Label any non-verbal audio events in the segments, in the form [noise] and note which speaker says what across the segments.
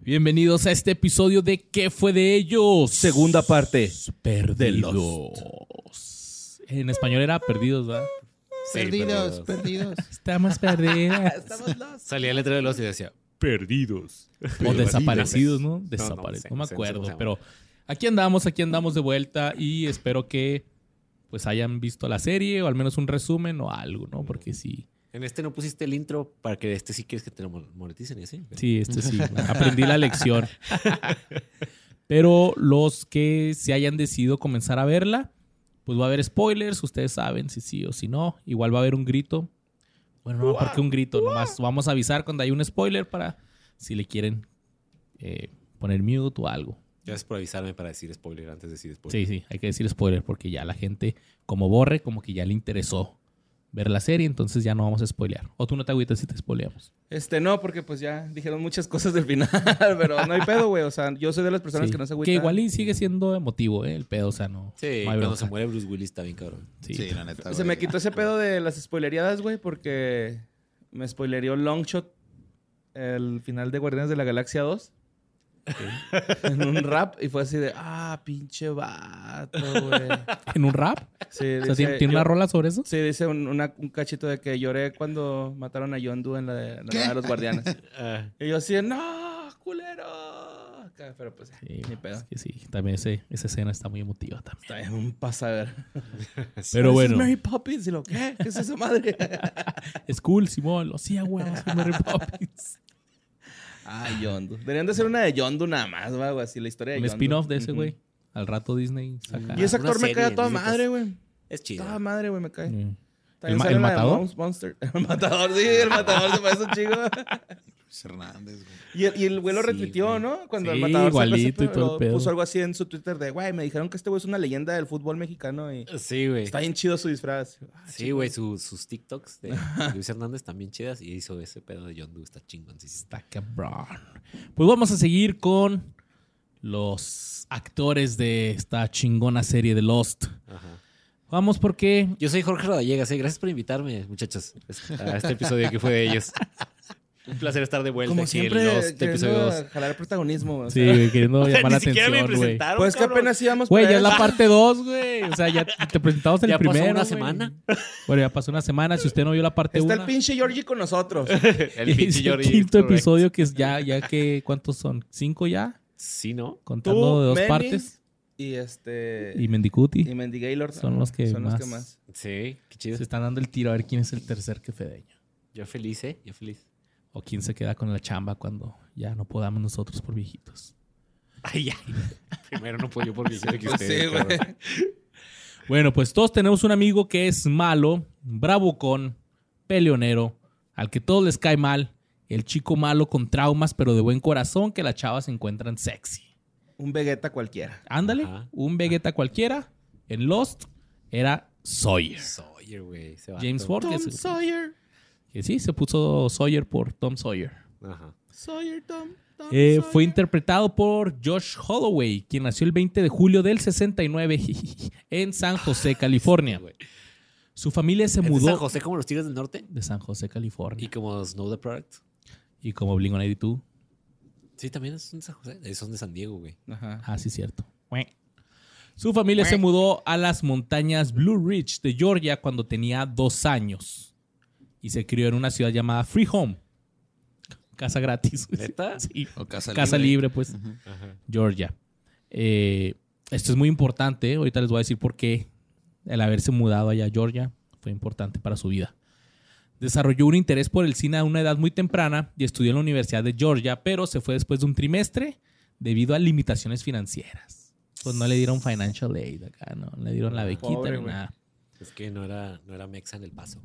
Speaker 1: Bienvenidos a este episodio de ¿Qué fue de ellos?
Speaker 2: Segunda parte.
Speaker 1: Perdidos. En español era perdidos, ¿verdad?
Speaker 2: Sí,
Speaker 3: Perdidos, perdidos.
Speaker 1: Estamos
Speaker 4: [laughs]
Speaker 1: perdidos.
Speaker 4: Salía el letrero de los y decía,
Speaker 2: Perdidos.
Speaker 1: o desaparecidos, ¿no?
Speaker 4: no,
Speaker 1: Desaparecidos.
Speaker 4: sí,
Speaker 1: No, me
Speaker 4: sí,
Speaker 1: acuerdo,
Speaker 4: sí, sí.
Speaker 1: pero aquí andamos, aquí andamos de vuelta y espero que pues hayan visto la serie o al menos un resumen o algo, ¿no? Porque sí,
Speaker 4: en este no pusiste el intro para que este sí quieres que te lo mon- moneticen y así.
Speaker 1: sí, este sí, aprendí la lección. Pero los que se hayan decidido comenzar a verla, pues va a haber spoilers, ustedes saben si sí o si no, igual va a haber un grito. Bueno, no, porque un grito, nomás vamos a avisar cuando hay un spoiler para si le quieren eh, poner mute o algo.
Speaker 4: Gracias por avisarme para decir spoiler antes de decir
Speaker 1: Sí,
Speaker 4: spoiler.
Speaker 1: sí, hay que decir spoiler porque ya la gente, como borre, como que ya le interesó ver la serie, entonces ya no vamos a spoilear. O tú no te agüitas si te spoileamos.
Speaker 2: Este, no, porque pues ya dijeron muchas [laughs] cosas del final, pero no hay pedo, güey. O sea, yo soy de las personas
Speaker 1: Sí,
Speaker 2: que no se agüita.
Speaker 1: igual y sigue siendo emotivo, ¿eh? El pedo, o sea, no.
Speaker 4: Sí,
Speaker 1: no hay
Speaker 4: cuando
Speaker 1: bronca.
Speaker 4: se muere Bruce Willis está bien cabrón.
Speaker 1: Sí.
Speaker 3: Sí, la neta.
Speaker 2: Se
Speaker 3: güey.
Speaker 2: me quitó ese pedo de las spoilereadas, güey, porque me spoilereó Longshot el final de Guardianes de la Galaxia 2. en un rap y fue así de, ah, pinche vato, güey.
Speaker 1: ¿En un rap? O
Speaker 2: Sí,
Speaker 1: sea,
Speaker 2: dice-
Speaker 1: ¿tiene, tiene una
Speaker 2: yo-
Speaker 1: rola sobre eso?
Speaker 2: Sí, dice un, una- un cachito de que lloré cuando mataron a Yondu en la de, en la
Speaker 3: ¿Qué?
Speaker 2: Nueva de los Guardianes.
Speaker 4: Ah,
Speaker 2: y yo así, no, culero. Acá, Pero pues,
Speaker 1: Sí,
Speaker 2: ni
Speaker 1: es
Speaker 2: pedo.
Speaker 1: que sí, también ese- esa escena está muy emotiva también.
Speaker 2: Está bien, un
Speaker 4: [laughs]
Speaker 2: pasadero.
Speaker 1: Pero
Speaker 2: This is
Speaker 1: bueno,
Speaker 2: Mary Poppins. Y lo, ¿qué? ¿Qué es esa madre?
Speaker 1: es cool, Simón. Lo hacía, güey. vamos con Mary
Speaker 2: [laughs]
Speaker 1: Poppins.
Speaker 2: [laughs] ah, Yondu. Deberían de hacer una de Yondu nada más, va, güey. Así la historia de
Speaker 1: Un
Speaker 2: Yondu.
Speaker 1: spin-off de ese,
Speaker 2: Ujú.
Speaker 1: güey. Al rato Disney saca.
Speaker 2: Y ese
Speaker 4: Una
Speaker 2: actor me cae a
Speaker 4: Ah, serie,
Speaker 2: toda
Speaker 4: dice que
Speaker 2: madre,
Speaker 4: es-
Speaker 2: güey.
Speaker 4: Es chido.
Speaker 2: Toda madre, güey, me cae.
Speaker 1: Mm.
Speaker 2: También
Speaker 1: ma-
Speaker 2: sale
Speaker 1: el
Speaker 2: la de
Speaker 1: matador?
Speaker 2: Mons- Monster. [laughs] El matador, sí, el matador se parece un chico.
Speaker 3: Luis Hernández, güey.
Speaker 2: Y el, y el güey lo
Speaker 4: Sí,
Speaker 2: retuiteó,
Speaker 4: güey.
Speaker 2: ¿no? Cuando el
Speaker 1: Sí,
Speaker 2: matador sacó ese
Speaker 1: igualito y todo el
Speaker 2: lo
Speaker 1: pedo.
Speaker 2: puso algo así en su Twitter de, güey, me dijeron que este güey es una leyenda del fútbol mexicano y
Speaker 4: Sí, güey.
Speaker 2: está bien chido su disfraz.
Speaker 4: Sí, güey, su- sus TikToks [laughs] de Luis Hernández también chidas y hizo ese pedo de John Doe, está chingón. sí, sí.
Speaker 1: Está cabrón. Pues vamos a seguir con los actores de esta chingona serie de Lost.
Speaker 4: Ajá.
Speaker 1: Vamos porque
Speaker 4: Yo soy Jorge Rodallegas, eh, gracias por invitarme, muchachos, a este episodio que fue de ellos. [laughs] Un placer estar de
Speaker 1: Pues
Speaker 4: vuelta
Speaker 2: Como
Speaker 4: aquí
Speaker 2: siempre,
Speaker 4: en los
Speaker 2: queriendo
Speaker 4: episodios.
Speaker 2: jalar protagonismo. güey. [laughs] O
Speaker 1: sí,
Speaker 2: sea,
Speaker 1: güey, queriendo [laughs] llamar la
Speaker 4: Ni siquiera me
Speaker 1: atención, güey.
Speaker 4: presentaron,
Speaker 2: Pues que
Speaker 4: cabrón.
Speaker 2: apenas íbamos
Speaker 1: Güey,
Speaker 2: por
Speaker 1: ya es la
Speaker 2: ahí.
Speaker 1: parte 2, güey. O sea, ya te presentamos el
Speaker 4: Ya pasó
Speaker 1: primero.
Speaker 4: una
Speaker 1: güey.
Speaker 4: semana.
Speaker 1: Bueno, ya pasó una semana. Si usted no vio la parte 1.
Speaker 2: Está el pinche Georgie
Speaker 1: [laughs]
Speaker 2: con nosotros.
Speaker 4: El pinche Jordi.
Speaker 1: quinto
Speaker 4: correcto.
Speaker 1: episodio que es ya, ya que, ¿cuántos son? ¿Cinco ya?
Speaker 4: Sí, ¿no?
Speaker 1: Contando
Speaker 2: Tú,
Speaker 1: de dos
Speaker 2: Manny
Speaker 1: partes.
Speaker 2: Y este...
Speaker 1: Y Mendicuti.
Speaker 2: Y Mendy Gaylord.
Speaker 1: Son los que
Speaker 2: Son los
Speaker 1: más-
Speaker 2: que más.
Speaker 4: Sí, qué chido.
Speaker 1: Se están dando el tiro a ver quién es el tercer que fedeño.
Speaker 4: Yo feliz, ¿eh? Yo feliz.
Speaker 1: O quién se queda con la chamba cuando ya no podamos nosotros por viejitos.
Speaker 4: Ay, ay. Primero no puedo yo [laughs] por mi que
Speaker 2: Pues sí,
Speaker 4: ustedes.
Speaker 2: güey.
Speaker 4: cabrón.
Speaker 1: Bueno, pues todos tenemos un amigo que es malo, bravucón, peleonero, al que todos les cae mal, el chico malo con traumas pero de buen corazón que las chavas encuentran sexy.
Speaker 2: Un Vegeta cualquiera.
Speaker 1: Ándale,
Speaker 4: Ajá.
Speaker 1: un Vegeta cualquiera en Lost era Sawyer.
Speaker 4: Sawyer, güey. ese
Speaker 1: James Ford,
Speaker 4: vato.
Speaker 1: que, se-
Speaker 2: Sawyer.
Speaker 1: que sí, se puso Sawyer por Tom Sawyer.
Speaker 4: Ajá.
Speaker 2: Sawyer, Tom. Tom
Speaker 1: Eh,
Speaker 2: Sawyer.
Speaker 1: fue interpretado por Josh Holloway, quien nació el 20 de julio del 69 [laughs] en San José, California.
Speaker 4: Ah, güey.
Speaker 1: Su familia se
Speaker 4: ¿Es de San
Speaker 1: mudó
Speaker 4: José como los Tigres del Norte?
Speaker 1: de San José,
Speaker 4: Y
Speaker 1: California.
Speaker 4: como Snow the Product.
Speaker 1: Y, como Bling-182.
Speaker 4: Sí, también es de San José. Eh, Son de San Diego, güey.
Speaker 2: Ajá.
Speaker 1: Ah, sí, cierto. Su familia se mudó a las montañas Blue Ridge de Georgia cuando tenía dos años. Y se crió en una ciudad llamada Free Home. Casa gratis. [laughs]
Speaker 4: ¿Neta?
Speaker 1: Sí.
Speaker 3: O Casa,
Speaker 1: Casa libre, pues.
Speaker 3: Ujú.
Speaker 4: Ajá.
Speaker 1: Georgia. Eh, esto es muy importante. Ahorita les voy a decir por qué el haberse mudado allá a Georgia fue importante para su vida. Desarrolló un interés por el cine a una edad muy temprana y estudió en la Universidad de Georgia, pero se fue después de un trimestre debido a limitaciones financieras. Pues no le dieron financial aid acá, no, no le dieron la bequita
Speaker 2: Ah, Pobre,
Speaker 1: ni
Speaker 2: güey.
Speaker 1: nada.
Speaker 4: Es que no era, no era Mexa en el paso.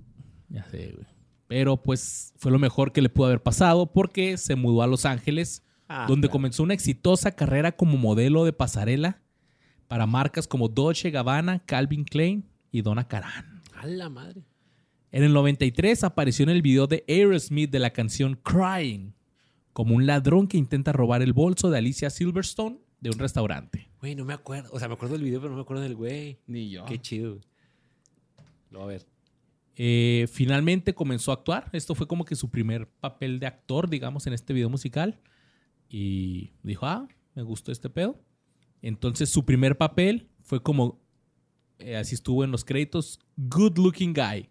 Speaker 1: Ya sé, güey. Pero pues fue lo mejor que le pudo haber pasado porque se mudó a Los Ángeles
Speaker 2: Ah,
Speaker 1: donde comenzó una exitosa carrera como modelo de pasarela para marcas como Dolce Gabbana, Calvin Klein y Donna Karan.
Speaker 4: A la madre.
Speaker 1: En el 93 apareció en el video de Aerosmith de la canción Crying, como un ladrón que intenta robar el bolso de Alicia Silverstone de un restaurante.
Speaker 4: Güey, no me acuerdo. O sea, me acuerdo del video, pero no me acuerdo del güey.
Speaker 2: Ni yo.
Speaker 4: Qué chido. güey. Lo voy a ver.
Speaker 1: Eh, finalmente comenzó a actuar. Esto fue como que su primer papel de actor, digamos, en este video musical. y dijo, ah, me gustó este pedo. Entonces su primer papel fue como, eh, así estuvo en los créditos, Good Looking Guy,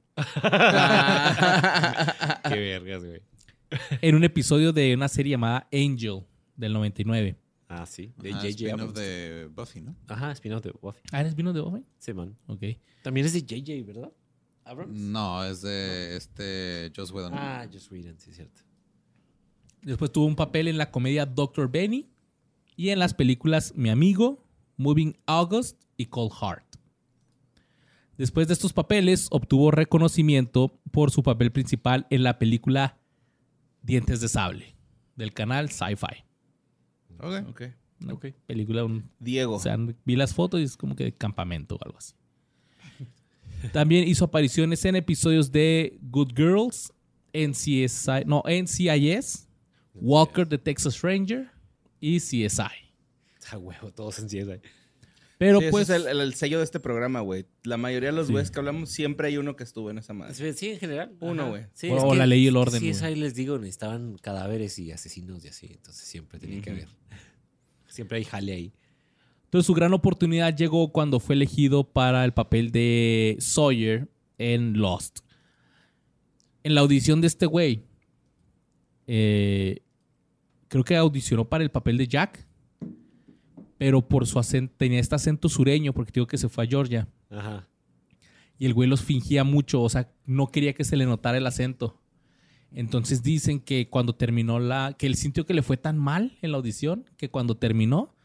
Speaker 4: [laughs] Qué vergas, güey.
Speaker 1: en un episodio de una serie llamada Angel del 99.
Speaker 4: Ah, sí. De
Speaker 3: De
Speaker 4: J.J.
Speaker 3: spin-off
Speaker 4: Abrams.
Speaker 3: de Buffy, ¿no?
Speaker 4: Ajá, spin-off de Buffy.
Speaker 1: Ah, ¿eres vino de Buffy?
Speaker 4: Sí, man.
Speaker 1: Ok.
Speaker 4: También es de J.J., ¿verdad? Abrams.
Speaker 3: No, es de este Joss Whedon.
Speaker 4: Ah, Just Whedon, sí,
Speaker 1: [laughs]
Speaker 4: es cierto.
Speaker 1: Después tuvo un papel en la comedia Doctor Benny y en las películas Mi Amigo, Moving August y Cold Heart. Después de estos papeles, obtuvo reconocimiento por su papel principal en la película Dientes de Sable, del canal Sci-Fi.
Speaker 3: Ok.
Speaker 2: Ok.
Speaker 1: Una Película, un-
Speaker 2: Diego.
Speaker 1: o sea, vi las fotos y es como que de campamento o algo así. También hizo apariciones en episodios de Good Girls, NCSI, no, NCIS, Walker the Texas Ranger y CSI. Ah,
Speaker 4: A huevo, todos en CSI.
Speaker 1: Pero
Speaker 2: Sí, ese
Speaker 1: pues,
Speaker 2: es el, el- el sello de este programa, güey. La mayoría de los
Speaker 1: Sí.
Speaker 2: güeyes que hablamos, siempre hay uno que estuvo en esa madre.
Speaker 4: Sí, en general.
Speaker 2: Uno,
Speaker 4: ajá.
Speaker 2: güey.
Speaker 4: Sí,
Speaker 1: O-
Speaker 4: es
Speaker 1: o
Speaker 4: que
Speaker 1: la ley y el orden,
Speaker 4: Sí, es
Speaker 1: güey.
Speaker 4: ahí les digo, estaban cadáveres y asesinos y así, entonces siempre tenía que haber. [laughs] Siempre hay jale ahí.
Speaker 1: entonces su gran oportunidad llegó cuando fue elegido para el papel de Sawyer en Lost. En la audición de este güey, eh, creo que audicionó para el papel de Jack, pero por su acento, tenía este acento sureño, porque digo que se fue a Georgia,
Speaker 4: Ajá.
Speaker 1: y el güey los fingía mucho, o sea, no quería que se le notara el acento. Entonces dicen que cuando terminó la. que él sintió que le fue tan mal en la audición que cuando terminó,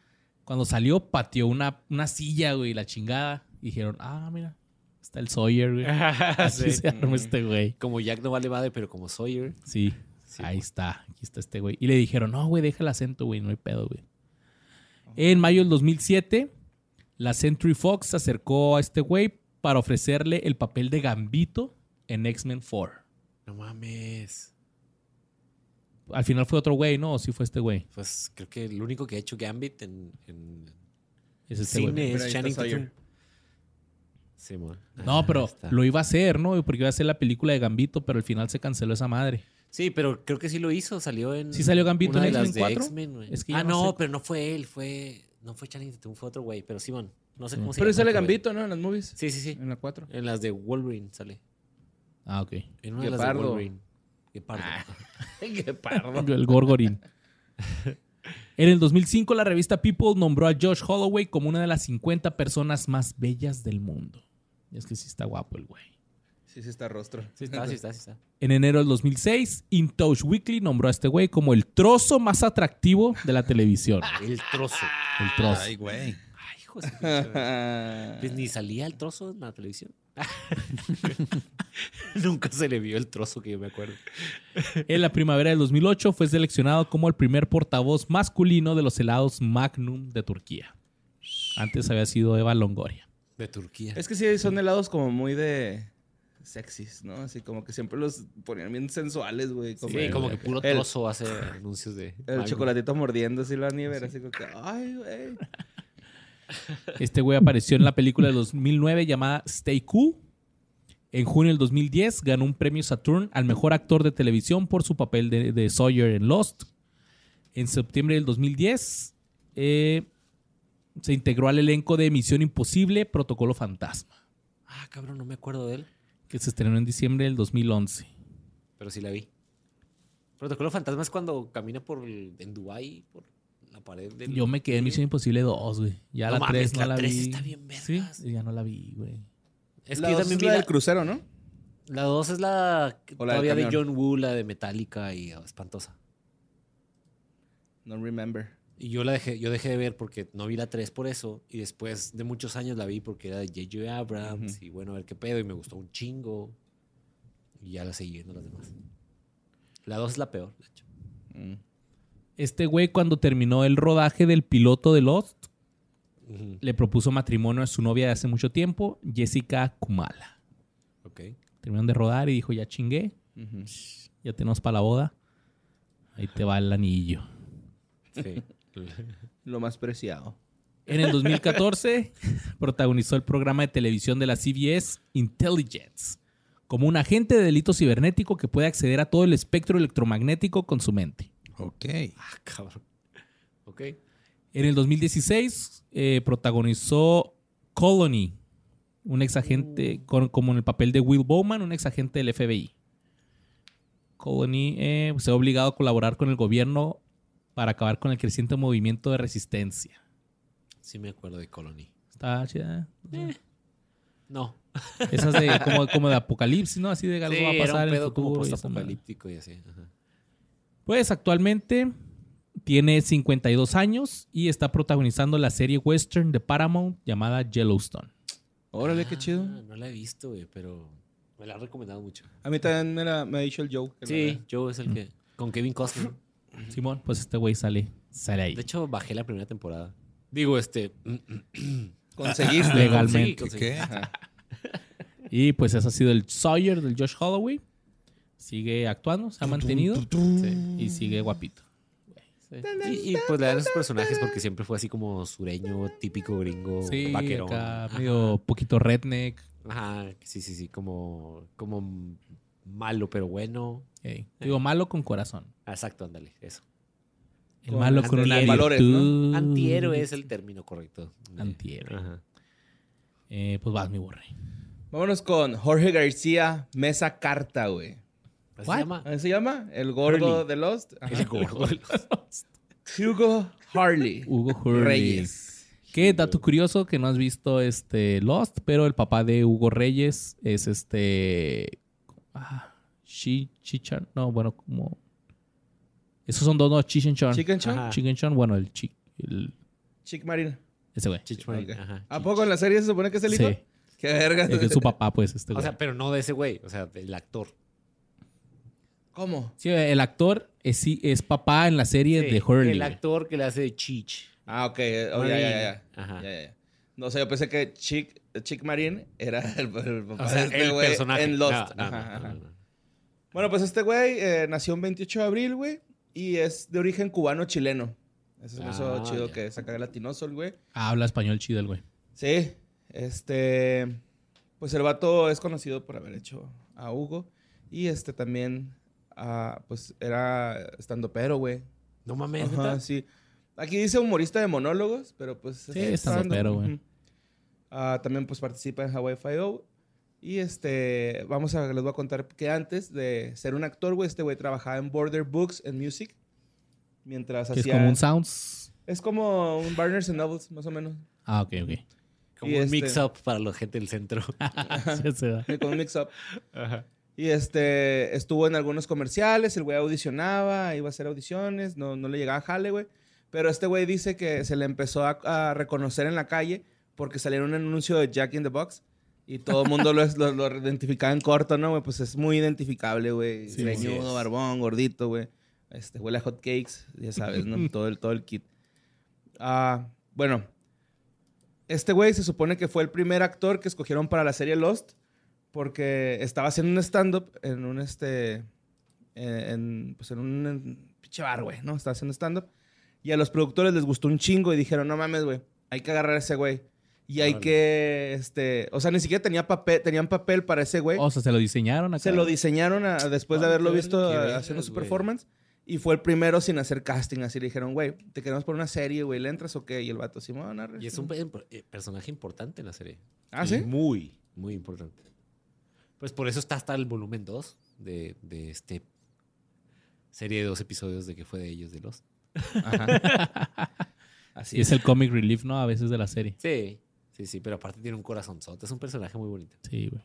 Speaker 1: cuando salió, pateó una, una silla, güey, la chingada. Y dijeron, ah, mira, está el Sawyer, güey. Así se armó este güey.
Speaker 4: Como Jack no vale madre, pero como Sawyer.
Speaker 1: Sí,
Speaker 4: Sí,
Speaker 1: ahí está, aquí está este güey. Y le dijeron, no, güey, deja el acento, güey, no hay pedo, güey. En mayo del 2007, la Century Fox se acercó a este güey para ofrecerle el papel de Gambito en X-Men 4.
Speaker 4: No mames.
Speaker 1: Al final fue otro güey, ¿no? ¿O sí fue este güey?
Speaker 4: Pues creo que el único que ha hecho Gambit en, en
Speaker 1: Es este güey.
Speaker 4: cine
Speaker 2: Mira, ahí
Speaker 4: es
Speaker 2: está
Speaker 4: Channing
Speaker 2: Sawyer.
Speaker 4: Tatum. Sí, mo.
Speaker 1: No,
Speaker 4: Ah,
Speaker 1: pero
Speaker 4: está.
Speaker 1: lo iba a hacer, ¿no? Porque iba a hacer la película de Gambito, pero al final se canceló esa madre.
Speaker 4: Sí, pero creo que sí lo hizo. Salió en.
Speaker 1: ¿Sí salió Gambito
Speaker 4: una
Speaker 1: en
Speaker 4: de las
Speaker 1: X-Men
Speaker 4: de
Speaker 1: 4?
Speaker 4: X-Men, güey.
Speaker 1: Es que ya
Speaker 4: ah,
Speaker 1: no
Speaker 4: no,
Speaker 1: sé.
Speaker 4: pero no fue él. Fue. No fue Channing Tatum, fue otro güey. Pero Simón. No sé
Speaker 1: Sí.
Speaker 4: cómo se
Speaker 2: Pero ahí
Speaker 4: llama
Speaker 2: sale
Speaker 4: otro güey.
Speaker 2: Gambito, ¿no? En las movies.
Speaker 4: Sí, sí, sí.
Speaker 2: En la 4.
Speaker 4: En las de Wolverine sale.
Speaker 1: Ah, ok.
Speaker 4: En una de las de
Speaker 2: Guepardo.
Speaker 4: Wolverine. Guepardo. [laughs]
Speaker 1: El Gorgorín. En el 2005, la revista People nombró a Josh Holloway como una de las 50 personas más bellas del mundo. Y es que sí está guapo el güey.
Speaker 2: Sí, sí, está rostro.
Speaker 4: Sí está, sí está, sí está.
Speaker 1: En enero del 2006, In Touch Weekly nombró a este güey como el trozo más atractivo de la televisión.
Speaker 4: El trozo.
Speaker 2: Ah,
Speaker 1: El trozo.
Speaker 3: Ay, güey.
Speaker 4: Ay, hijo de su
Speaker 2: [laughs]
Speaker 4: pinche madre. Pues ni salía el trozo en la televisión. [laughs] Nunca se le vio el trozo que yo me acuerdo.
Speaker 1: En la primavera del 2008 fue seleccionado como el primer portavoz masculino de los helados Magnum de Turquía. Antes había sido Eva Longoria.
Speaker 4: De Turquía.
Speaker 2: Es que sí, son helados como muy de sexys, ¿no? Así como que siempre los ponían bien sensuales, güey.
Speaker 4: Sí,
Speaker 2: Como
Speaker 4: como que puro
Speaker 2: El-
Speaker 4: trozo hace anuncios de.
Speaker 2: El
Speaker 4: Magnum.
Speaker 2: chocolatito mordiendo así la nieve, así como que, ay, güey.
Speaker 1: Este güey apareció en la película de 2009 llamada Stay Cool. En junio del 2010 ganó un premio Saturn al mejor actor de televisión por su papel de, de Sawyer en Lost. En septiembre del 2010 eh, se integró al elenco de Misión Imposible, Protocolo Fantasma,
Speaker 4: Ah, cabrón, no me acuerdo de él,
Speaker 1: que se estrenó en diciembre del 2011.
Speaker 4: pero sí la vi. Protocolo Fantasma es cuando camina por el- en Dubai por la pared del.
Speaker 1: Yo me quedé en Misión Imposible 2, güey. Ya
Speaker 4: No
Speaker 1: la
Speaker 4: mames,
Speaker 1: 3 no
Speaker 4: la
Speaker 1: la,
Speaker 4: tres
Speaker 1: vi.
Speaker 4: está bien vergas.
Speaker 1: Sí, ya no la vi, güey.
Speaker 4: Es
Speaker 2: La
Speaker 4: que yo
Speaker 2: dos
Speaker 4: también
Speaker 2: es
Speaker 4: vi
Speaker 2: la
Speaker 4: la,
Speaker 2: del crucero, ¿no?
Speaker 4: la dos es la que
Speaker 2: O la del
Speaker 4: todavía de
Speaker 2: camión.
Speaker 4: John Woo, la de Metallica y oh, espantosa.
Speaker 2: No remember.
Speaker 4: Y yo la dejé, yo dejé de ver porque no vi la 3 por eso. Y después de muchos años la vi porque era de J.J. Abrams.
Speaker 2: Ujú.
Speaker 4: Y bueno, a ver qué pedo. Y me gustó un chingo. Y ya la seguí viendo las demás. La 2 es la peor, de hecho.
Speaker 2: Mm.
Speaker 1: Este güey, cuando terminó el rodaje del piloto de Lost,
Speaker 4: Ujú.
Speaker 1: le propuso matrimonio a su novia de hace mucho tiempo, Jessica Kumala.
Speaker 4: Ok.
Speaker 1: Terminaron de rodar y dijo, ya chingué,
Speaker 2: Ujú.
Speaker 1: ya tenemos para la boda. Ahí te va el anillo.
Speaker 2: [laughs]
Speaker 4: Sí.
Speaker 2: Lo más preciado.
Speaker 1: En el 2014 [laughs] protagonizó el programa de televisión de la CBS Intelligence, como un agente de delito cibernético que puede acceder a todo el espectro electromagnético con su mente.
Speaker 3: Ok.
Speaker 4: ah, cabrón. Ok.
Speaker 1: En el 2016 eh, protagonizó Colony, un
Speaker 4: Uh.
Speaker 1: exagente, con- como en el papel de Will Bowman, un exagente del FBI. Colony eh, se ha obligado a colaborar con el gobierno para acabar con el creciente movimiento de resistencia.
Speaker 4: Sí me acuerdo de Colony.
Speaker 1: Está chida. ¿eh?
Speaker 4: No.
Speaker 1: Esas
Speaker 4: [laughs]
Speaker 1: de como, como de apocalipsis, ¿no? Así de que algo
Speaker 4: Eh. Sí,
Speaker 1: va a
Speaker 4: era
Speaker 1: pasar
Speaker 4: un
Speaker 1: en el
Speaker 4: pedo como
Speaker 1: futuro y esa madre.
Speaker 4: postapocalíptico y así. ajá.
Speaker 1: Pues actualmente tiene 52 años y está protagonizando la serie western de Paramount llamada Yellowstone.
Speaker 2: Órale, qué
Speaker 4: Ah,
Speaker 2: chido.
Speaker 4: No la he visto, güey, pero me la han recomendado mucho.
Speaker 2: A mí también me, la- me ha dicho el Joe. que la
Speaker 4: Sí,
Speaker 2: vea.
Speaker 4: Joe es el que. Con Kevin Costner.
Speaker 1: Simón, pues este güey sale, sale ahí.
Speaker 4: De hecho, bajé la primera temporada. Digo, este.
Speaker 2: Conseguiste.
Speaker 1: Legal.
Speaker 4: Sí,
Speaker 1: Legalmente.
Speaker 3: ¿Qué,
Speaker 4: conseguí.
Speaker 3: qué?
Speaker 1: Y pues ese ha sido el Sawyer del Josh Holloway. Sigue actuando, se ha mantenido y sigue guapito.
Speaker 4: Y, y, pues le dan esos personajes porque siempre fue así como sureño, típico gringo,
Speaker 1: Sí,
Speaker 4: Oh, vaquerón.
Speaker 1: acá medio poquito redneck.
Speaker 4: Ajá, sí, sí, sí, como, como malo pero bueno.
Speaker 1: Ey, Digo, malo con corazón.
Speaker 4: Ah, Exacto, ándale, eso.
Speaker 1: El
Speaker 2: Con
Speaker 1: malo con una
Speaker 4: antihéroes.
Speaker 2: Valores,
Speaker 1: virtud.
Speaker 4: Antihéroe es el término correcto.
Speaker 1: Mm. Antihéroe.
Speaker 4: Ajá.
Speaker 1: Eh, pues vas, mi borre.
Speaker 2: Vámonos con Jorge García Mesa Carta, güey.
Speaker 4: ¿Así
Speaker 1: What?
Speaker 4: se llama?
Speaker 2: ¿Cómo se llama? El gordo
Speaker 4: Hurley.
Speaker 2: de Lost. Ajá.
Speaker 4: El gordo.
Speaker 2: Hugo Harley.
Speaker 1: Hugo Hurley.
Speaker 2: Reyes.
Speaker 1: Qué dato curioso que no has visto este Lost, pero el papá de Hugo Reyes es este. Ah, Shi- Chichan. No, bueno, como. Esos son dos, no, Chichenchan.
Speaker 2: Chicken Chong.
Speaker 4: Ajá.
Speaker 1: Chichenchan, bueno, el, chi, el-
Speaker 2: Chick Marina.
Speaker 1: Ese güey.
Speaker 4: Chichmarín,
Speaker 2: Ok.
Speaker 4: ajá,
Speaker 2: ¿A
Speaker 4: Chich-
Speaker 2: poco en la serie se supone que es el
Speaker 1: Sí,
Speaker 2: hijo? Qué verga.
Speaker 1: el que es su papá, pues, este
Speaker 4: O
Speaker 1: güey.
Speaker 4: sea, pero no de ese güey, o sea, del actor.
Speaker 2: ¿Cómo?
Speaker 1: Sí, el actor es, sí, es papá en la serie
Speaker 4: Sí,
Speaker 1: de Hurley.
Speaker 4: El
Speaker 1: güey.
Speaker 4: actor que le hace de Chich.
Speaker 2: Ah, ok. Oh, ya, ya, ya.
Speaker 4: Ajá.
Speaker 2: Ya, ya, ya. No, o sea, yo pensé que Chick, Chick Marín era el, el papá
Speaker 4: O sea,
Speaker 2: de este
Speaker 4: el
Speaker 2: güey
Speaker 4: personaje.
Speaker 2: en Lost.
Speaker 4: No, no, no,
Speaker 2: Ajá, ajá.
Speaker 4: no, no, no.
Speaker 2: Bueno, pues este güey eh, nació el 28 de abril, güey, y es de origen cubano-chileno. Eso es
Speaker 4: Ah,
Speaker 2: eso chido
Speaker 4: ya.
Speaker 2: que saca el latinoso el güey.
Speaker 1: Habla español chido el güey.
Speaker 2: Sí, este, pues el vato es conocido por haber hecho a Hugo y este también, ah, pues era estando pero, güey.
Speaker 4: No mames,
Speaker 2: Ajá,
Speaker 4: ¿neta?
Speaker 2: sí. Aquí dice humorista de monólogos, pero pues...
Speaker 1: Sí, standupero, güey.
Speaker 2: Ujú. Ah, también pues participa en Hawaii Five-O. Y este, vamos a, les voy a contar que antes de ser un actor, güey, este güey trabajaba en Border Books and Music. Mientras
Speaker 1: Que es
Speaker 2: hacía...
Speaker 1: como un Sounds.
Speaker 2: es como un Barnes and Nobles, más o menos.
Speaker 1: Ah, ok, ok.
Speaker 4: Como
Speaker 2: Y
Speaker 4: un
Speaker 2: este-
Speaker 4: mix-up para la gente del centro. [laughs]
Speaker 1: [laughs] Sí, se da.
Speaker 2: Sí, con un mix-up. Y este, estuvo en algunos comerciales, el güey audicionaba, iba a hacer audiciones, no, no le llegaba jale, güey. Pero este güey dice que se le empezó a, a reconocer en la calle porque salieron un anuncio de Jack in the Box y todo el mundo lo, es- [laughs] lo, lo identificaba en corto, ¿no, güey? Pues es muy identificable, güey.
Speaker 1: Sí,
Speaker 4: sí
Speaker 2: Greñudo,
Speaker 4: es.
Speaker 2: barbón, gordito, güey. Este, huele a hot cakes, ya sabes, ¿no? todo, el, todo el kit. Ah, bueno, este güey se supone que fue el primer actor que escogieron para la serie Lost porque estaba haciendo un stand-up en un este en, en, pues en un en- pinche bar, güey, ¿no? Estaba haciendo stand-up. Y a los productores les gustó un chingo y dijeron, no mames, güey, hay que agarrar a ese güey. Y hay
Speaker 4: Órale.
Speaker 2: que, este, o sea, ni siquiera tenía papel, tenían papel para ese güey.
Speaker 1: O sea, se lo diseñaron acá.
Speaker 2: Se lo diseñaron a- después de
Speaker 4: Órale,
Speaker 2: haberlo
Speaker 4: qué
Speaker 2: visto
Speaker 4: verga, qué
Speaker 2: a-
Speaker 4: vergas,
Speaker 2: haciendo su
Speaker 4: güey.
Speaker 2: performance. Y fue el primero sin hacer casting. Así le dijeron, güey, te queremos por una serie, güey, ¿le entras o qué? Y el vato, Simón, arre".
Speaker 4: Y es un pe- eh, personaje importante en la serie.
Speaker 2: Ah,
Speaker 4: Y
Speaker 2: ¿sí?
Speaker 4: Muy, muy importante. Pues por eso está hasta el volumen 2 de, de este serie de dos episodios de que fue de ellos de los.
Speaker 1: Y
Speaker 4: [laughs]
Speaker 2: Así
Speaker 1: es el comic relief, ¿no? A veces de la serie.
Speaker 4: Sí, sí, sí, pero aparte tiene un corazonzote. Es un personaje muy bonito.
Speaker 1: Sí, güey.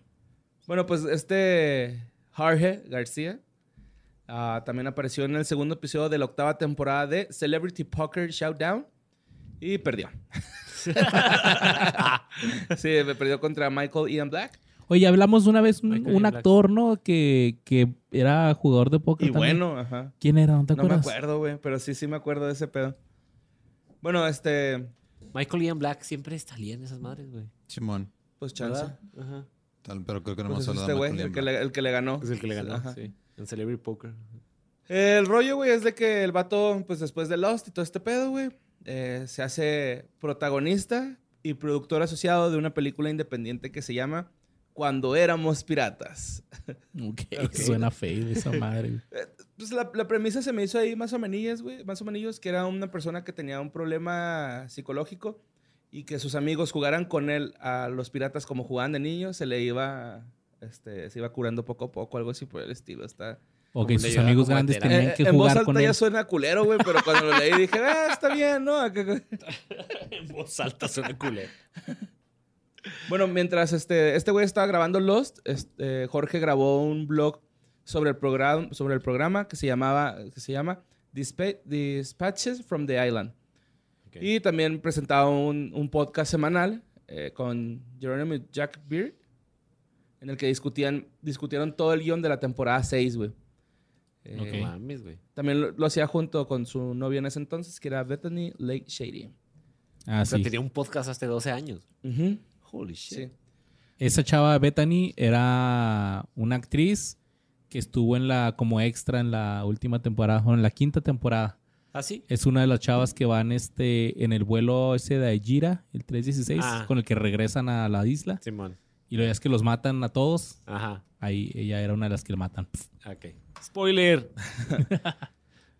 Speaker 2: Bueno, pues este Jorge García ah, también apareció en el segundo episodio de la octava temporada de Celebrity Poker Showdown y perdió. [laughs] sí, me perdió contra Michael Ian Black.
Speaker 1: Oye, hablamos una vez un,
Speaker 4: Michael
Speaker 1: un
Speaker 4: Jackson.
Speaker 1: actor, ¿no? Que, que era jugador de póker.
Speaker 2: Y
Speaker 1: también.
Speaker 2: bueno, ajá.
Speaker 1: ¿Quién era? ¿No te
Speaker 2: No me
Speaker 1: acuerdas?
Speaker 2: acuerdo, güey, pero sí, sí me acuerdo de ese pedo. Bueno, este,
Speaker 4: Michael Ian Black siempre salía en esas madres, güey.
Speaker 3: Simón.
Speaker 2: pues chance.
Speaker 4: ¿Verdad? Ajá.
Speaker 3: Tal, pero creo que no
Speaker 2: Pues
Speaker 3: hemos
Speaker 2: es
Speaker 3: hablado
Speaker 2: este
Speaker 3: de
Speaker 2: güey,
Speaker 3: Michael
Speaker 2: el,
Speaker 3: Ian
Speaker 2: que
Speaker 3: Black.
Speaker 2: le- el que le ganó.
Speaker 4: Es el que le ganó,
Speaker 2: Ajá.
Speaker 4: sí. En Celebrity
Speaker 2: [laughs]
Speaker 4: Poker.
Speaker 2: El rollo, güey, es de que el vato, pues después de Lost y todo este pedo, güey, eh, se hace protagonista y productor asociado de una película independiente que se llama Cuando éramos piratas.
Speaker 1: [laughs]
Speaker 4: [laughs]
Speaker 1: Ok, Suena feo esa madre. güey.
Speaker 2: Pues la, la premisa se me hizo ahí más o menos, güey. Más o menos que era una persona que tenía un problema psicológico y que sus amigos jugaran con él a los piratas como jugaban de niños. Se le iba, este, se iba curando poco a poco, algo así por el estilo. Está...
Speaker 1: O
Speaker 4: le
Speaker 1: que sus
Speaker 4: llegaba
Speaker 1: amigos
Speaker 4: como a
Speaker 1: grandes
Speaker 4: terapia.
Speaker 1: tenían
Speaker 2: Eh,
Speaker 1: que
Speaker 2: en voz
Speaker 1: jugar
Speaker 2: alta
Speaker 1: con
Speaker 2: ya
Speaker 1: él.
Speaker 2: suena culero, güey, pero cuando lo leí dije, ah, está bien, ¿no?
Speaker 4: En voz alta suena culero.
Speaker 2: Bueno, mientras este, este güey estaba grabando Lost, este, Jorge grabó un blog sobre el, programa, sobre el programa que se, llamaba, que se llama Dispa- Dispatches from the Island.
Speaker 4: Ok.
Speaker 2: Y también presentaba un, un podcast semanal eh, con Jerónimo y Jack Beard, en el que discutían, discutieron todo el guión de la temporada 6, güey. Eh,
Speaker 1: Ok.
Speaker 4: No mames, güey.
Speaker 2: También lo, lo hacía junto con su novia en ese entonces, que era Bethany Lake Shady.
Speaker 1: Ah,
Speaker 4: O sea,
Speaker 1: sí.
Speaker 4: tenía un podcast hace 12 años.
Speaker 2: Ujú,
Speaker 4: Holy
Speaker 2: Sí.
Speaker 4: shit.
Speaker 1: Esa chava Bethany era una actriz que estuvo en la como extra en la última temporada, o en la quinta temporada.
Speaker 4: ¿Ah, sí?
Speaker 1: Es una de las chavas que van este en el vuelo ese de Agira, el 316,
Speaker 4: Ah.
Speaker 1: con el que regresan a la isla
Speaker 4: Simón.
Speaker 1: y lo es que los matan a todos.
Speaker 4: Ajá.
Speaker 1: Ahí ella era una de las que le matan.
Speaker 4: Ok. Spoiler.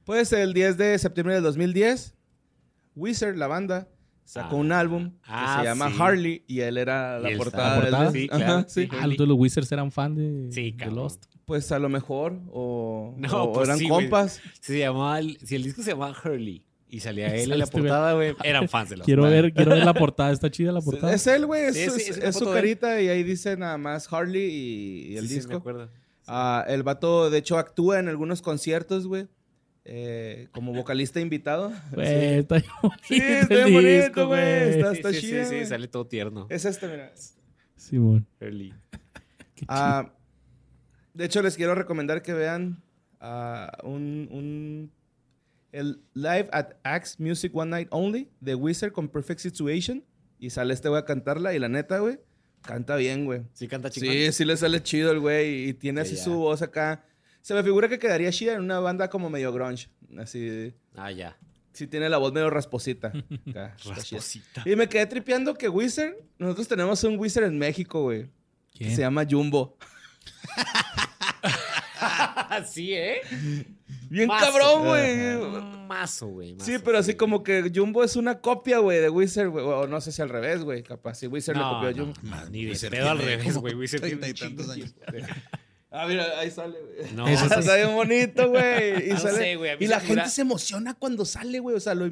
Speaker 2: Pues el 10 de septiembre del 2010, Wizard, la banda, sacó
Speaker 4: Ah.
Speaker 2: un álbum que
Speaker 4: Ah,
Speaker 2: se llama
Speaker 4: sí.
Speaker 2: Harley y él era
Speaker 4: Y
Speaker 2: la
Speaker 4: él
Speaker 2: portada,
Speaker 1: estaba- ¿La
Speaker 2: del
Speaker 4: portada? Sí, claro, sí.
Speaker 1: Ah, los de los Wizards eran fan de,
Speaker 4: Sí,
Speaker 1: de
Speaker 4: cabrón.
Speaker 1: Lost.
Speaker 2: Pues a lo mejor, o,
Speaker 4: No,
Speaker 2: o
Speaker 4: pues
Speaker 2: eran
Speaker 4: sí, güey.
Speaker 2: compas.
Speaker 4: Si, se llamaba el, si el disco se llamaba Hurley y [laughs] salía él en la
Speaker 1: Saliste, güey.
Speaker 4: portada, [laughs] güey, eran fans de los
Speaker 1: Quiero
Speaker 4: Madden.
Speaker 1: ver, quiero ver la portada, está chida la portada.
Speaker 2: Es él, güey, es,
Speaker 4: Sí,
Speaker 2: su-
Speaker 4: sí, es una
Speaker 2: es su
Speaker 4: foto de él.
Speaker 2: carita y ahí dice nada más Harley y, y el
Speaker 4: Sí, sí, me
Speaker 2: disco.
Speaker 4: acuerdo.
Speaker 2: Ah, el vato, de hecho, actúa en algunos conciertos, güey, eh, como vocalista invitado.
Speaker 1: Güey, Pues, está bien bonito.
Speaker 2: Sí, está
Speaker 1: el
Speaker 2: bien bonito,
Speaker 1: disco,
Speaker 2: güey. Está-
Speaker 4: Sí,
Speaker 2: está
Speaker 4: sí, sí,
Speaker 2: chida,
Speaker 4: sí,
Speaker 2: güey.
Speaker 4: sale todo tierno.
Speaker 2: Es este, mira.
Speaker 1: Simón.
Speaker 4: Hurley.
Speaker 1: Qué chido.
Speaker 2: Ah, de hecho, les quiero recomendar que vean ah, un, un- el Live at Axe Music One Night Only de Wizard con Perfect Situation. Y sale este güey a cantarla y la neta, güey, canta bien, güey.
Speaker 4: Sí, canta chingón.
Speaker 2: Sí, sí le sale chido el güey y tiene
Speaker 4: Sí,
Speaker 2: así
Speaker 4: ya.
Speaker 2: su voz acá. Se me figura que quedaría chida en una banda como medio grunge. Así,
Speaker 4: Ah, ya.
Speaker 2: sí tiene la voz medio rasposita. acá, está chida.
Speaker 4: [laughs] Rasposita.
Speaker 2: Y me quedé tripeando que Wizard, nosotros tenemos un Wizard en México, güey. Que
Speaker 1: ¿Quién?
Speaker 2: se llama Jumbo.
Speaker 4: Así, ¿eh?
Speaker 2: Bien
Speaker 4: Mazo.
Speaker 2: cabrón,
Speaker 4: Un
Speaker 2: güey.
Speaker 4: Mazo, güey. mazo,
Speaker 2: Sí, pero así como que Jumbo es una copia, güey, de Wizard, güey. O no sé si al revés, güey. Capaz, si Wizard
Speaker 4: No,
Speaker 2: le copió a
Speaker 4: no,
Speaker 2: Jumbo.
Speaker 4: no, ni de
Speaker 3: Wizard
Speaker 4: pedo al
Speaker 3: tiene
Speaker 4: revés,
Speaker 3: como
Speaker 4: güey. Wizard tiene
Speaker 3: treinta y
Speaker 4: un chingo
Speaker 3: tantos
Speaker 4: de
Speaker 2: [laughs]
Speaker 3: años.
Speaker 2: Ah, mira, ahí sale, güey.
Speaker 4: No,
Speaker 1: Eso sí.
Speaker 2: Ah, Está bien
Speaker 4: [laughs]
Speaker 2: bonito, güey. Y,
Speaker 4: No
Speaker 2: sale-
Speaker 4: sé, güey, a mí
Speaker 2: y
Speaker 4: se
Speaker 2: la
Speaker 4: me figura-
Speaker 2: gente se emociona cuando sale, güey. O sea, lo...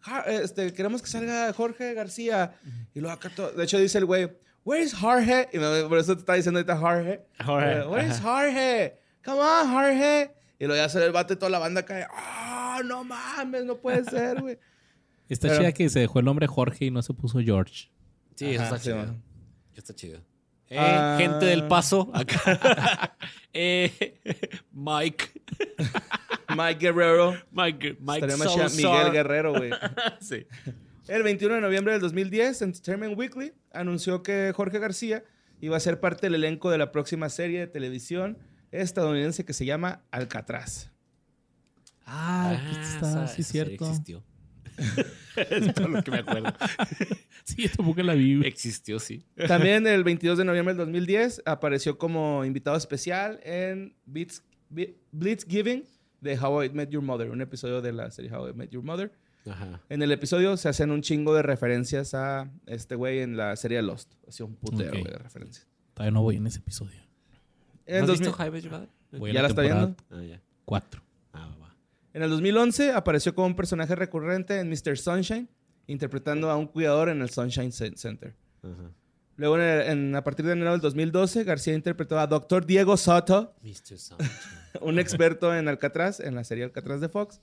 Speaker 2: Ja- este, queremos que salga Jorge García. Y luego acá todo... De hecho, dice el güey, ¿Where is Jorge? Y me- por eso te está diciendo ahorita Jorge.
Speaker 4: Jorge,
Speaker 2: Eh, ¿Where is Jorge? Come on, Jorge. Y luego ya sale el vato y toda la banda cae. ¡Ah, no mames! No puede ser, güey.
Speaker 1: Está
Speaker 2: pero-
Speaker 1: chida que se dejó el nombre Jorge y no se puso George.
Speaker 4: Sí, eso
Speaker 2: Ajá,
Speaker 3: Ah,
Speaker 4: está
Speaker 2: sí,
Speaker 4: chido.
Speaker 2: man.
Speaker 4: Está chido. Eh,
Speaker 2: Ah.
Speaker 4: gente del paso,
Speaker 2: [laughs]
Speaker 4: acá. eh, Mike.
Speaker 2: Mike Guerrero.
Speaker 4: Mike, Mike
Speaker 2: Estaría más chida Miguel
Speaker 4: Salazar.
Speaker 2: Guerrero, güey.
Speaker 4: [laughs] Sí.
Speaker 2: [laughs] El 21 de noviembre del 2010, Entertainment Weekly anunció que Jorge García iba a ser parte del elenco de la próxima serie de televisión estadounidense que se llama [laughs] Alcatraz.
Speaker 1: Ah, aquí
Speaker 4: esa-
Speaker 1: está, sí,
Speaker 4: esa serie
Speaker 1: cierto.
Speaker 4: Existió. [laughs] es todo lo que me acuerdo.
Speaker 1: Sí, yo tampoco la vi.
Speaker 4: [laughs]
Speaker 1: güey.
Speaker 4: Existió, sí.
Speaker 2: También el 22 de noviembre del 2010 apareció como invitado especial en Blitz, Bi- Blitzgiving de How I Met Your Mother, un episodio de la serie How I Met Your Mother.
Speaker 4: Ajá.
Speaker 2: En el episodio se hacen un chingo de referencias a este güey en la serie Lost. Hacía un putero
Speaker 1: Ok.
Speaker 2: güey, de referencias.
Speaker 1: Todavía no voy en ese episodio.
Speaker 2: En
Speaker 4: ¿No has
Speaker 2: 2000
Speaker 4: visto Jaime Madre?
Speaker 1: Voy a
Speaker 2: ¿Ya la está
Speaker 1: temporada
Speaker 2: viendo?
Speaker 4: Ah, ya.
Speaker 1: Cuatro.
Speaker 4: Ah, va, va.
Speaker 2: En el 2011 apareció como un personaje recurrente en Mr. Sunshine, interpretando a un cuidador en el Sunshine Cen- Center.
Speaker 4: Ajá.
Speaker 2: Luego, en el- en- a partir de enero del 2012, García interpretó a Dr. Diego Soto, [laughs]
Speaker 4: Mr. Sun.
Speaker 2: un experto en Alcatraz, en la serie Alcatraz de Fox.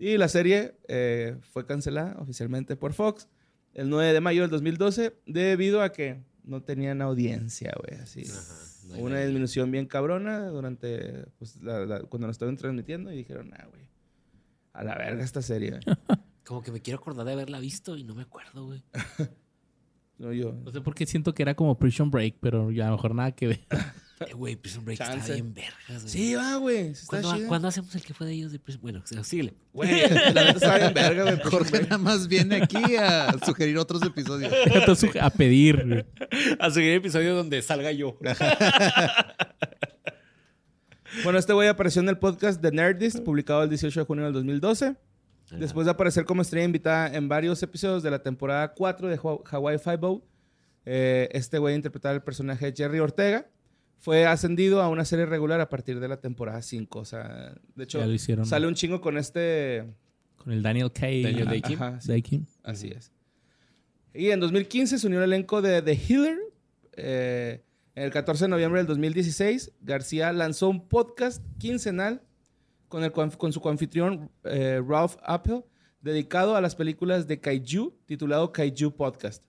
Speaker 2: Y la serie eh, fue cancelada oficialmente por Fox el 9 de mayo del 2012 debido a que no tenían audiencia, güey. Así.
Speaker 4: Ajá, Ah, no hay
Speaker 2: una
Speaker 4: nadie.
Speaker 2: disminución bien cabrona durante pues, la- la- cuando lo estaban transmitiendo y dijeron, ah, güey, a la verga esta serie. güey".
Speaker 4: [laughs] Como que me quiero acordar de haberla visto y no me acuerdo, güey.
Speaker 2: No, yo.
Speaker 4: Pues,
Speaker 1: No sé por qué siento que era como Prison Break, pero ya a lo mejor nada que ver. [laughs]
Speaker 4: Eh, güey, Prison Break
Speaker 2: Chance.
Speaker 4: está bien vergas, güey.
Speaker 2: Sí, va, güey. sí Está
Speaker 4: ¿Cuándo,
Speaker 2: chida.
Speaker 4: cuándo hacemos el que fue de ellos de Prison? Bueno, síguele.
Speaker 2: Güey, [laughs] la neta está bien
Speaker 4: [laughs]
Speaker 2: verga, güey.
Speaker 3: Jorge [laughs] nada más viene aquí a sugerir otros episodios.
Speaker 1: Entonces, a pedir. güey.
Speaker 4: A seguir el episodio donde salga yo.
Speaker 2: Bueno, este güey apareció en el podcast The Nerdist, publicado el 18 de junio del 2012. Después de aparecer como estrella invitada en varios episodios de la temporada 4 de Haw- Hawaii Five-O, eh, este güey interpretaba el personaje de Jerry Ortega. Fue ascendido a una serie regular a partir de la temporada 5. O sea, de hecho,
Speaker 1: Ya lo hicieron
Speaker 2: sale un chingo con este...
Speaker 1: con el Daniel Ah, K. Ajá.
Speaker 4: Daniel Day. Day-Kim.
Speaker 2: Ajá, sí,
Speaker 1: Day Kim.
Speaker 2: así es. Y en 2015 se unió al elenco de The Healer. Eh, el 14 de noviembre del 2016, García lanzó un podcast quincenal con, el, coanf- con su coanfitrión eh, Ralph Apple, dedicado a las películas de Kaiju, titulado Kaiju Podcast.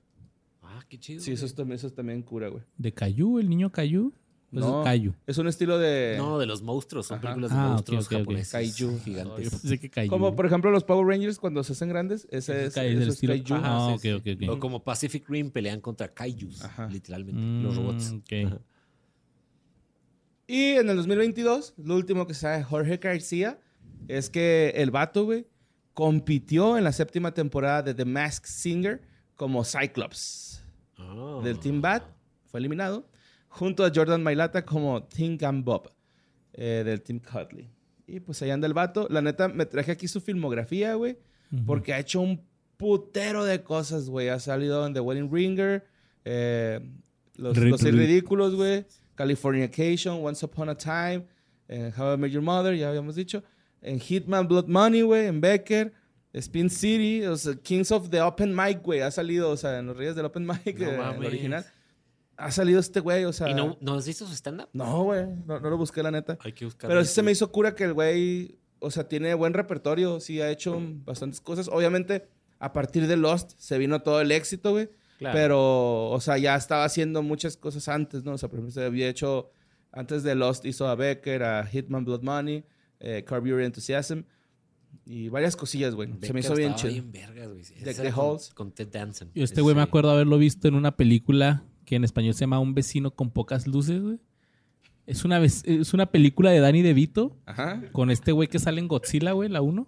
Speaker 4: Ah, qué chido.
Speaker 2: Sí, eso es, tam- eso es también cura, güey.
Speaker 1: ¿De Cayu? ¿El niño Cayu? Pues
Speaker 2: No.
Speaker 1: es Cayu.
Speaker 2: Es un estilo de...
Speaker 4: No, de los monstruos. Son
Speaker 2: Ajá.
Speaker 4: películas de
Speaker 1: Ah, ok,
Speaker 4: monstruos
Speaker 1: ok, ok.
Speaker 4: japoneses.
Speaker 2: Kaiju.
Speaker 1: Yo
Speaker 4: Gigantes.
Speaker 1: pensé que Cayu.
Speaker 2: como, por ejemplo, los Power Rangers cuando se hacen grandes. Ese es,
Speaker 1: Cayu
Speaker 2: eso
Speaker 1: del
Speaker 2: es
Speaker 1: estilo.
Speaker 2: Kaiju.
Speaker 1: Ah,
Speaker 4: Ajá,
Speaker 1: ok,
Speaker 4: sí,
Speaker 1: ok, ok.
Speaker 4: O como Pacific Rim pelean contra kaijus,
Speaker 2: Ajá.
Speaker 4: literalmente,
Speaker 1: Mm,
Speaker 4: los robots.
Speaker 1: ok.
Speaker 4: Ajá.
Speaker 2: Y en el 2022, lo último que sabe Jorge García es que el vato, güey, compitió en la séptima temporada de The Mask Singer como Cyclops
Speaker 4: Ah.
Speaker 2: del Team Bat. Fue eliminado. Junto a Jordan Mailata como Team Bob eh, del Team Cutley. Y pues ahí anda el vato. La neta, me traje aquí su filmografía, güey.
Speaker 1: Ujú.
Speaker 2: Porque ha hecho un putero de cosas, güey. Ha salido en The Wedding Ringer, eh, Los,
Speaker 1: Ri-
Speaker 2: los Seis
Speaker 1: ri-
Speaker 2: Ridículos, güey. Californication, Once Upon a Time, en How I Met Your Mother, ya habíamos dicho. En Hitman, Blood Money, güey. En Becker, Spin City, o sea, Kings of the Open Mic, güey. Ha salido, o sea, en los Reyes del Open Mic,
Speaker 4: No
Speaker 2: eh, el
Speaker 4: mames.
Speaker 2: original. Ha salido este güey, o sea.
Speaker 4: Ah. ¿Y no, no has visto su stand-up?
Speaker 2: No, güey. No, no lo busqué, la neta.
Speaker 4: Hay que buscarlo.
Speaker 2: Pero sí se me hizo cura que el güey, o sea, tiene buen repertorio, sí ha hecho bastantes cosas. Obviamente, a partir de Lost se vino todo el éxito, güey.
Speaker 4: Claro.
Speaker 2: Pero, o sea, ya estaba haciendo muchas cosas antes, ¿no? O sea, por ejemplo, se había hecho, antes de Lost hizo a Becker, a Hitman Blood Money, eh, Curb Your Enthusiasm y varias cosillas, güey. Se
Speaker 4: Becker
Speaker 2: me hizo bien
Speaker 4: estaba
Speaker 2: chido.
Speaker 4: bien vergas, güey. Ese
Speaker 2: The
Speaker 4: era
Speaker 2: Halls.
Speaker 4: Con, con Ted Danson.
Speaker 1: Yo este güey me
Speaker 4: Ese-
Speaker 1: acuerdo haberlo visto en una película que en español se llama Un vecino con pocas luces, güey. Es una, vez- es una película de Danny DeVito
Speaker 2: Ajá.
Speaker 1: con este güey que sale en Godzilla, güey, la 1.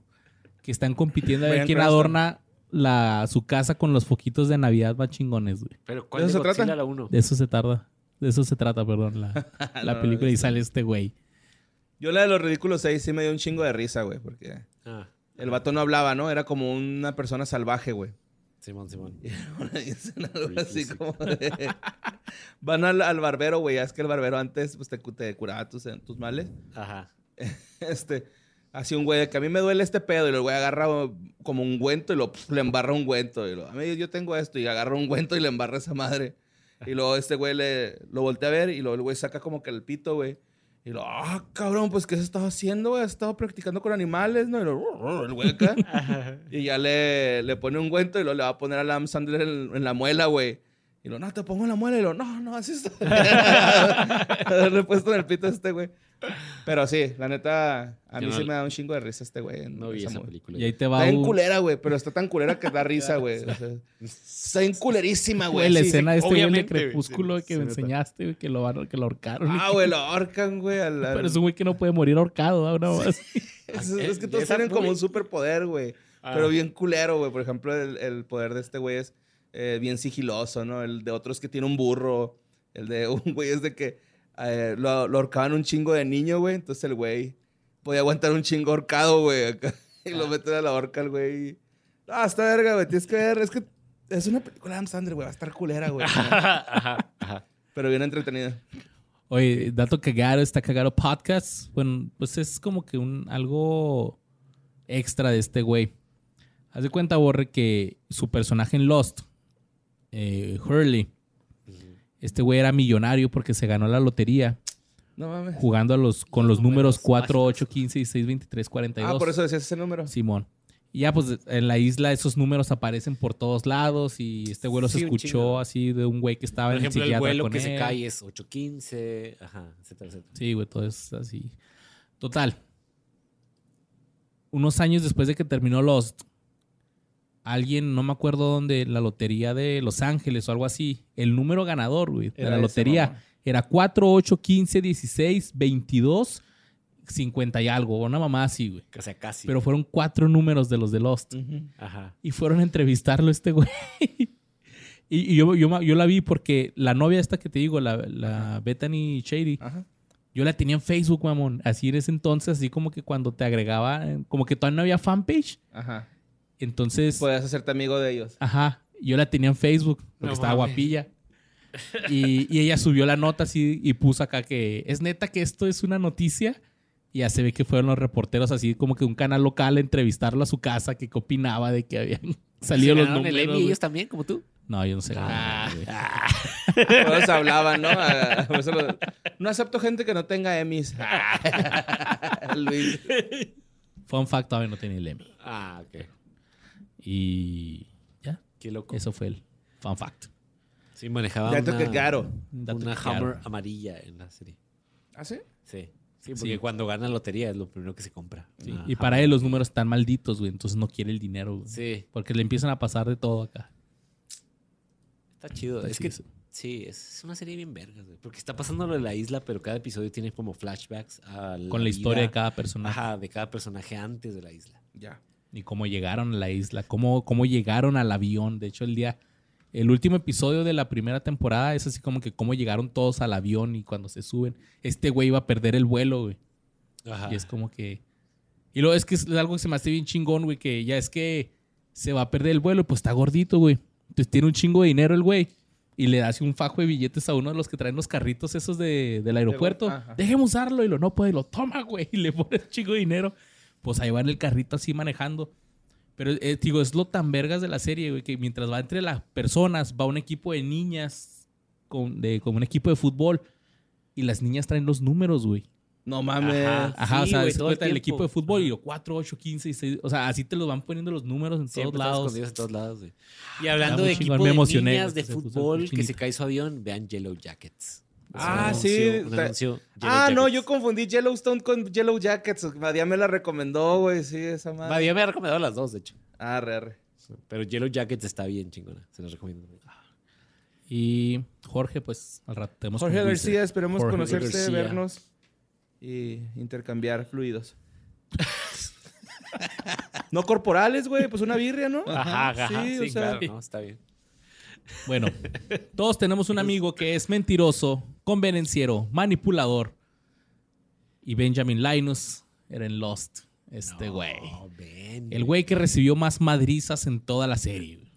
Speaker 1: Que están compitiendo a ver
Speaker 2: Bryan
Speaker 1: quién
Speaker 2: Cranston.
Speaker 1: adorna la, su casa con los foquitos de Navidad más chingones, güey.
Speaker 4: Pero ¿cuál
Speaker 2: ¿De
Speaker 4: de
Speaker 2: eso se
Speaker 4: Godzilla
Speaker 2: trata?
Speaker 4: la uno?
Speaker 1: De eso se tarda. De eso se trata, perdón, la, la
Speaker 2: No,
Speaker 1: película. Y sale este güey.
Speaker 2: Yo la de los ridículos ahí sí me dio un chingo de risa, güey, porque
Speaker 4: Ah,
Speaker 2: el vato no hablaba, ¿no? Era como una persona salvaje, güey.
Speaker 4: Simón, Simón.
Speaker 2: Ahora [laughs] dicen algo
Speaker 4: Freaky
Speaker 2: así
Speaker 4: sick.
Speaker 2: como de- Van al, al barbero, güey. Es que el barbero antes pues, te, cu- te curaba tus, tus males. [laughs]
Speaker 4: Ajá.
Speaker 2: Este, así un güey de que a mí me duele este pedo. Y el güey agarra como un guento y lo, pf, le embarra un guento. Y lo, a mí yo tengo esto. Y agarra un guento y le embarra esa madre. Y luego este güey le, lo voltea a ver. Y luego el güey saca como que el pito, güey. Y lo, ah, cabrón, pues, ¿qué has estado haciendo, güey? Has estado practicando con animales, ¿no? Y lo, [laughs] "Rrr, rrr", el güey acá. Y ya le, le pone un guento y luego le va a poner a Adam Sandler en, en la muela, güey. Y lo, no, te pongo en la muela. Y lo, no, no, así [laughs] está. Haberle puesto en el pito a este güey. Pero sí, la neta, a
Speaker 4: Yo
Speaker 2: mí
Speaker 4: no-
Speaker 2: sí me da un chingo de risa este güey. en
Speaker 4: No vi
Speaker 2: esa
Speaker 4: esa
Speaker 2: movie.
Speaker 4: película.
Speaker 1: Y ahí te
Speaker 2: Está
Speaker 1: va
Speaker 2: en
Speaker 1: un...
Speaker 2: culera, güey, pero está tan culera
Speaker 1: [laughs]
Speaker 2: que da risa, güey. O sea, está en culerísima,
Speaker 1: güey,
Speaker 2: güey.
Speaker 1: la
Speaker 2: sí.
Speaker 1: escena de este güey de
Speaker 4: obviamente, güey,
Speaker 1: Crepúsculo
Speaker 4: sí,
Speaker 1: que
Speaker 4: se
Speaker 1: me
Speaker 4: nota.
Speaker 1: enseñaste, güey, que lo, van- que lo ahorcaron. y
Speaker 2: Ah,
Speaker 1: que-
Speaker 2: güey, lo ahorcan, güey. al-
Speaker 1: [laughs]
Speaker 2: al-
Speaker 1: Pero es un güey que no puede morir ahorcado, ¿no? Nada más.
Speaker 2: Es, es
Speaker 4: ¿De
Speaker 2: que todos
Speaker 4: Eh, esa
Speaker 2: tienen como
Speaker 4: movie?
Speaker 2: un superpoder, güey.
Speaker 4: Ah.
Speaker 2: Pero bien culero, güey. Por ejemplo, el, el poder de este güey es eh, bien sigiloso, ¿no? El de otros que tiene un burro. El de un güey es de que eh, lo, lo ahorcaban un chingo de niño, güey. Entonces el güey podía aguantar un chingo ahorcado, güey. acá. Y
Speaker 4: Ah.
Speaker 2: lo meten a la horca el güey. Ah, está verga, güey. Tienes que ver. Es que es una película de Adam Sandler, güey. Va a estar culera,
Speaker 4: [laughs]
Speaker 2: güey.
Speaker 4: ajá, ajá.
Speaker 2: Pero bien entretenida.
Speaker 1: [laughs] Oye, dato cagado, está cagado podcast. Bueno, pues es como que un algo extra de este güey. Haz de cuenta, Borre, que su personaje en Lost, eh, Hurley, este güey era millonario porque se ganó la lotería
Speaker 2: No mames.
Speaker 1: jugando a los, con los, números
Speaker 4: números
Speaker 1: 4,
Speaker 4: mágicos.
Speaker 1: 8, 15, 16, 23, 42.
Speaker 2: Ah, por eso decías ese número.
Speaker 1: Simón. Y ya, pues en la isla esos números aparecen por todos lados y este güey los
Speaker 4: Sí, un
Speaker 1: escuchó
Speaker 4: chingo.
Speaker 1: así de un güey que estaba
Speaker 4: Por
Speaker 1: en el
Speaker 4: ejemplo, el
Speaker 1: psiquiatra
Speaker 4: vuelo
Speaker 1: con
Speaker 4: que se
Speaker 1: él.
Speaker 4: cae es 815, ajá, etcétera, etcétera.
Speaker 1: Sí, güey, todo es así. Total. Unos años después de que terminó Lost, alguien, no me acuerdo dónde, la lotería de Los Ángeles o algo así, el número ganador, güey, de
Speaker 2: Era
Speaker 1: la
Speaker 2: ese,
Speaker 1: lotería
Speaker 2: mamá.
Speaker 1: era 4, 8, 15, 16, 22, 50 y algo, una mamá así, güey.
Speaker 4: O sea, casi.
Speaker 1: Pero fueron cuatro números de los de Lost.
Speaker 2: Ujú.
Speaker 4: ajá.
Speaker 1: Y fueron a entrevistarlo a este güey. [laughs] Y, y yo, yo, ma- yo la vi porque la novia esta que te digo, la, la Bethany Shady,
Speaker 2: Ajá.
Speaker 1: Yo la tenía en Facebook, mamón. Así en ese entonces, así como que cuando te agregaba, eh, como que todavía no había fanpage.
Speaker 2: Ajá.
Speaker 1: Entonces,
Speaker 2: Podías hacerte amigo de
Speaker 1: [laughs]
Speaker 2: ellos.
Speaker 1: ajá, yo la tenía en Facebook porque
Speaker 4: No
Speaker 1: estaba
Speaker 4: mames.
Speaker 1: guapilla. Y, y ella subió la nota así y puso acá que es neta que esto es una noticia. Y ya se ve que fueron los reporteros así como que un canal local a entrevistarlo a su casa que qué opinaba de que habían [laughs] salido los
Speaker 4: ¿Ganaron el
Speaker 1: números.
Speaker 4: Emmy
Speaker 1: güey.
Speaker 4: ellos también, como tú?
Speaker 1: No, yo no sé.
Speaker 4: Ah.
Speaker 1: güey.
Speaker 2: Todos hablaban, ¿no? Ah, por eso lo- no acepto gente que no tenga Emmys. Ah, Luis.
Speaker 1: Fun fact, todavía no tenía el Emmy.
Speaker 4: [laughs] Ah, ok.
Speaker 1: Y ya,
Speaker 4: Qué loco.
Speaker 1: eso fue el fun fact.
Speaker 4: Sí, manejaba
Speaker 2: Dato
Speaker 4: una,
Speaker 2: que caro.
Speaker 1: Un dato
Speaker 4: una
Speaker 1: que quedaron.
Speaker 4: Hammer amarilla en la serie.
Speaker 2: ¿Ah, sí?
Speaker 4: Sí. Sí, porque
Speaker 1: Sí.
Speaker 4: cuando gana lotería es lo primero que se compra.
Speaker 1: Sí,
Speaker 4: Una
Speaker 1: Y para
Speaker 4: Hummer.
Speaker 1: él los números están malditos, güey. Entonces no quiere el dinero, güey.
Speaker 4: Sí,
Speaker 1: Porque le empiezan a pasar de todo acá.
Speaker 4: está chido.
Speaker 1: Está
Speaker 4: es
Speaker 1: chido
Speaker 4: que
Speaker 1: eso.
Speaker 4: sí, es, es una serie bien vergas, güey. Porque está pasando lo de la isla, pero cada episodio tiene como flashbacks a
Speaker 1: Con la historia de
Speaker 4: vida,
Speaker 1: cada personaje.
Speaker 4: ajá, de cada personaje antes de la isla.
Speaker 2: Ya.
Speaker 1: Y cómo llegaron a la isla. Cómo, cómo llegaron al avión. De hecho, el día... El último episodio de la primera temporada es así como que cómo llegaron todos al avión y cuando se suben. Este güey iba a perder el vuelo, güey.
Speaker 4: Ajá.
Speaker 1: Y es como que. Y luego es que es algo que se me hace bien chingón, güey, que ya es que se va a perder el vuelo, pues está gordito, güey. Entonces tiene un chingo de dinero el güey. Y le da así un fajo de billetes a uno de los que traen los carritos esos de- del aeropuerto.
Speaker 2: ajá.
Speaker 1: Déjeme usarlo. Y lo no puede, lo toma, güey. Y le pone un chingo de dinero. Pues ahí va en el carrito así manejando. Pero, eh, digo, es lo tan vergas de la serie, güey, que mientras va entre las personas, va un equipo de niñas, con, de, como un equipo de fútbol. Y las niñas traen los números, güey.
Speaker 2: No mames.
Speaker 4: Ajá.
Speaker 1: Ajá,
Speaker 4: Sí,
Speaker 1: o sea,
Speaker 4: güey,
Speaker 1: se
Speaker 4: todo el
Speaker 1: cuenta el, equipo
Speaker 4: tiempo.
Speaker 1: de fútbol y
Speaker 4: Ajá.
Speaker 1: lo 4, 8, 15 y 6. O sea, así te los van poniendo los números en
Speaker 4: Siempre
Speaker 1: todos
Speaker 4: están
Speaker 1: lados.
Speaker 4: escondidos pues, en todos lados, güey. Y hablando
Speaker 1: muy
Speaker 4: de
Speaker 1: chingón,
Speaker 4: equipo
Speaker 1: me
Speaker 4: de
Speaker 1: emocioné,
Speaker 4: niñas
Speaker 1: güey,
Speaker 4: de
Speaker 1: se puso
Speaker 4: fútbol que se
Speaker 1: chinito.
Speaker 4: cae su avión, vean Yellow Jackets. Es un
Speaker 2: Ah,
Speaker 4: anuncio-
Speaker 2: sí,
Speaker 4: un
Speaker 2: está-
Speaker 4: anuncio Yellow
Speaker 2: Ah, no,
Speaker 4: Jackets.
Speaker 2: yo confundí Yellowstone con Yellow Jackets. María me la recomendó, güey. Sí, esa madre.
Speaker 4: Yo me ha recomendado las dos, de hecho.
Speaker 2: Arre, arre.
Speaker 4: Pero Yellow Jackets está bien chingona. Se los recomiendo.
Speaker 1: Y Jorge, pues al rato tenemos
Speaker 2: Jorge
Speaker 1: con Luis,
Speaker 2: García,
Speaker 1: eh.
Speaker 2: esperemos
Speaker 1: Jorge
Speaker 2: conocerte,
Speaker 4: García.
Speaker 2: vernos y intercambiar fluidos. [laughs] no corporales, güey, pues una birria, ¿no? Sí, o sea,
Speaker 4: claro. No, está bien.
Speaker 1: Bueno, todos tenemos un amigo que es mentiroso, convenenciero, manipulador. Y Benjamin Linus era en Lost, este güey.
Speaker 4: No, ven.
Speaker 1: El güey que recibió más madrizas en toda la serie. güey.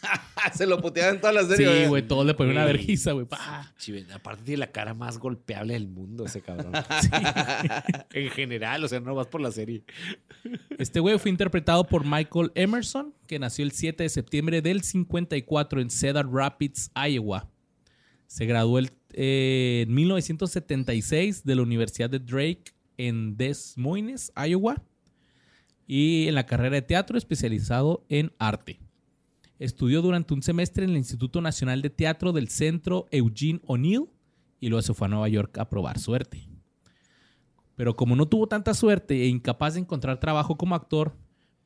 Speaker 2: [laughs] se lo puteaban en todas las series.
Speaker 1: Sí, güey, todos le ponían una
Speaker 4: Güey.
Speaker 1: vergüenza, güey. pa.
Speaker 4: Sí, ven, aparte tiene la cara más golpeable del mundo ese cabrón.
Speaker 1: Sí.
Speaker 4: en general, o sea, no vas por la serie.
Speaker 1: Este güey fue interpretado por Michael Emerson, que nació el 7 de septiembre del 54 en Cedar Rapids, Iowa. Se graduó el- eh, en 1976 de la Universidad de Drake en Des Moines, Iowa, y en la carrera de teatro especializado en arte. Estudió durante un semestre en el Instituto Nacional de Teatro del Centro Eugene O'Neill y luego se fue a Nueva York a probar suerte. Pero como no tuvo tanta suerte e incapaz de encontrar trabajo como actor,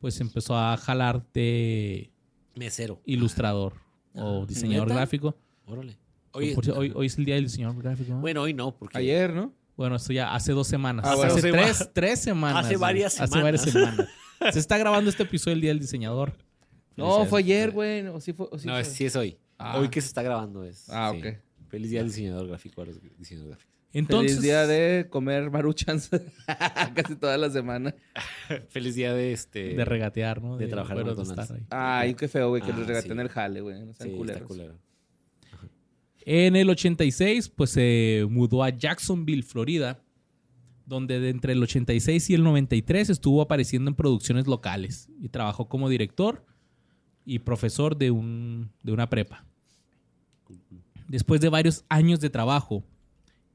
Speaker 1: pues empezó a jalar de
Speaker 4: Mesero.
Speaker 1: ilustrador o diseñador
Speaker 4: Ah, ¿Neta?
Speaker 1: gráfico.
Speaker 4: Órale. Oye,
Speaker 1: Por cierto, hoy, hoy es el día del diseñador gráfico. ¿no? Bueno,
Speaker 4: bueno, hoy no, porque
Speaker 2: Ayer, ¿no?
Speaker 1: esto ya hace dos semanas.
Speaker 2: Ah, bueno.
Speaker 1: hace
Speaker 4: Hace
Speaker 1: tres, tres semanas.
Speaker 4: Hace
Speaker 1: güey.
Speaker 4: varias
Speaker 1: Hace varias semanas. Se está grabando este episodio el día del
Speaker 4: [laughs]
Speaker 1: diseñador.
Speaker 2: No, fue ayer, güey. O sí fue. o sí
Speaker 4: no,
Speaker 2: fue.
Speaker 4: es, sí es hoy.
Speaker 2: Ah.
Speaker 4: Hoy que se está grabando es.
Speaker 2: Ah,
Speaker 4: sí.
Speaker 2: ok.
Speaker 4: Feliz día al diseñador gráfico a los diseñadores [laughs] gráficos.
Speaker 1: Entonces,
Speaker 2: Feliz día de comer maruchans [laughs] casi toda la semana.
Speaker 4: Feliz día de este.
Speaker 1: de regatear, ¿no?
Speaker 4: de trabajar en
Speaker 1: bueno, de
Speaker 4: McDonald's.
Speaker 1: estar ahí.
Speaker 2: Ay, qué feo, güey, que
Speaker 4: Ah,
Speaker 2: los regaten
Speaker 4: sí.
Speaker 2: el jale, güey. No sean
Speaker 4: sí,
Speaker 2: culeros.
Speaker 4: está culero.
Speaker 1: En el 86, pues se mudó a Jacksonville, Florida, donde de entre el 86 y el 93 estuvo apareciendo en producciones locales y trabajó como director y profesor de, un, de una prepa. Después de varios años de trabajo,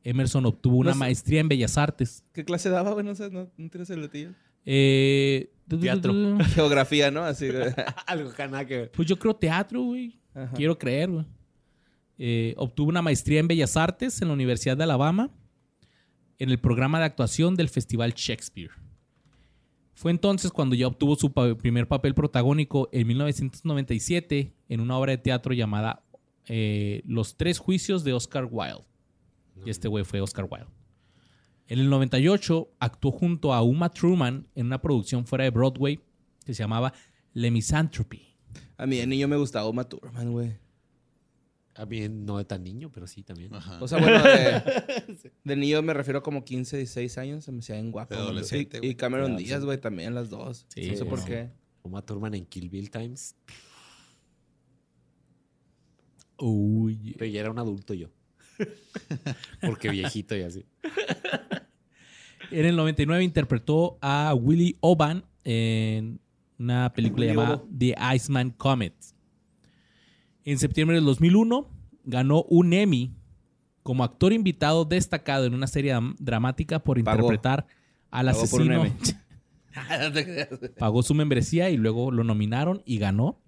Speaker 1: Emerson obtuvo una
Speaker 2: No sé.
Speaker 1: maestría en Bellas Artes.
Speaker 2: ¿Qué clase daba, güey? No sé, no, no tienes el latillo.
Speaker 1: Eh,
Speaker 4: Teatro.
Speaker 2: Geografía, ¿no? Así, güey.
Speaker 4: [laughs] Algo que nada que ver.
Speaker 1: [laughs] Pues yo creo teatro, güey.
Speaker 2: Ajá.
Speaker 1: Quiero creer, güey. Eh, obtuvo una maestría en Bellas Artes en la Universidad de Alabama en el programa de actuación del Festival Shakespeare. Fue entonces cuando ya obtuvo su pa- primer papel protagónico en 1997 en una obra de teatro llamada eh, Los Tres Juicios de Oscar Wilde. Y este güey fue Oscar Wilde. En el 98 actuó junto a Uma Truman en una producción fuera de Broadway que se llamaba Le Misanthropy.
Speaker 2: A mí de niño me gustaba Uma Thurman, güey.
Speaker 4: A mí no de tan niño, pero sí también.
Speaker 3: Ajá.
Speaker 2: O sea, bueno,
Speaker 4: [laughs]
Speaker 2: de, de niño me refiero como 15, 16 años, se me hacía bien guapo.
Speaker 3: De
Speaker 2: güey.
Speaker 3: adolescente,
Speaker 2: y,
Speaker 3: güey.
Speaker 2: y Cameron
Speaker 4: De
Speaker 2: Díaz, güey, también las dos.
Speaker 1: Sí,
Speaker 2: no sé
Speaker 1: sí,
Speaker 2: por
Speaker 1: sí.
Speaker 2: qué.
Speaker 4: Uma Thurman en Kill Bill Times.
Speaker 1: Uy.
Speaker 4: Pero ya era un adulto [laughs] yo. Porque viejito y así.
Speaker 1: En el 99 interpretó a Willy Oban en una película
Speaker 2: Willy
Speaker 1: llamada The Iceman Comet. En septiembre del 2001 ganó un Emmy como actor invitado destacado en una serie dam- dramática por
Speaker 2: Pagó.
Speaker 1: interpretar al
Speaker 2: Pagó por un
Speaker 1: asesino.
Speaker 2: Emmy. No te creas.
Speaker 1: [laughs]
Speaker 2: [laughs]
Speaker 1: Pagó su membresía y luego lo nominaron y ganó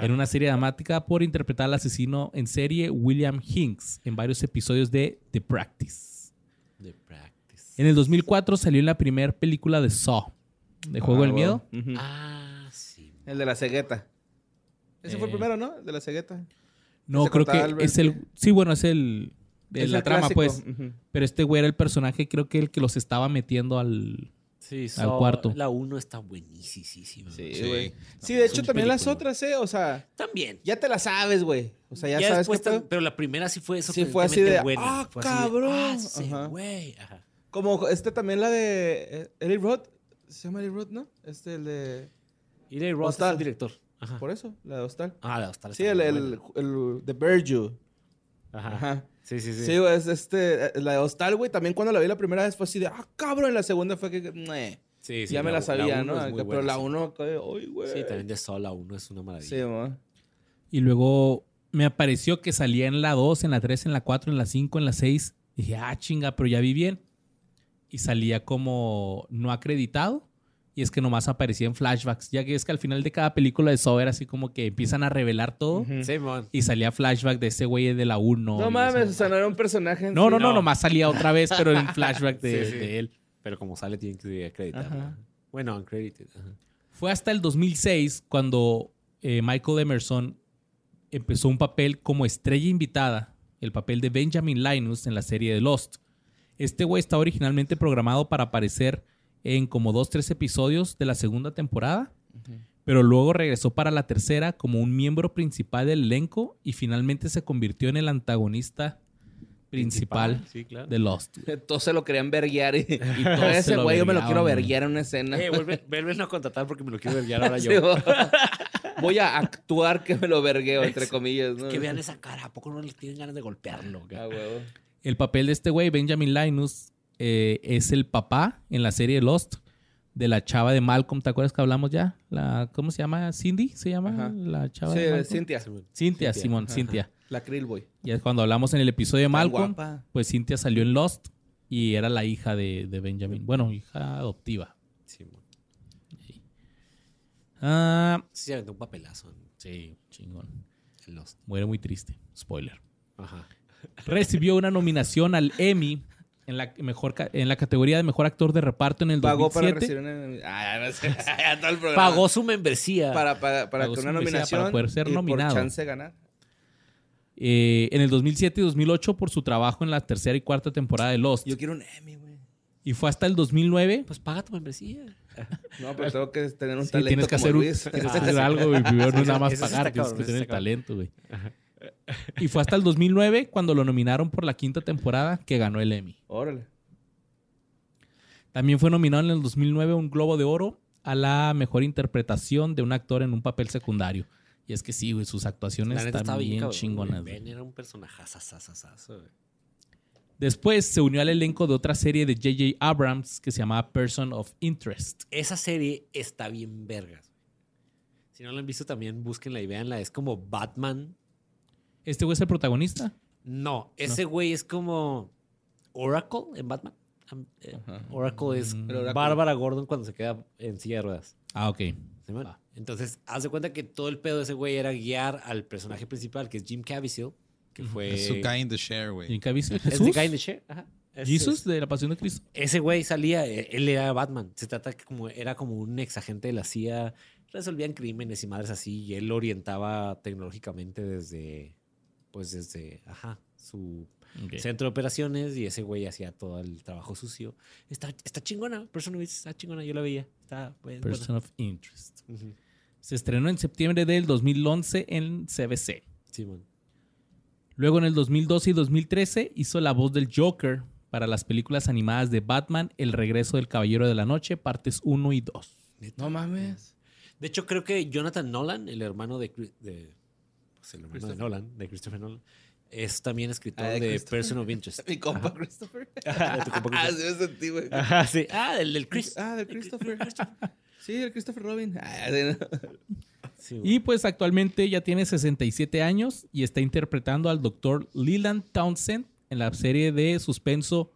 Speaker 1: en una serie dramática por interpretar al asesino en serie William Hinks en varios episodios de The Practice.
Speaker 4: De practice.
Speaker 1: En el 2004 salió la primera película de Saw, de Juego
Speaker 2: Ah,
Speaker 1: del
Speaker 2: güey.
Speaker 1: Miedo.
Speaker 2: Ujú.
Speaker 4: Ah, sí.
Speaker 2: El de la cegueta. Ese fue el
Speaker 1: Eh.
Speaker 2: primero, ¿no? El de la cegueta.
Speaker 1: No,
Speaker 2: Ese
Speaker 1: creo
Speaker 2: contaba
Speaker 1: que
Speaker 2: Albert,
Speaker 1: es el... Sí, bueno, es el... de
Speaker 2: Es
Speaker 1: la
Speaker 2: el
Speaker 1: trama,
Speaker 2: clásico.
Speaker 1: pues.
Speaker 2: Ujú.
Speaker 1: Pero este güey era el personaje, creo que el que los estaba metiendo al...
Speaker 4: Sí,
Speaker 1: Saw- cuarto.
Speaker 4: La 1 está buenísima.
Speaker 2: Sí,
Speaker 3: Sí.
Speaker 2: güey. Sí,
Speaker 4: No, es
Speaker 2: de hecho,
Speaker 4: pues, un
Speaker 2: también las
Speaker 4: película.
Speaker 2: otras, ¿eh? O sea,
Speaker 4: También.
Speaker 2: ya te las sabes, güey. O sea, ya,
Speaker 4: Ya
Speaker 2: sabes qué
Speaker 4: después,
Speaker 2: pedo.
Speaker 4: tan- pero la primera sí fue
Speaker 2: Sí, fue así de,
Speaker 4: sorprendentemente buena.
Speaker 2: "Ah,
Speaker 4: Fue así de,
Speaker 2: cabrón".
Speaker 4: "Ah, sí,
Speaker 2: Ajá.
Speaker 4: güey. Ajá.
Speaker 2: Como este también la de eh, Eli Roth. Se llama Eli Roth, ¿no? Este, el de...
Speaker 4: Y Ray Ross es
Speaker 2: Hostal.
Speaker 4: el director. Ajá.
Speaker 2: Por eso, la de Hostal.
Speaker 4: Ah, la hostal.
Speaker 2: Sí,
Speaker 4: está
Speaker 2: el,
Speaker 4: muy
Speaker 2: el,
Speaker 4: buena.
Speaker 2: el de Berju.
Speaker 4: Ajá.
Speaker 2: Ajá.
Speaker 4: Sí, Ah, sí, sí.
Speaker 2: Sí, güey, es este, eh, la de Hostal, güey, también cuando la vi la primera vez fue así de, ah, cabrón, y la segunda fue que, "Meh".
Speaker 4: Sí, sí,
Speaker 2: ya me la,
Speaker 4: u-
Speaker 2: sabía,
Speaker 4: uno
Speaker 2: ¿no?
Speaker 4: es
Speaker 2: Acá,
Speaker 4: muy
Speaker 2: pero
Speaker 4: buena,
Speaker 2: la
Speaker 4: sí.
Speaker 2: uno, eh, acá de, ay, güey.
Speaker 4: Sí, también de Saw la 1 es una
Speaker 2: Sí,
Speaker 4: maravilla.
Speaker 2: mamá.
Speaker 1: Y luego me apareció que salía en la 2, en la 3, en la 4, en la 5, en la 6. Dije, ah, chinga, pero ya vi bien. Y salía como no acreditado. Y es que nomás aparecía en flashbacks. Ya que es que al final de cada película de Saw era así como que empiezan a revelar todo.
Speaker 2: Ujú.
Speaker 4: Sí, man.
Speaker 1: Y salía flashback de ese güey de la 1.
Speaker 2: No, mames, o sea, no era un [laughs] personaje. en
Speaker 1: No,
Speaker 2: sí.
Speaker 1: no, no, nomás salía otra vez, pero en flashback de,
Speaker 4: Sí, sí.
Speaker 1: de él.
Speaker 4: Pero como sale, tienen que acreditar.
Speaker 2: Ajá.
Speaker 4: ¿no? Bueno, uncredited. Ajá.
Speaker 1: Fue hasta el 2006 cuando eh, Michael Emerson empezó un papel como estrella invitada, el papel de Benjamin Linus en la serie de Lost. Este güey estaba originalmente programado para aparecer en como dos, tres episodios de la segunda temporada,
Speaker 2: Ujú.
Speaker 1: pero luego regresó para la tercera como un miembro principal del elenco y finalmente se convirtió en el antagonista principal,
Speaker 4: Sí, claro.
Speaker 1: de
Speaker 2: [laughs]
Speaker 1: Lost.
Speaker 2: Todos se lo querían verguiar
Speaker 1: [laughs]
Speaker 2: y, y
Speaker 1: todos
Speaker 2: todo
Speaker 1: se
Speaker 2: ese
Speaker 1: lo
Speaker 2: güey yo me lo
Speaker 1: vergueaban,
Speaker 2: quiero
Speaker 1: güey.
Speaker 2: verguiar en una escena. [laughs]
Speaker 4: Eh, vuelve, vuelve a no contratar porque me lo quiero verguiar ahora
Speaker 2: Sí,
Speaker 4: yo.
Speaker 2: güey.
Speaker 1: [laughs]
Speaker 2: Voy a actuar que me lo vergueo, entre comillas. ¿no?
Speaker 4: que vean esa cara. ¿A poco no le tienen ganas de golpearlo?
Speaker 2: Ah,
Speaker 4: güey?
Speaker 2: huevo.
Speaker 1: El papel de este güey, Benjamin Linus, eh, es el papá en la serie Lost de la chava de Malcolm. ¿Te acuerdas que hablamos ya? La, ¿Cómo se llama? ¿Cindy? ¿Se llama
Speaker 2: Ajá.
Speaker 1: la chava
Speaker 2: Sí,
Speaker 1: de Malcolm?
Speaker 2: Cintia.
Speaker 4: Sí, man.
Speaker 1: Cintia,
Speaker 4: Cintia.
Speaker 1: Simón,
Speaker 2: Ajá.
Speaker 1: Cintia.
Speaker 2: La Krillboy.
Speaker 1: Y es cuando hablamos en el episodio de Malcolm,
Speaker 2: guapa.
Speaker 1: pues Cintia salió en Lost y era la hija de, de Benjamin. Bueno, hija adoptiva.
Speaker 4: Sí, man.
Speaker 1: Ah,
Speaker 4: Sí, se aventó un papelazo en
Speaker 1: sí, chingón.
Speaker 4: en Lost.
Speaker 1: Muere muy triste. Spoiler.
Speaker 4: Ajá.
Speaker 1: Recibió una nominación al Emmy en la, mejor, ca- en la categoría de mejor actor de reparto en el
Speaker 2: Pagó para
Speaker 1: 2007.
Speaker 2: recibir una. Ah,
Speaker 1: [laughs]
Speaker 2: no sé. [laughs] Ya todo el programa.
Speaker 4: Pagó su membresía.
Speaker 2: para, para, para
Speaker 1: Pagó
Speaker 2: que
Speaker 1: su
Speaker 2: una
Speaker 1: membresía
Speaker 2: nominación
Speaker 1: para poder ser
Speaker 2: y
Speaker 1: nominado.
Speaker 2: por chance de ganar.
Speaker 1: Eh, en el 2007 y 2008 por su trabajo en la tercera y cuarta temporada de Lost.
Speaker 2: Yo quiero un Emmy, güey.
Speaker 1: Y fue hasta el 2009.
Speaker 4: [laughs] Pues paga tu membresía.
Speaker 2: No, pero tengo que tener un
Speaker 1: Sí,
Speaker 2: talento
Speaker 1: tienes que
Speaker 2: como
Speaker 1: hacer, un- Ah,
Speaker 2: Luis.
Speaker 1: [laughs] tienes
Speaker 2: [laughs]
Speaker 1: que hacer algo, güey. Primero no
Speaker 4: Eso-
Speaker 1: nada más
Speaker 4: eso Ah, [laughs] sí
Speaker 1: pagar,
Speaker 4: está
Speaker 1: tienes
Speaker 4: cabrón,
Speaker 1: que
Speaker 4: eso
Speaker 1: tener el
Speaker 4: está cabrón.
Speaker 1: talento, güey. Y fue hasta el 2009 cuando lo nominaron por la quinta temporada que ganó el Emmy.
Speaker 2: Órale.
Speaker 1: También fue nominado en el 2009 un Globo de Oro a la mejor interpretación de un actor en un papel secundario. Y es que sí, güey, sus actuaciones
Speaker 4: La neta
Speaker 1: están
Speaker 4: estaba bien,
Speaker 1: bien
Speaker 4: cabrón.
Speaker 1: chingonas. güey.
Speaker 4: Ben era un eh. personaje asasasasazo, güey.
Speaker 1: Después se unió al elenco de otra serie de J.J. Abrams que se llamaba Person of Interest.
Speaker 4: Esa serie está bien vergas. güey. Si no la han visto también, búsquenla y véanla. Es como Batman.
Speaker 1: ¿Este güey es el protagonista?
Speaker 4: No, ese güey es como Oracle en Batman. Am- eh,
Speaker 2: Ajá.
Speaker 4: Oracle es
Speaker 1: Mm.
Speaker 2: El oráculo.
Speaker 4: Bárbara Gordon cuando se queda en silla de ruedas.
Speaker 1: Ah, ok.
Speaker 4: ¿Sí, man?
Speaker 1: Ah.
Speaker 4: Entonces, haz de cuenta que todo el pedo de ese güey era guiar al personaje principal, que es Jim Caviezel, que fue...
Speaker 3: Es su
Speaker 2: Eh,
Speaker 3: guy in the share, güey.
Speaker 1: ¿Y qué aviso?
Speaker 4: Es
Speaker 1: ¿Jesús?
Speaker 4: the guy in the chair, ajá. Es-
Speaker 1: ¿Jesus
Speaker 4: es-
Speaker 1: de la Pasión de Cristo?
Speaker 4: Ese güey salía, eh, él era Batman. Se trata que como era como un ex agente de la CIA, resolvían crímenes y madres así, y él lo orientaba tecnológicamente desde, pues desde, ajá, su
Speaker 1: Ok.
Speaker 4: centro de operaciones y ese güey hacía todo el trabajo sucio. Está, está chingona, Person of Interest está "Ah, chingona, yo la veía. Está pues, buena.
Speaker 1: Person of Interest.
Speaker 4: Ujú.
Speaker 1: Se estrenó en septiembre del 2011 en CBC.
Speaker 4: Sí, man.
Speaker 1: Luego en el 2012 y 2013 hizo la voz del Joker para las películas animadas de Batman, El regreso del Caballero de la Noche, partes 1 y 2.
Speaker 4: Neta.
Speaker 2: No mames.
Speaker 4: De hecho, creo que Jonathan Nolan, el hermano de, Cri- de- pues, el hermano de Nolan, de Christopher Nolan, es también escritor
Speaker 3: Ah, de
Speaker 4: de
Speaker 3: Christopher.
Speaker 4: Person of
Speaker 3: [laughs]
Speaker 4: Interest.
Speaker 3: Mi compa Christopher.
Speaker 4: De
Speaker 2: [laughs]
Speaker 4: tu compa
Speaker 3: Ah,
Speaker 4: Christopher.
Speaker 3: sí me sentí, güey.
Speaker 4: Ajá, sí. Ah, el del Chris.
Speaker 2: Ah, del Christopher. sí, del Christopher Robin. [laughs] Ah, de-
Speaker 4: [laughs] Sí, güey.
Speaker 1: Y pues actualmente ya tiene 67 años y está interpretando al doctor Leland Townsend en la serie de suspenso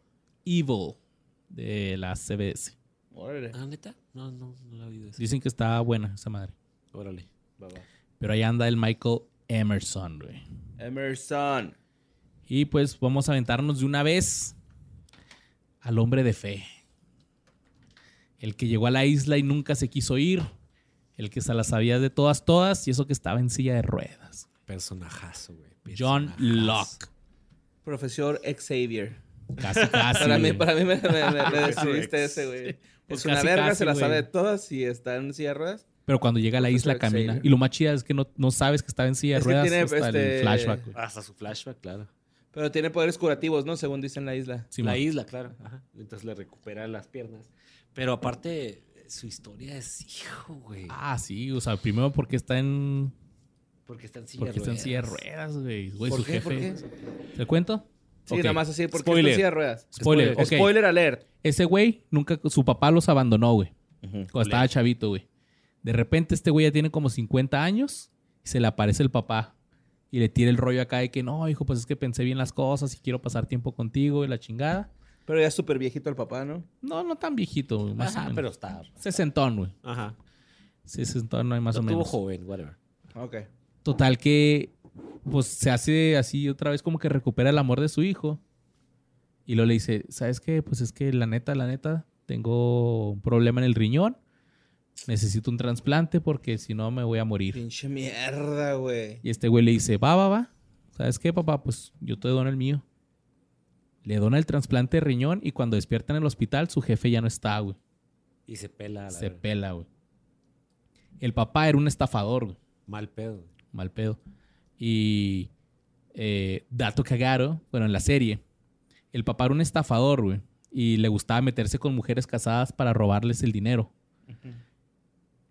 Speaker 1: Evil de la CBS.
Speaker 2: Órale.
Speaker 4: Ah, neta. No, no, no la he oído. esa.
Speaker 1: Dicen que está buena esa madre.
Speaker 4: Órale.
Speaker 1: Pero ahí anda el Michael Emerson, güey.
Speaker 2: Emerson.
Speaker 1: Y pues vamos a aventarnos de una vez al hombre de fe. El que llegó a la isla y nunca se quiso ir. El que se la sabía de todas, todas. Y eso que estaba en silla de ruedas.
Speaker 4: Personajazo, güey.
Speaker 1: John
Speaker 4: Personajazo.
Speaker 1: Locke.
Speaker 2: Profesor Xavier. [laughs]
Speaker 1: Casi, casi.
Speaker 2: Para mí,
Speaker 1: güey.
Speaker 2: para mí me, me,
Speaker 1: [laughs]
Speaker 2: me- me
Speaker 4: Profesor
Speaker 2: destruiste
Speaker 4: X.
Speaker 2: ese, güey.
Speaker 1: Pues
Speaker 2: es una
Speaker 1: casi,
Speaker 2: verga,
Speaker 1: casi,
Speaker 2: se la
Speaker 1: güey.
Speaker 2: sabe de todas y está en silla de ruedas.
Speaker 1: Pero cuando llega a la
Speaker 2: Profesor
Speaker 1: isla camina.
Speaker 2: Xavier.
Speaker 1: Y lo más chida es que no, no sabes que estaba en silla de
Speaker 2: Es que
Speaker 1: ruedas
Speaker 2: tiene,
Speaker 1: hasta el
Speaker 2: este,
Speaker 1: flashback. güey.
Speaker 4: Hasta su flashback, claro.
Speaker 2: Pero tiene poderes curativos, ¿no? Según dicen la isla.
Speaker 1: Simón.
Speaker 4: la isla, claro. Ajá. Entonces le recupera las piernas. Pero aparte, su historia es hijo, güey.
Speaker 1: Ah, sí. O sea, primero porque está en,
Speaker 4: Porque está en silla
Speaker 1: porque está en silla de
Speaker 4: ruedas.
Speaker 1: ruedas, güey. Güey,
Speaker 2: ¿Por
Speaker 1: su
Speaker 2: qué?
Speaker 1: jefe.
Speaker 2: ¿Por qué?
Speaker 1: ¿Te cuento?
Speaker 2: Sí,
Speaker 1: Ok.
Speaker 2: nada más así, porque está
Speaker 1: Spoiler.
Speaker 2: en silla de ruedas.
Speaker 1: Spoiler, ok.
Speaker 2: Spoiler alert.
Speaker 1: Ese güey nunca, su papá los abandonó, güey. Cuando estaba
Speaker 4: Colegio.
Speaker 1: chavito, güey. De repente este güey ya tiene como 50 años y se le aparece el papá y le tira el rollo acá de que no, hijo, pues es que pensé bien las cosas y quiero pasar tiempo contigo y la chingada.
Speaker 2: Pero ya es súper viejito el papá, ¿no?
Speaker 1: No, no tan viejito, güey, más o
Speaker 4: Ajá,
Speaker 1: menos.
Speaker 4: pero está.
Speaker 1: Sesentón, güey.
Speaker 4: Ajá.
Speaker 1: Sesentón, no hay más
Speaker 4: Lo
Speaker 1: o
Speaker 4: tuvo
Speaker 1: menos.
Speaker 4: joven, whatever.
Speaker 2: Ok.
Speaker 1: Total que, pues se hace así otra vez como que recupera el amor de su hijo. Y luego le dice, ¿sabes qué? Pues es que la neta, la neta, tengo un problema en el riñón. Necesito un trasplante porque si no me voy a morir.
Speaker 2: Pinche mierda, güey.
Speaker 1: Y este güey le dice, va, va, va. ¿Sabes qué, papá? Pues yo te dono el mío. Le dona el trasplante de riñón y cuando despierta en el hospital, su jefe ya no está, güey.
Speaker 4: Y se pela. a la
Speaker 1: Se
Speaker 4: verga.
Speaker 1: pela, güey. El papá era un estafador, güey.
Speaker 4: Mal pedo.
Speaker 1: Mal pedo. Y eh, dato cagado, bueno, en la serie, el papá era un estafador, güey. Y le gustaba meterse con mujeres casadas para robarles el dinero.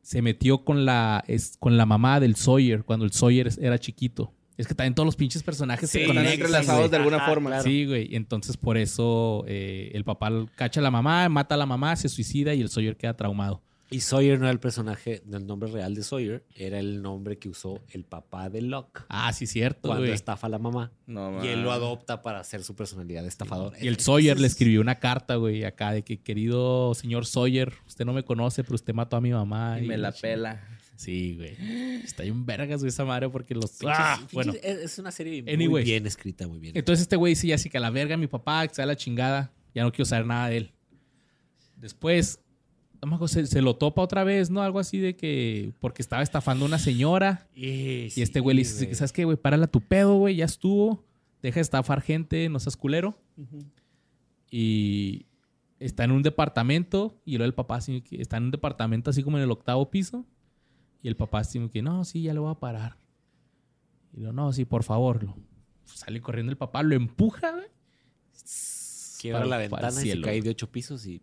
Speaker 1: Se metió con la, es- con la mamá del Sawyer cuando el Sawyer es- era chiquito. Es que también todos los pinches personajes
Speaker 4: Sí,
Speaker 1: se
Speaker 2: Están
Speaker 1: conectan,
Speaker 2: entrelazados
Speaker 1: güey.
Speaker 2: de alguna
Speaker 4: Ajá,
Speaker 2: forma.
Speaker 4: claro.
Speaker 1: Sí, güey. Entonces, por eso eh, el papá cacha a la mamá, mata a la mamá, se suicida y el Sawyer queda traumado.
Speaker 4: Y Sawyer no era el personaje, no el nombre real de Sawyer, era el nombre que usó el papá de Locke
Speaker 1: Ah, sí, cierto,
Speaker 4: cuando
Speaker 1: güey.
Speaker 4: estafa a la mamá.
Speaker 2: No,
Speaker 4: Y él lo
Speaker 2: mames.
Speaker 4: adopta para hacer su personalidad de estafador.
Speaker 1: Y el Sawyer le escribió una carta, güey, acá de que, querido señor Sawyer, usted no me conoce, pero usted mató a mi mamá.
Speaker 2: Y me la
Speaker 1: chingada.
Speaker 2: pela.
Speaker 1: Sí, güey. Está bien vergas, güey, esa madre, porque los...
Speaker 4: Pinches-
Speaker 1: ¡Ah!
Speaker 4: pinches-
Speaker 1: Bueno,
Speaker 4: es- Es una serie muy
Speaker 1: Anyways.
Speaker 4: bien escrita, muy bien.
Speaker 1: entonces este güey dice, ya sí, que a la verga mi papá, que sea la chingada, ya no quiero saber nada de él. Después, no me acuerdo, se, se lo topa otra vez, ¿no? Algo así de que, porque estaba estafando a una señora. Y este güey le dice, ¿sabes qué, güey? Párala tu pedo, güey, ya estuvo. Deja de estafar gente, no seas culero. Y está en un departamento y luego el papá así que está en un departamento así como en el octavo piso. Y el papá así como que, no, sí, ya lo voy a parar. Y lo, no, sí, por favor. Lo- sale corriendo el papá, lo empuja, güey.
Speaker 4: Quiebra
Speaker 1: para-
Speaker 4: la
Speaker 1: para
Speaker 4: ventana
Speaker 1: el
Speaker 4: y se
Speaker 1: cielo,
Speaker 4: cae
Speaker 1: güey.
Speaker 4: de ocho pisos y...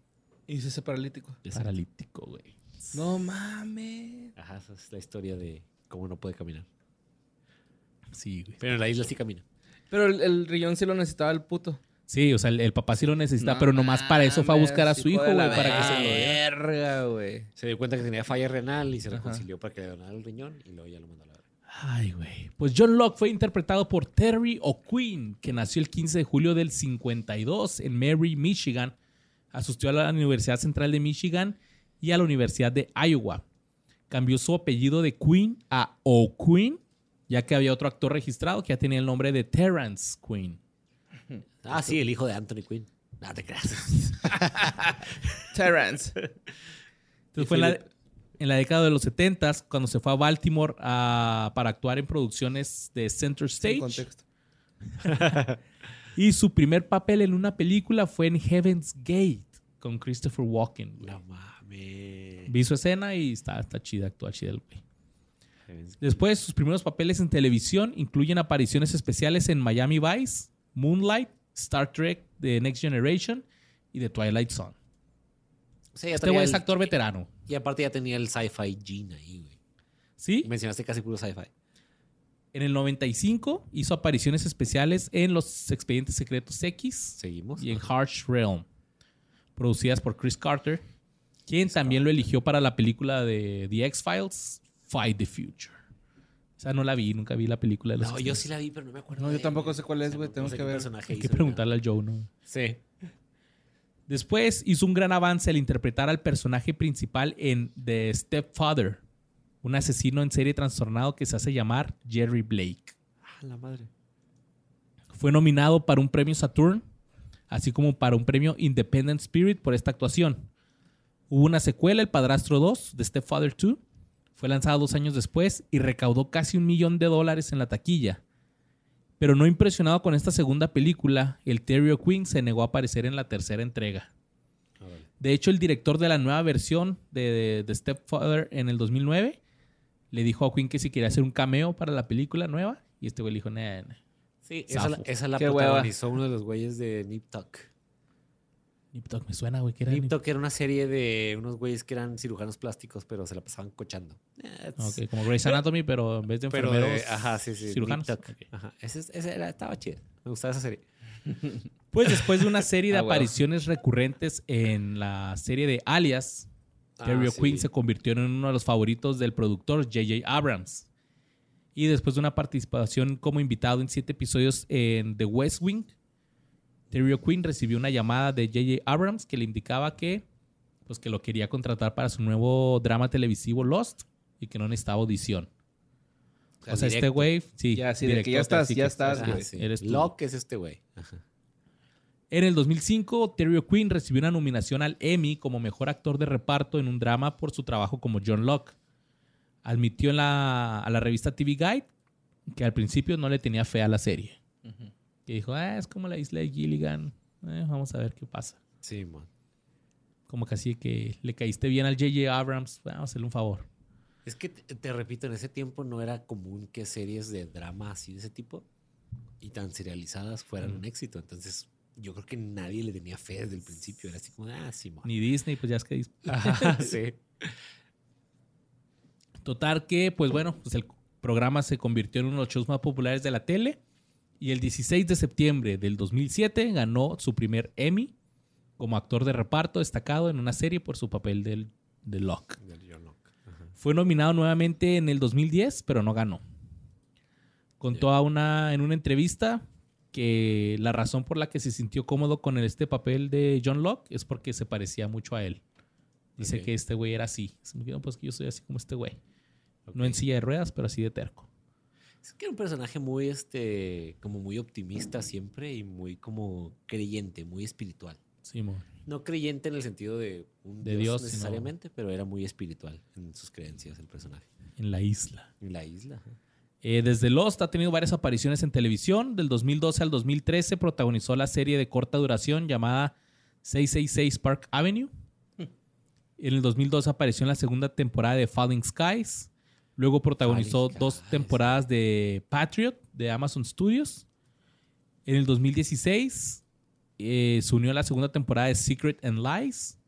Speaker 2: Y se hace paralítico.
Speaker 1: Paralítico, güey.
Speaker 2: No mames.
Speaker 4: Ajá, esa es la historia de cómo no puede caminar.
Speaker 1: Sí, güey.
Speaker 4: Pero en la isla sí camina.
Speaker 2: Pero el, el riñón sí lo necesitaba el puto.
Speaker 1: Sí, o sea, el, el papá sí lo necesita,
Speaker 2: No
Speaker 1: pero nomás para eso fue a
Speaker 2: mames,
Speaker 1: buscar a su hijo,
Speaker 2: de
Speaker 1: güey,
Speaker 2: la
Speaker 1: para que se lo dé.
Speaker 2: verga, güey.
Speaker 4: Se dio cuenta que tenía falla renal y se
Speaker 2: Ajá.
Speaker 4: reconcilió para que le donara el riñón y luego ya lo mandó a la verga.
Speaker 1: Ay, güey. Pues John Locke fue interpretado por Terry O'Quinn, que nació el 15 de julio del 52 en Mary, Michigan. Asistió a la Universidad Central de Michigan y a la Universidad de Iowa. Cambió su apellido de Queen a O'Quinn, ya que había otro actor registrado que ya tenía el nombre de Terrence Quinn.
Speaker 4: Ah, sí, el hijo de Anthony Quinn. Ah, te creas.
Speaker 1: [laughs]
Speaker 2: Terrence.
Speaker 1: Entonces fue en la, en la década de los 70 cuando se fue a Baltimore ah, para actuar en producciones de Center Stage.
Speaker 2: Sin contexto.
Speaker 1: Y su primer papel en una película fue en Heaven's Gate con Christopher Walken. güey.
Speaker 4: No mames.
Speaker 1: Vi su escena y está, está chida, actúa chida el güey.
Speaker 4: Es-
Speaker 1: Después, sus primeros papeles en televisión incluyen apariciones especiales en Miami Vice, Moonlight, Star Trek, The Next Generation y The Twilight Zone.
Speaker 4: o sea, ya
Speaker 1: Este
Speaker 4: traía
Speaker 1: güey es
Speaker 4: el-
Speaker 1: actor veterano.
Speaker 4: Y aparte ya tenía el sci-fi gene ahí, güey.
Speaker 1: ¿Sí?
Speaker 4: Mencionaste casi puro sci-fi.
Speaker 1: En el 95 hizo apariciones especiales en Los Expedientes Secretos X
Speaker 4: Seguimos.
Speaker 1: y en Harsh Realm, producidas por Chris Carter, quien también lo eligió para la película de The X-Files, Fight the Future. O sea, no la vi, nunca vi la película de los
Speaker 4: No, yo
Speaker 1: X-Files.
Speaker 4: sí la vi, pero no me acuerdo.
Speaker 2: No,
Speaker 4: de
Speaker 2: yo
Speaker 4: él,
Speaker 2: tampoco sé cuál es, güey,
Speaker 4: no-
Speaker 2: tengo
Speaker 4: no sé
Speaker 2: que
Speaker 4: qué
Speaker 2: ver.
Speaker 4: personaje
Speaker 1: Hay
Speaker 4: hizo
Speaker 1: que
Speaker 4: ni nada.
Speaker 1: preguntarle al Joe, ¿no?
Speaker 4: Sí.
Speaker 1: Después hizo un gran avance al interpretar al personaje principal en The Stepfather, un asesino en serie trastornado que se hace llamar Jerry Blake.
Speaker 4: Ah, la madre.
Speaker 1: Fue nominado para un premio Saturn, así como para un premio Independent Spirit por esta actuación. Hubo una secuela, El Padrastro 2, de Stepfather 2. Fue lanzada dos años después y recaudó casi un millón de dólares en la taquilla. Pero no impresionado con esta segunda película, el Terry O'Quinn se negó a aparecer en la tercera entrega.
Speaker 4: Ah,
Speaker 1: De hecho, el director de la nueva versión de, de- de Stepfather en el 2009 le dijo a Quinn que si quería hacer un cameo para la película nueva. Y este güey le dijo, "Nah, nah,
Speaker 4: Sí, esa, la-
Speaker 1: Zafo.
Speaker 4: esa la
Speaker 2: Qué hueva.
Speaker 4: protagonizó uno de los güeyes de Nip Tuck.
Speaker 1: Nip Tuck me suena, güey, que era
Speaker 4: Nip
Speaker 1: Nip-
Speaker 4: Tuck era una serie de unos güeyes que eran cirujanos plásticos, pero se la pasaban cochando. Eh, it's-
Speaker 1: Ok, como Grey's Anatomy, pero en vez de
Speaker 4: Pero
Speaker 1: enfermeros,
Speaker 4: de- ajá, sí, sí.
Speaker 1: cirujanos.
Speaker 4: Nip Tuck.
Speaker 1: Ok.
Speaker 4: Ajá. Ese, es- ese era- estaba chido. Me gustaba esa serie.
Speaker 1: Pues después de una serie de
Speaker 2: Ah, huevo.
Speaker 1: apariciones recurrentes en la serie de Alias, Terry
Speaker 4: Ah,
Speaker 1: O'Quinn
Speaker 4: sí.
Speaker 1: se convirtió en uno de los favoritos del productor J.J. Abrams. Y después de una participación como invitado en siete episodios en The West Wing, Terry O'Quinn recibió una llamada de J.J. Abrams que le indicaba que, pues, que lo quería contratar para su nuevo drama televisivo Lost y que no necesitaba audición. O sea, este
Speaker 4: directo.
Speaker 1: güey, sí.
Speaker 2: Ya, sí, de
Speaker 1: directo,
Speaker 2: que ya estás,
Speaker 1: así
Speaker 2: ya
Speaker 1: que-
Speaker 2: estás,
Speaker 1: Ajá,
Speaker 4: Ah,
Speaker 2: güey.
Speaker 4: sí.
Speaker 1: Eres tú.
Speaker 4: Locke es este güey. Ajá.
Speaker 1: En el 2005, Terry O'Quinn recibió una nominación al Emmy como mejor actor de reparto en un drama por su trabajo como John Locke. Admitió en la, a la revista TV Guide que al principio no le tenía fe a la serie.
Speaker 2: Ujú.
Speaker 1: Que dijo, "Ah, es como la isla de Gilligan. Eh, vamos a ver qué pasa.
Speaker 4: Sí, man.
Speaker 1: Como que así que le caíste bien al J.J. Abrams. Vamos a hacerle un favor.
Speaker 4: Es que te, te repito, en ese tiempo no era común que series de drama así de ese tipo y tan serializadas fueran
Speaker 1: Mm.
Speaker 4: un éxito. Entonces, yo creo que nadie le tenía fe desde el principio. Era así como, ah, sí, man.
Speaker 1: Ni Disney, pues ya es que... dis-
Speaker 4: [laughs] Ajá, sí.
Speaker 1: Total que, pues bueno, pues el programa se convirtió en uno de los shows más populares de la tele y el 16 de septiembre del 2007 ganó su primer Emmy como actor de reparto destacado en una serie por su papel del, de Locke.
Speaker 4: Del John Locke. Ajá.
Speaker 1: Fue nominado nuevamente en el 2010, pero no ganó. Contó a una, en una entrevista que la razón por la que se sintió cómodo con este papel de John Locke es porque se parecía mucho a él. Dice
Speaker 4: Ok.
Speaker 1: que este güey era así. Se me dijo, "No, pues que yo soy así como este güey. No
Speaker 4: Ok.
Speaker 1: en silla de ruedas, pero así de terco.
Speaker 4: Es que era un personaje muy, este, como muy optimista siempre y muy como creyente, muy espiritual.
Speaker 1: Simón.
Speaker 4: No creyente en el sentido de un
Speaker 1: De Dios,
Speaker 4: Dios,
Speaker 1: sino-
Speaker 4: necesariamente, pero era muy espiritual en sus creencias el personaje.
Speaker 1: En la isla.
Speaker 4: En la isla. ajá.
Speaker 1: Eh, desde Lost ha tenido varias apariciones en televisión. Del 2012 al 2013 protagonizó la serie de corta duración llamada 666 Park Avenue. En el 2012 apareció en la segunda temporada de Falling Skies. Luego protagonizó
Speaker 4: Falling
Speaker 1: dos
Speaker 4: Skies.
Speaker 1: temporadas de Patriot de Amazon Studios. En el 2016 eh, se unió a la segunda temporada de Secret and Lies.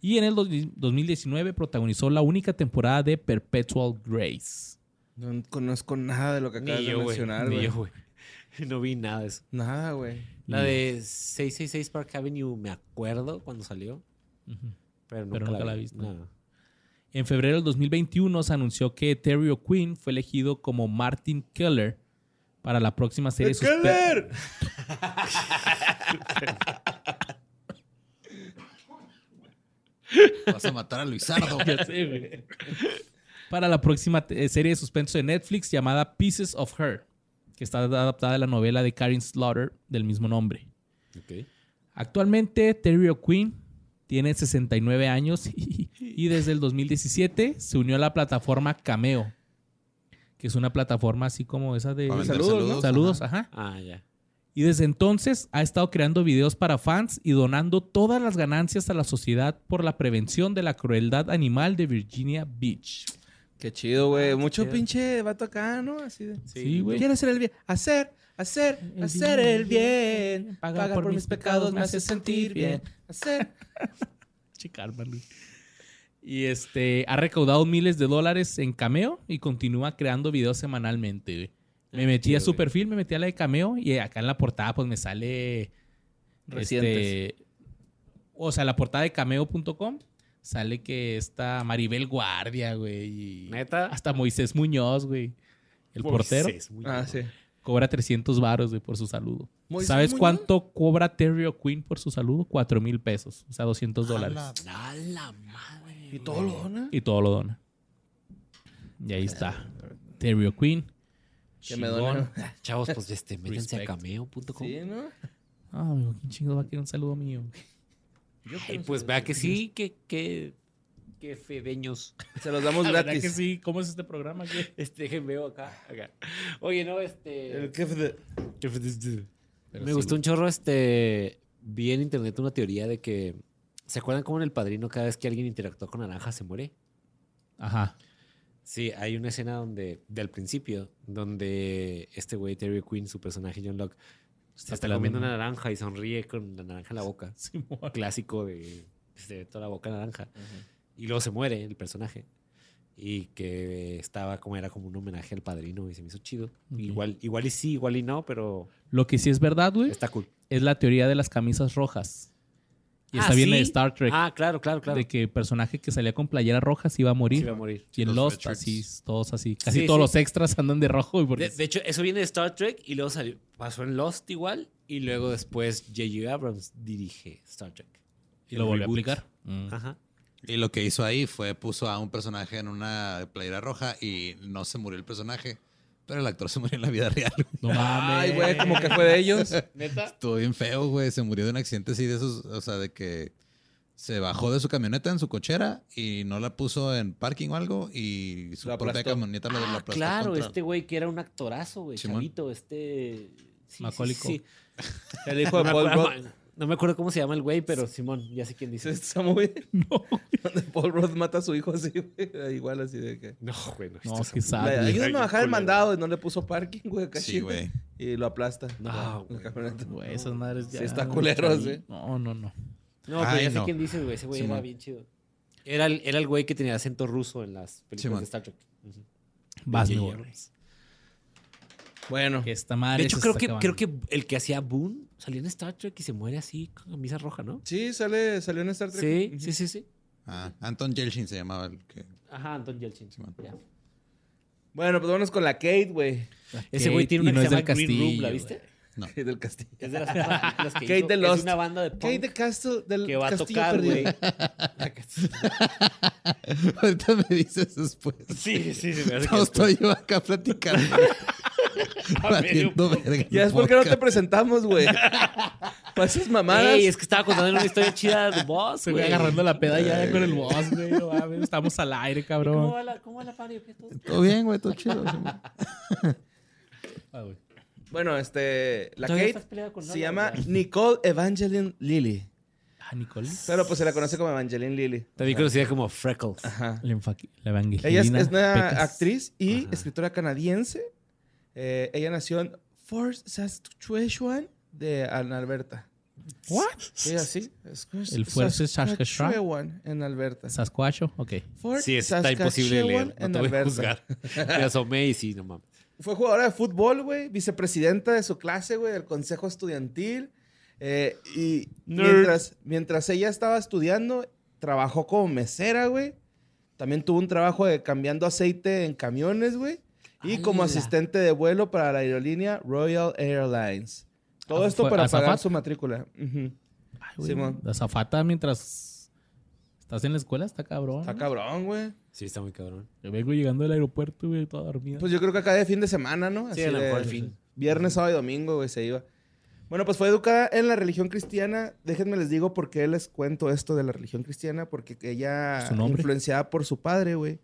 Speaker 1: Y en el dos- 2019 protagonizó la única temporada de Perpetual Grace.
Speaker 2: No conozco nada de lo que acabas
Speaker 4: Ni
Speaker 2: de
Speaker 4: yo, güey,
Speaker 2: mencionar,
Speaker 4: ni
Speaker 2: güey.
Speaker 4: yo, güey. [laughs] No vi nada de eso.
Speaker 2: Nada, güey.
Speaker 4: La
Speaker 1: Ni
Speaker 4: de 666 Park Avenue, me acuerdo cuando salió,
Speaker 1: Ujú.
Speaker 4: pero nunca,
Speaker 1: Pero nunca
Speaker 4: la,
Speaker 1: la
Speaker 4: vi.
Speaker 1: viste.
Speaker 4: No.
Speaker 1: En febrero del 2021 se anunció que Terry O'Quinn fue elegido como Martin Keller para la próxima serie
Speaker 2: Pues,
Speaker 1: suspe-
Speaker 3: Vas a matar a
Speaker 2: [laughs]
Speaker 3: Luisardo.
Speaker 1: para la próxima te- eh, serie de suspenso de Netflix llamada Pieces of Her, que está adaptada de la novela de Karen Slaughter del mismo nombre.
Speaker 4: Ok.
Speaker 1: Actualmente Terry O'Quinn tiene 69 años [laughs] y, desde el 2017 se unió a la plataforma Cameo, que es una plataforma así como esa de
Speaker 3: Para
Speaker 2: Saludos,
Speaker 3: vender
Speaker 2: ¿no?
Speaker 1: saludos, ajá.
Speaker 4: Ah, ya.
Speaker 1: Y desde entonces ha estado creando videos para fans y donando todas las ganancias a la sociedad por la prevención de la crueldad animal de Virginia Beach.
Speaker 2: Qué chido, güey. Mucho
Speaker 4: chido.
Speaker 2: pinche vato acá, ¿no? Así de.
Speaker 1: Sí, Ah, güey.
Speaker 2: Quiero hacer el bien. Hacer, hacer,
Speaker 1: El
Speaker 2: hacer
Speaker 1: bien.
Speaker 2: el bien. Pagar, por, mis pecados me hace sentir bien.
Speaker 1: Este,
Speaker 2: Hacer.
Speaker 1: Chicar, Y este, ha recaudado miles de dólares en Cameo y continúa creando videos semanalmente, güey. Me
Speaker 4: Ah,
Speaker 1: metí
Speaker 4: chido,
Speaker 1: a su
Speaker 4: güey.
Speaker 1: perfil, me metí a la de Cameo y acá en la portada pues me sale...
Speaker 2: Recientes.
Speaker 1: este, o sea, la portada de cameo.com sale que está Maribel Guardia, güey. y
Speaker 4: Neta.
Speaker 1: Hasta Moisés Muñoz, güey. El portero
Speaker 4: Moisés, muy
Speaker 2: Ah,
Speaker 4: bueno.
Speaker 2: sí.
Speaker 1: cobra 300 varos, güey, por su saludo.
Speaker 3: Moisés
Speaker 1: ¿Sabes
Speaker 3: Muñoz?
Speaker 1: cuánto cobra Terry O'Quinn por su saludo? 4 mil pesos, o sea, 200
Speaker 3: A
Speaker 1: dólares.
Speaker 3: la-
Speaker 4: A la madre.
Speaker 2: Y todo lo dona.
Speaker 1: Y todo lo dona. Y ahí está. Terry O'Quinn.
Speaker 2: Que me
Speaker 1: Chingón.
Speaker 2: donen.
Speaker 4: Chavos, pues este, métanse a
Speaker 1: Respect.
Speaker 4: cameo.com.
Speaker 2: Sí, ¿no?
Speaker 1: Ah, amigo, ¿quién chingo va a querer un saludo mío?
Speaker 4: Ay, pues vea que sí, que, que, que fedeños. [laughs]
Speaker 2: Se los
Speaker 1: [laughs] [laughs]
Speaker 2: damos
Speaker 1: La verdad que
Speaker 2: gratis.
Speaker 1: sí. ¿Cómo es este programa? güey?
Speaker 4: Este, dejen, veo acá, acá. Oye, no,
Speaker 2: El
Speaker 4: este.
Speaker 2: jefe de-
Speaker 1: Pero
Speaker 4: Me
Speaker 1: sí,
Speaker 4: gustó
Speaker 1: güey.
Speaker 4: un chorro, este. Vi en internet una teoría de que. ¿Se acuerdan cómo en El Padrino cada vez que alguien interactúa con Naranja se muere?
Speaker 1: Ajá.
Speaker 4: Sí, hay una escena donde, del principio, donde este güey, Terry Quinn, su personaje John Locke, se
Speaker 1: Está
Speaker 4: está
Speaker 1: pelando
Speaker 4: comiendo
Speaker 1: una-
Speaker 4: una naranja y sonríe con la naranja en la boca.
Speaker 1: Simón.
Speaker 4: clásico de este, toda la boca naranja. Y luego se muere el personaje. Y que estaba como era como un homenaje al padrino y se me hizo chido.
Speaker 1: Ok.
Speaker 4: Igual, igual y sí, igual y no, pero
Speaker 1: Lo que sí es verdad, güey,
Speaker 4: está cool.
Speaker 1: es la teoría de las camisas rojas. Y
Speaker 4: Ah,
Speaker 1: esta viene de
Speaker 4: ¿sí?
Speaker 1: Star Trek.
Speaker 4: Ah, claro, claro, claro.
Speaker 1: De que el personaje que salía con playeras rojas iba a
Speaker 4: Sí,
Speaker 1: morir.
Speaker 4: iba a morir.
Speaker 1: Y en
Speaker 3: Los
Speaker 1: Lost,
Speaker 3: Richards.
Speaker 1: así, todos así. Casi
Speaker 4: Sí,
Speaker 1: todos
Speaker 4: sí.
Speaker 1: los extras andan de rojo. güey, porque
Speaker 4: De, de hecho, eso viene de Star Trek y luego salió- pasó en Lost igual. Y luego después J.J. Abrams dirige Star Trek.
Speaker 1: y lo volvió a
Speaker 4: reboot. Ah.
Speaker 1: aplicar. Mm.
Speaker 4: Ajá.
Speaker 3: Y lo que hizo ahí fue puso a un personaje en una playera roja y no se murió el personaje, pero el actor se murió en la vida real.
Speaker 1: No mames.
Speaker 2: Ay, güey, como que fue
Speaker 4: [laughs]
Speaker 2: de ellos.
Speaker 3: Estuvo bien feo, güey. Se murió de un accidente así de esos, o sea, de que se bajó de su camioneta en su cochera y no la puso en parking o algo y su
Speaker 2: Lo
Speaker 3: propia
Speaker 2: aplastó.
Speaker 3: camioneta la, la
Speaker 4: Ah,
Speaker 3: aplastó.
Speaker 4: claro,
Speaker 3: contra-
Speaker 4: este güey que era un actorazo, güey.
Speaker 3: Simón.
Speaker 4: Chavito, este. Sí,
Speaker 1: Macaulay Culkin.
Speaker 2: El hijo de
Speaker 4: No me
Speaker 2: Paul
Speaker 4: acuerdo-
Speaker 2: Rudd.
Speaker 4: No me acuerdo cómo se llama el güey, pero Simón, ya sé quién
Speaker 2: ¿Sí
Speaker 4: dice.
Speaker 2: viste esa movie? No. Donde Paul Rudd mata a su hijo así, güey. Igual así de que...
Speaker 4: No, Ah, güey, no.
Speaker 1: No,
Speaker 4: esto es-
Speaker 1: qué sad,
Speaker 2: La-
Speaker 1: güey.
Speaker 2: Ayúdame a bajar el
Speaker 4: culero.
Speaker 2: mandado y no le puso parking, güey. acá
Speaker 3: Sí,
Speaker 2: chido.
Speaker 3: güey.
Speaker 2: [laughs] Y lo aplasta.
Speaker 4: No,
Speaker 2: La- la
Speaker 4: güey.
Speaker 2: camioneta.
Speaker 1: Güey, esas madres ya.
Speaker 2: Sí está culero,
Speaker 1: Ay,
Speaker 2: sí.
Speaker 1: No, no, no.
Speaker 4: No, pero
Speaker 3: Ay,
Speaker 4: ya sé
Speaker 3: no.
Speaker 4: quién dices, güey. Ese güey era
Speaker 3: Simón.
Speaker 4: bien chido. Era el, era el güey que tenía acento ruso en las películas
Speaker 3: Simón.
Speaker 4: de Star Trek. Ujú.
Speaker 1: Vas,
Speaker 4: Y-
Speaker 1: mi
Speaker 4: y-
Speaker 1: güey.
Speaker 2: Bueno.
Speaker 1: Que esta madre.
Speaker 4: Ah, De hecho,
Speaker 1: se
Speaker 4: creo
Speaker 1: está
Speaker 4: que, creo
Speaker 1: acabando.
Speaker 4: que el que hacía Boone salió en Star Trek y se muere así con camisa roja, ¿no?
Speaker 2: Sí, sale, salió en Star Trek.
Speaker 4: Sí,
Speaker 2: Ujú.
Speaker 4: sí, sí, sí. [laughs]
Speaker 3: Ah, Anton Yelchin se llamaba el que. [laughs]
Speaker 4: Ajá, Anton Yelchin.
Speaker 3: Simón.
Speaker 4: Ya.
Speaker 2: Ah, Bueno, pues vámonos con la Kate, güey. [laughs]
Speaker 4: Ese güey
Speaker 1: Kate,
Speaker 4: tiene
Speaker 1: y
Speaker 4: una
Speaker 1: no
Speaker 4: que
Speaker 1: es
Speaker 4: se
Speaker 1: del
Speaker 4: llama Green Room,
Speaker 1: Castillo,
Speaker 4: ¿la
Speaker 1: güey.
Speaker 4: viste?
Speaker 2: Kate del Castillo.
Speaker 4: Es de las otras películas que
Speaker 2: Kate
Speaker 4: hizo.
Speaker 2: de
Speaker 4: Es
Speaker 2: Lost.
Speaker 4: una banda de
Speaker 2: Kate de
Speaker 4: punk
Speaker 2: Castle del
Speaker 4: que va a
Speaker 2: Castillo
Speaker 4: tocar,
Speaker 2: Perdido.
Speaker 4: güey.
Speaker 3: Ahorita me dices después.
Speaker 4: Sí, sí, sí. me hace que
Speaker 3: No
Speaker 4: después-
Speaker 3: estoy yo acá platicando.
Speaker 4: A ver, un
Speaker 3: Valiendo verga el
Speaker 2: [laughs] Ya es porque no te
Speaker 3: podcast.
Speaker 2: presentamos, güey. Pasas mamadas.
Speaker 4: Ey, es que estaba contando una historia chida de Boss,
Speaker 1: Se ve
Speaker 4: güey.
Speaker 1: agarrando la peda ya con el boss, güey. no mames, [laughs] Estamos al aire,
Speaker 4: ¿Cómo
Speaker 1: cabrón.
Speaker 4: va la, cómo va la party? ¿Qué todo?
Speaker 3: Todo bien, güey, todo chido. sí, güey.
Speaker 1: Ah, güey.
Speaker 2: Bueno, este. La
Speaker 4: Todavía
Speaker 2: Kate
Speaker 4: estás peleado con
Speaker 2: se
Speaker 4: Lola,
Speaker 2: llama
Speaker 4: ¿verdad?
Speaker 2: Nicole Evangeline Lilly.
Speaker 1: Ah, Nicole.
Speaker 2: Pero pues se la conoce como Evangeline Lilly.
Speaker 4: También conocida como Freckles.
Speaker 2: Ajá.
Speaker 1: La, enfaqui- la evangelina.
Speaker 2: Ella es, es una
Speaker 1: Pecas.
Speaker 2: actriz y
Speaker 4: Ajá.
Speaker 2: escritora canadiense. Eh, ella nació en Fort Saskatchewan de en Alberta.
Speaker 1: ¿What?
Speaker 2: Ella sí. es-
Speaker 1: El Fort Saskatchewan.
Speaker 2: Saskatchewan en Alberta.
Speaker 1: Sasquacho, ok.
Speaker 2: Fort
Speaker 4: Sí, es- está imposible
Speaker 2: Saskatchewan
Speaker 4: leer. No
Speaker 2: en
Speaker 4: te voy a
Speaker 2: Alberta.
Speaker 4: juzgar. Me asomé y sí, no mames.
Speaker 2: Fue jugadora de fútbol, güey. Vicepresidenta de su clase, güey, del consejo estudiantil. Eh, y
Speaker 4: Nerd.
Speaker 2: mientras, mientras ella estaba estudiando, trabajó como mesera, güey. También tuvo un trabajo de cambiando aceite en camiones, güey. Y como
Speaker 4: ¡Hala!
Speaker 2: asistente de vuelo para la aerolínea Royal Airlines. Todo
Speaker 1: Ah,
Speaker 2: esto
Speaker 1: fue
Speaker 2: para pagar
Speaker 1: azafata.
Speaker 2: su matrícula. Ujú.
Speaker 1: Ay, güey.
Speaker 2: Simón.
Speaker 1: la zafata mientras estás en la escuela está cabrón.
Speaker 2: Está
Speaker 1: ¿no?
Speaker 2: cabrón, güey.
Speaker 4: Sí, está muy cabrón.
Speaker 1: Yo vengo llegando del aeropuerto, güey, toda dormida.
Speaker 2: Pues yo creo que acá de fin de semana, ¿no?
Speaker 4: Sí, a lo
Speaker 2: de-
Speaker 4: mejor al fin.
Speaker 2: Viernes, sábado y domingo, güey, se iba. Bueno, pues fue educada en la religión cristiana. Déjenme les digo por qué les cuento esto de la religión cristiana, porque ella,
Speaker 4: Pues
Speaker 1: ¿Su nombre?
Speaker 2: influenciada por su padre, güey,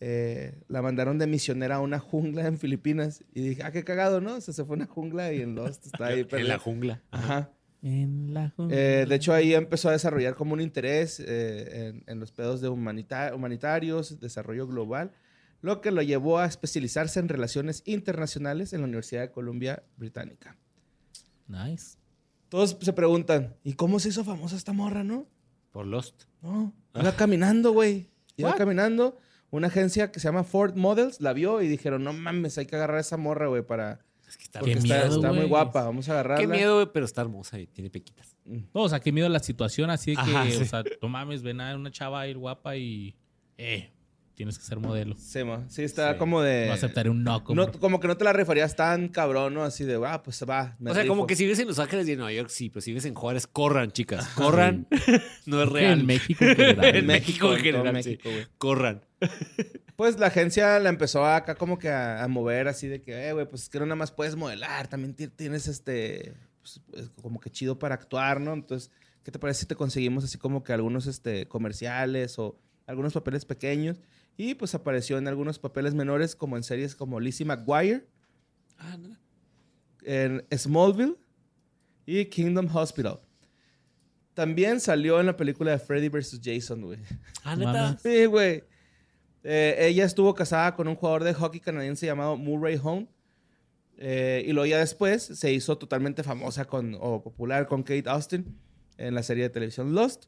Speaker 2: eh, la mandaron de misionera a una jungla en Filipinas. Y dije, ah, qué cagado, ¿no? O sea, se fue a una jungla y en
Speaker 4: [laughs]
Speaker 2: Lost está ahí.
Speaker 4: en la
Speaker 2: perdida.
Speaker 4: jungla.
Speaker 2: Ajá.
Speaker 1: en la jungla.
Speaker 2: Eh, de hecho, ahí empezó a desarrollar como un interés eh, en, en los pedos de humanita- humanitarios, desarrollo global. lo que lo llevó a especializarse en relaciones internacionales en la Universidad de Columbia Británica.
Speaker 1: Nice.
Speaker 2: Todos se preguntan, ¿y cómo se hizo famosa esta morra, no?
Speaker 4: Por Lost.
Speaker 2: No, iba
Speaker 1: Ah.
Speaker 2: caminando, güey. Iba
Speaker 4: What?
Speaker 2: caminando. Una agencia que se llama Ford Models la vio y dijeron, no mames, hay que agarrar a esa morra, güey, para...
Speaker 4: Es que está
Speaker 2: Porque
Speaker 1: Qué
Speaker 4: bien.
Speaker 2: está,
Speaker 1: miedo,
Speaker 2: está muy
Speaker 1: güey.
Speaker 2: guapa, vamos a agarrarla.
Speaker 4: Qué miedo, güey, pero está hermosa y tiene pequitas.
Speaker 1: No, o sea, qué miedo la situación así de que,
Speaker 4: Ajá, sí.
Speaker 1: o sea, no mames, ven a una chava ahí guapa y, eh, tienes que ser modelo.
Speaker 2: Sí, ma. sí está
Speaker 4: Sí.
Speaker 2: como de...
Speaker 1: No aceptaré un no, como-
Speaker 2: No, como que no te la referías tan cabrón, ¿no? Así de, ah, pues va. me
Speaker 4: o sea, como
Speaker 2: rifo".
Speaker 4: que si vives en Los Ángeles y en Nueva York, sí, pero si vives en Juárez, corran, chicas. Corran. [laughs] no es
Speaker 1: Que
Speaker 4: real.
Speaker 1: en México en
Speaker 4: [laughs]
Speaker 1: general.
Speaker 4: en México en
Speaker 2: todo
Speaker 4: general, sí.
Speaker 2: güey.
Speaker 4: corran.
Speaker 2: Pues la agencia la empezó acá como que a, a mover así de que, eh, güey, pues es que no nada más puedes modelar, también ti- tienes este, pues, pues, como que chido para actuar, ¿no? Entonces, ¿qué te parece si te conseguimos así como que algunos este, comerciales o algunos papeles pequeños? Y pues apareció en algunos papeles menores como en series como Lizzie McGuire,
Speaker 4: Ah, no.
Speaker 2: en Smallville y Kingdom Hospital. También salió en la película de Freddy vs. Jason, güey. [laughs]
Speaker 4: Ah, neta.
Speaker 1: Mames.
Speaker 2: Sí, güey. Eh, ella estuvo casada con un jugador de hockey canadiense llamado Murray Hone. Eh, y luego ya después se hizo totalmente famosa con, o popular con Kate Austin en la serie de televisión Lost.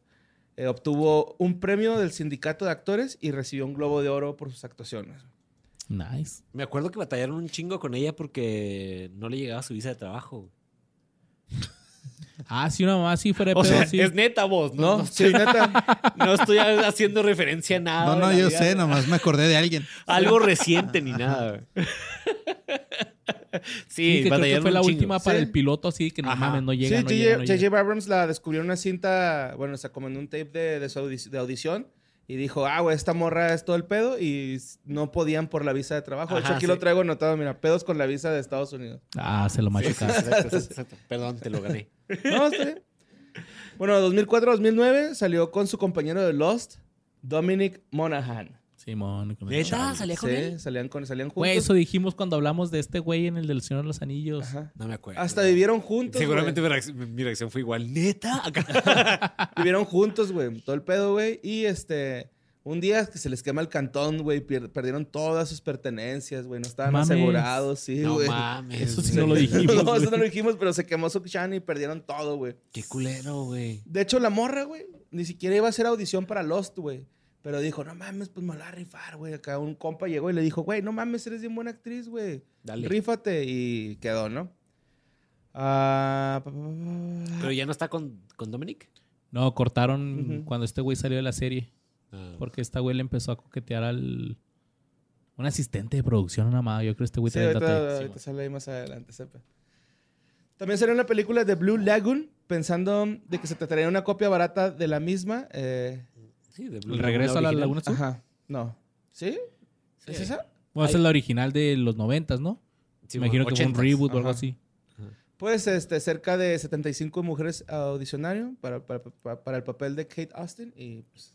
Speaker 2: Eh, obtuvo un premio del sindicato de actores y recibió un globo de oro por sus actuaciones.
Speaker 1: Nice.
Speaker 4: Me acuerdo que batallaron un chingo con ella porque no le llegaba su visa de trabajo.
Speaker 1: Ah, sí, una mamá sí fuera de
Speaker 4: O
Speaker 1: pedo,
Speaker 4: sea,
Speaker 1: sí.
Speaker 4: es neta vos, ¿no?
Speaker 2: No,
Speaker 4: No,
Speaker 2: sí, neta.
Speaker 4: no estoy haciendo referencia a nada.
Speaker 3: No,
Speaker 4: Ah, de Ah,
Speaker 3: no,
Speaker 4: la
Speaker 3: yo
Speaker 4: vida,
Speaker 3: sé,
Speaker 4: ¿no?
Speaker 3: nomás me acordé de alguien.
Speaker 4: Algo reciente ni [laughs] nada. güey.
Speaker 1: Sí,
Speaker 4: Sí,
Speaker 1: que creo que
Speaker 4: batallaron
Speaker 1: fue
Speaker 4: un
Speaker 1: la
Speaker 4: chingo.
Speaker 1: última para
Speaker 2: Sí.
Speaker 1: el piloto, así que no
Speaker 4: Ajá.
Speaker 1: mames, no
Speaker 2: Sí,
Speaker 1: llega, no llega,
Speaker 2: J.J.
Speaker 1: no llega.
Speaker 2: J.J. Abrams la descubrió en una cinta, bueno, se como en un tape de, de su audi- de audición y dijo, ah, güey, esta morra es todo el pedo y s- no podían por la visa de trabajo. de hecho,
Speaker 4: Ajá,
Speaker 2: aquí
Speaker 4: sí.
Speaker 2: lo traigo anotado, mira, pedos con la visa de Estados Unidos.
Speaker 1: Ah, se lo machucaste.
Speaker 4: Exacto, exacto. Perdón, te lo gané.
Speaker 2: No, está bien. [laughs] Bueno, 2004-2009 salió con su compañero de Lost, Dominic Monaghan.
Speaker 1: Simón. con
Speaker 4: ¿Neta?
Speaker 1: el chaval.
Speaker 4: ¿Salía con
Speaker 2: Sí,
Speaker 4: él?
Speaker 2: Salían, con, salían juntos.
Speaker 1: Güey, eso dijimos cuando hablamos de este güey en el del Señor de los Anillos.
Speaker 2: Ajá.
Speaker 4: No me acuerdo.
Speaker 2: Hasta vivieron juntos.
Speaker 4: Seguramente
Speaker 2: güey.
Speaker 4: mi reacc- mi reacción, fue igual. ¿Neta? Acá.
Speaker 2: Vivieron juntos, güey. Todo el pedo, güey. Y este. Un día que se les quema el cantón, güey. pier- Perdieron todas sus pertenencias, güey. No estaban
Speaker 1: Mames.
Speaker 2: asegurados, sí,
Speaker 4: no
Speaker 2: güey. [laughs]
Speaker 4: mames.
Speaker 1: Eso sí
Speaker 4: güey.
Speaker 1: no lo dijimos,
Speaker 2: no, eso no
Speaker 1: güey.
Speaker 2: lo dijimos, pero se quemó su chan y perdieron todo, güey.
Speaker 4: Qué culero, güey.
Speaker 2: De hecho, la morra, güey, ni siquiera iba a hacer audición para Lost, güey. Pero dijo, no mames, pues me la voy a rifar, güey. Acá un compa llegó y le dijo, güey, no mames, eres bien buena actriz, güey.
Speaker 4: Dale.
Speaker 2: Rífate. Y quedó, ¿no? Ah, pa, pa, pa, pa.
Speaker 4: Pero ya no está con, con Dominic.
Speaker 1: No, cortaron
Speaker 2: Ujú.
Speaker 1: cuando este güey salió de la serie.
Speaker 4: Ah.
Speaker 1: Porque esta güey le empezó a coquetear al. Un asistente de producción, una mamá. Yo creo que este güey
Speaker 2: Sí,
Speaker 1: trae el dato ahí.
Speaker 2: ahorita, ahorita sale ahí más adelante, sepa. También salió una película de Blue Lagoon, pensando de que se trataría de una copia barata de la misma. eh,
Speaker 4: Sí, de
Speaker 1: El regreso a la
Speaker 4: original.
Speaker 1: Laguna Azul.
Speaker 2: ajá, no. ¿Sí?
Speaker 4: Sí.
Speaker 2: ¿Es esa?
Speaker 1: Bueno, esa es la original de los noventas, ¿no?
Speaker 4: Sí,
Speaker 1: Me imagino
Speaker 4: bueno,
Speaker 1: que fue un
Speaker 4: 80s.
Speaker 1: reboot o algo
Speaker 2: Ajá.
Speaker 1: así.
Speaker 2: Pues este, cerca de 75 mujeres audicionaron para, para- para- para el papel de Kate Austin y pues,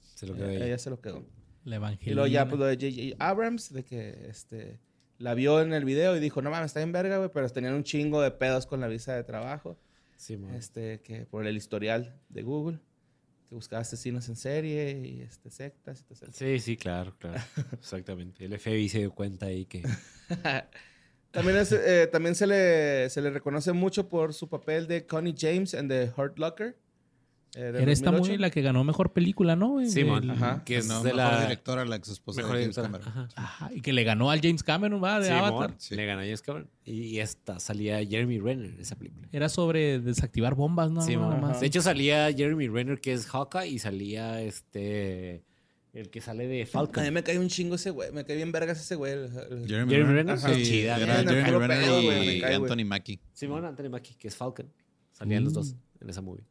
Speaker 2: eh,
Speaker 4: Se lo quedó
Speaker 2: ella,
Speaker 4: ahí.
Speaker 2: ella se lo quedó.
Speaker 1: La
Speaker 2: Y
Speaker 1: evangelina.
Speaker 2: luego ya pues, lo de J.J. Abrams, de que este, la vio en el video y dijo, no mames, está en verga, güey, pero tenían un chingo de pedos con la visa de trabajo,
Speaker 4: Sí, mo.
Speaker 2: este, que por el historial de Google, que buscaba asesinos en serie y este, sectas, etc.
Speaker 4: sí, sí, claro, claro. Exactamente. El FBI se dio cuenta ahí que.
Speaker 2: [laughs] También, es, eh, también se, le, se le reconoce mucho por su papel de Connie James en The Hurt Locker. eh, del
Speaker 1: Era esta
Speaker 2: 2008.
Speaker 1: muy la que ganó mejor película, ¿no? güey?
Speaker 4: Sí, mo.
Speaker 1: El-
Speaker 2: Ajá.
Speaker 4: Que es
Speaker 3: no,
Speaker 4: de
Speaker 3: mejor
Speaker 4: la.
Speaker 3: directora, la ex esposa
Speaker 4: Mejor
Speaker 3: de James
Speaker 4: directora.
Speaker 3: Cameron.
Speaker 4: Ajá.
Speaker 1: Ajá, y que le ganó al James Cameron, ¿va? De
Speaker 4: Sí,
Speaker 1: Avatar.
Speaker 4: mo,
Speaker 3: Sí.
Speaker 4: Le ganó a James Cameron. Y esta salía Jeremy Renner en esa película.
Speaker 1: Era sobre desactivar bombas, ¿no?
Speaker 4: Sí, mo.
Speaker 1: Nada más.
Speaker 4: De hecho, salía Jeremy Renner, que es Hawkeye, y salía este. El que sale de
Speaker 2: A mí
Speaker 4: Falcon.
Speaker 2: me cae un chingo ese güey. Me cae bien vergas ese güey. el-
Speaker 3: Jeremy,
Speaker 2: el-
Speaker 4: Jeremy Renner.
Speaker 3: Renner.
Speaker 4: Ajá.
Speaker 3: Sí,
Speaker 4: Chida,
Speaker 3: era
Speaker 2: güey.
Speaker 3: Jeremy
Speaker 2: Puro
Speaker 3: Renner
Speaker 2: pedo, güey, me
Speaker 3: y
Speaker 2: cae, güey.
Speaker 3: Anthony Mackie.
Speaker 4: Simón Anthony Mackie, que es Falcon. Salían los dos
Speaker 2: Mm.
Speaker 4: en esa movie.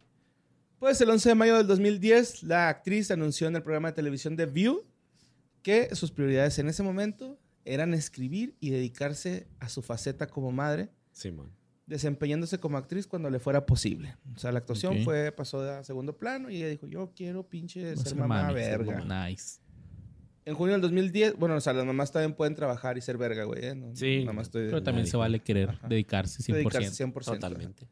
Speaker 2: Pues el 11 de mayo del 2010, la actriz anunció en el programa de televisión de View que sus prioridades en ese momento eran escribir y dedicarse a su faceta como madre,
Speaker 4: Simón.
Speaker 2: desempeñándose como actriz cuando le fuera posible. O sea, la actuación
Speaker 1: Ok.
Speaker 2: fue, pasó a segundo plano y ella dijo, yo quiero pinche
Speaker 1: No
Speaker 2: ser
Speaker 1: sé,
Speaker 2: mamá
Speaker 1: mami,
Speaker 2: verga.
Speaker 1: ser mamá. Nice.
Speaker 2: En junio del 2010, bueno, o sea, las mamás también pueden trabajar y ser verga, güey. ¿eh? No,
Speaker 4: Sí.
Speaker 2: Nada más estoy...
Speaker 1: Pero también
Speaker 4: Nadie.
Speaker 1: se vale querer
Speaker 2: Ajá.
Speaker 1: dedicarse 100%.
Speaker 2: dedicarse 100%.
Speaker 4: Totalmente.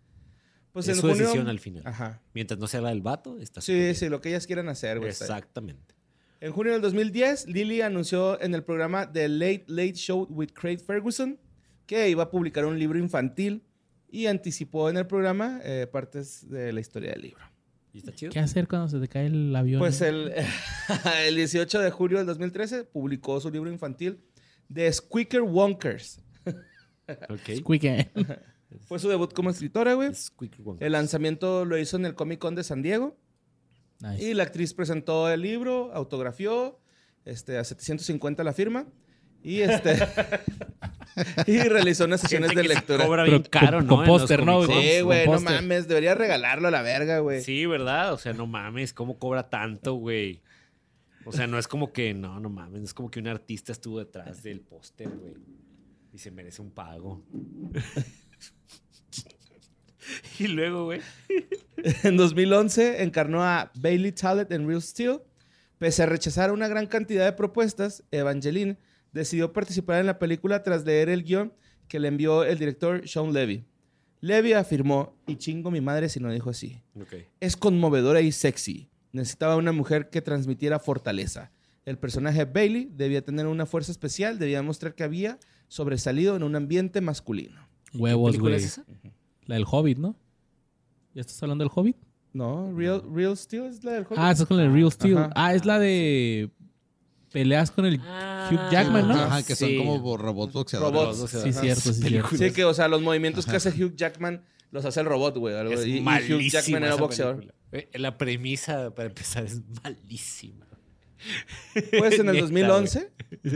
Speaker 2: Pues
Speaker 4: es
Speaker 2: en
Speaker 4: su
Speaker 2: junio-
Speaker 4: decisión al final.
Speaker 2: Ajá.
Speaker 4: Mientras no sea la del vato, está
Speaker 2: Sí,
Speaker 4: súper
Speaker 2: sí, lo que ellas quieran
Speaker 4: bien.
Speaker 2: hacer, güey. está bien.
Speaker 4: Exactamente.
Speaker 2: En junio del 2010, Lily anunció en el programa The Late Late Show with Craig Ferguson que iba a publicar un libro infantil y anticipó en el programa eh, partes de la historia del libro.
Speaker 4: ¿Y está chido?
Speaker 1: ¿Qué hacer cuando se te cae el avión?
Speaker 2: Pues el, [laughs] el 18 de julio del 2013 publicó su libro infantil The Squeaker Wonkers.
Speaker 4: Ok.
Speaker 1: Squeaker.
Speaker 2: Fue su debut como escritora, güey.
Speaker 4: Squeak Wonk.
Speaker 2: El lanzamiento lo hizo en el Comic Con de San Diego.
Speaker 1: Nice.
Speaker 2: Y la actriz presentó el libro, autografió, este, a 750 la firma. Y este. [laughs] y realizó unas sesiones
Speaker 4: Gente
Speaker 2: de
Speaker 4: que se
Speaker 2: lectura.
Speaker 4: Cobra bien
Speaker 1: Pero
Speaker 4: caro,
Speaker 1: con-
Speaker 4: ¿no?
Speaker 1: con
Speaker 4: En los
Speaker 1: póster, ¿no?
Speaker 4: Comic-Con.
Speaker 2: Sí,
Speaker 1: con
Speaker 2: güey, no
Speaker 1: póster.
Speaker 2: mames. Debería regalarlo a la verga, güey.
Speaker 4: Sí, ¿verdad? O sea, no mames, ¿cómo cobra tanto, güey? O sea, no es como que, no, no mames, es como que un artista estuvo detrás del póster, güey. Y se merece un pago. [laughs] y luego, güey.
Speaker 2: En 2011 encarnó a Bailey Talent en Real Steel. Pese a rechazar una gran cantidad de propuestas, Evangeline decidió participar en la película tras leer el guión que le envió el director Sean Levy. Levy afirmó, y chingo mi madre si no dijo así,
Speaker 4: Ok.
Speaker 2: es conmovedora y sexy. Necesitaba una mujer que transmitiera fortaleza. El personaje Bailey debía tener una fuerza especial, debía mostrar que había sobresalido en un ambiente masculino.
Speaker 1: Huevos,
Speaker 4: película
Speaker 1: Pues, güey.
Speaker 4: es esa?
Speaker 1: La del Hobbit, ¿no? ¿Ya estás hablando del Hobbit?
Speaker 2: No, Real, Real Steel es la del juego.
Speaker 1: Ah, estás con el Real Steel.
Speaker 2: Ajá.
Speaker 1: Ah, es la de peleas con el
Speaker 2: Ah.
Speaker 1: Hugh Jackman, ¿no?
Speaker 3: Ajá, que
Speaker 4: Ah, Sí.
Speaker 3: son como bo- robots boxeadores.
Speaker 2: Robots.
Speaker 4: Robots, o sea,
Speaker 1: Sí,
Speaker 4: ajá.
Speaker 1: cierto, sí, cierto.
Speaker 2: Sí, que, o sea, los movimientos que hace Hugh Jackman los hace el robot, güey. algo
Speaker 4: Es
Speaker 2: así. Y, Hugh
Speaker 4: malísima
Speaker 2: Jackman era
Speaker 4: esa
Speaker 2: boxeador.
Speaker 4: película. Eh, La premisa, para empezar, es malísima.
Speaker 2: Pues en el
Speaker 4: Neta, [laughs]
Speaker 2: 2011,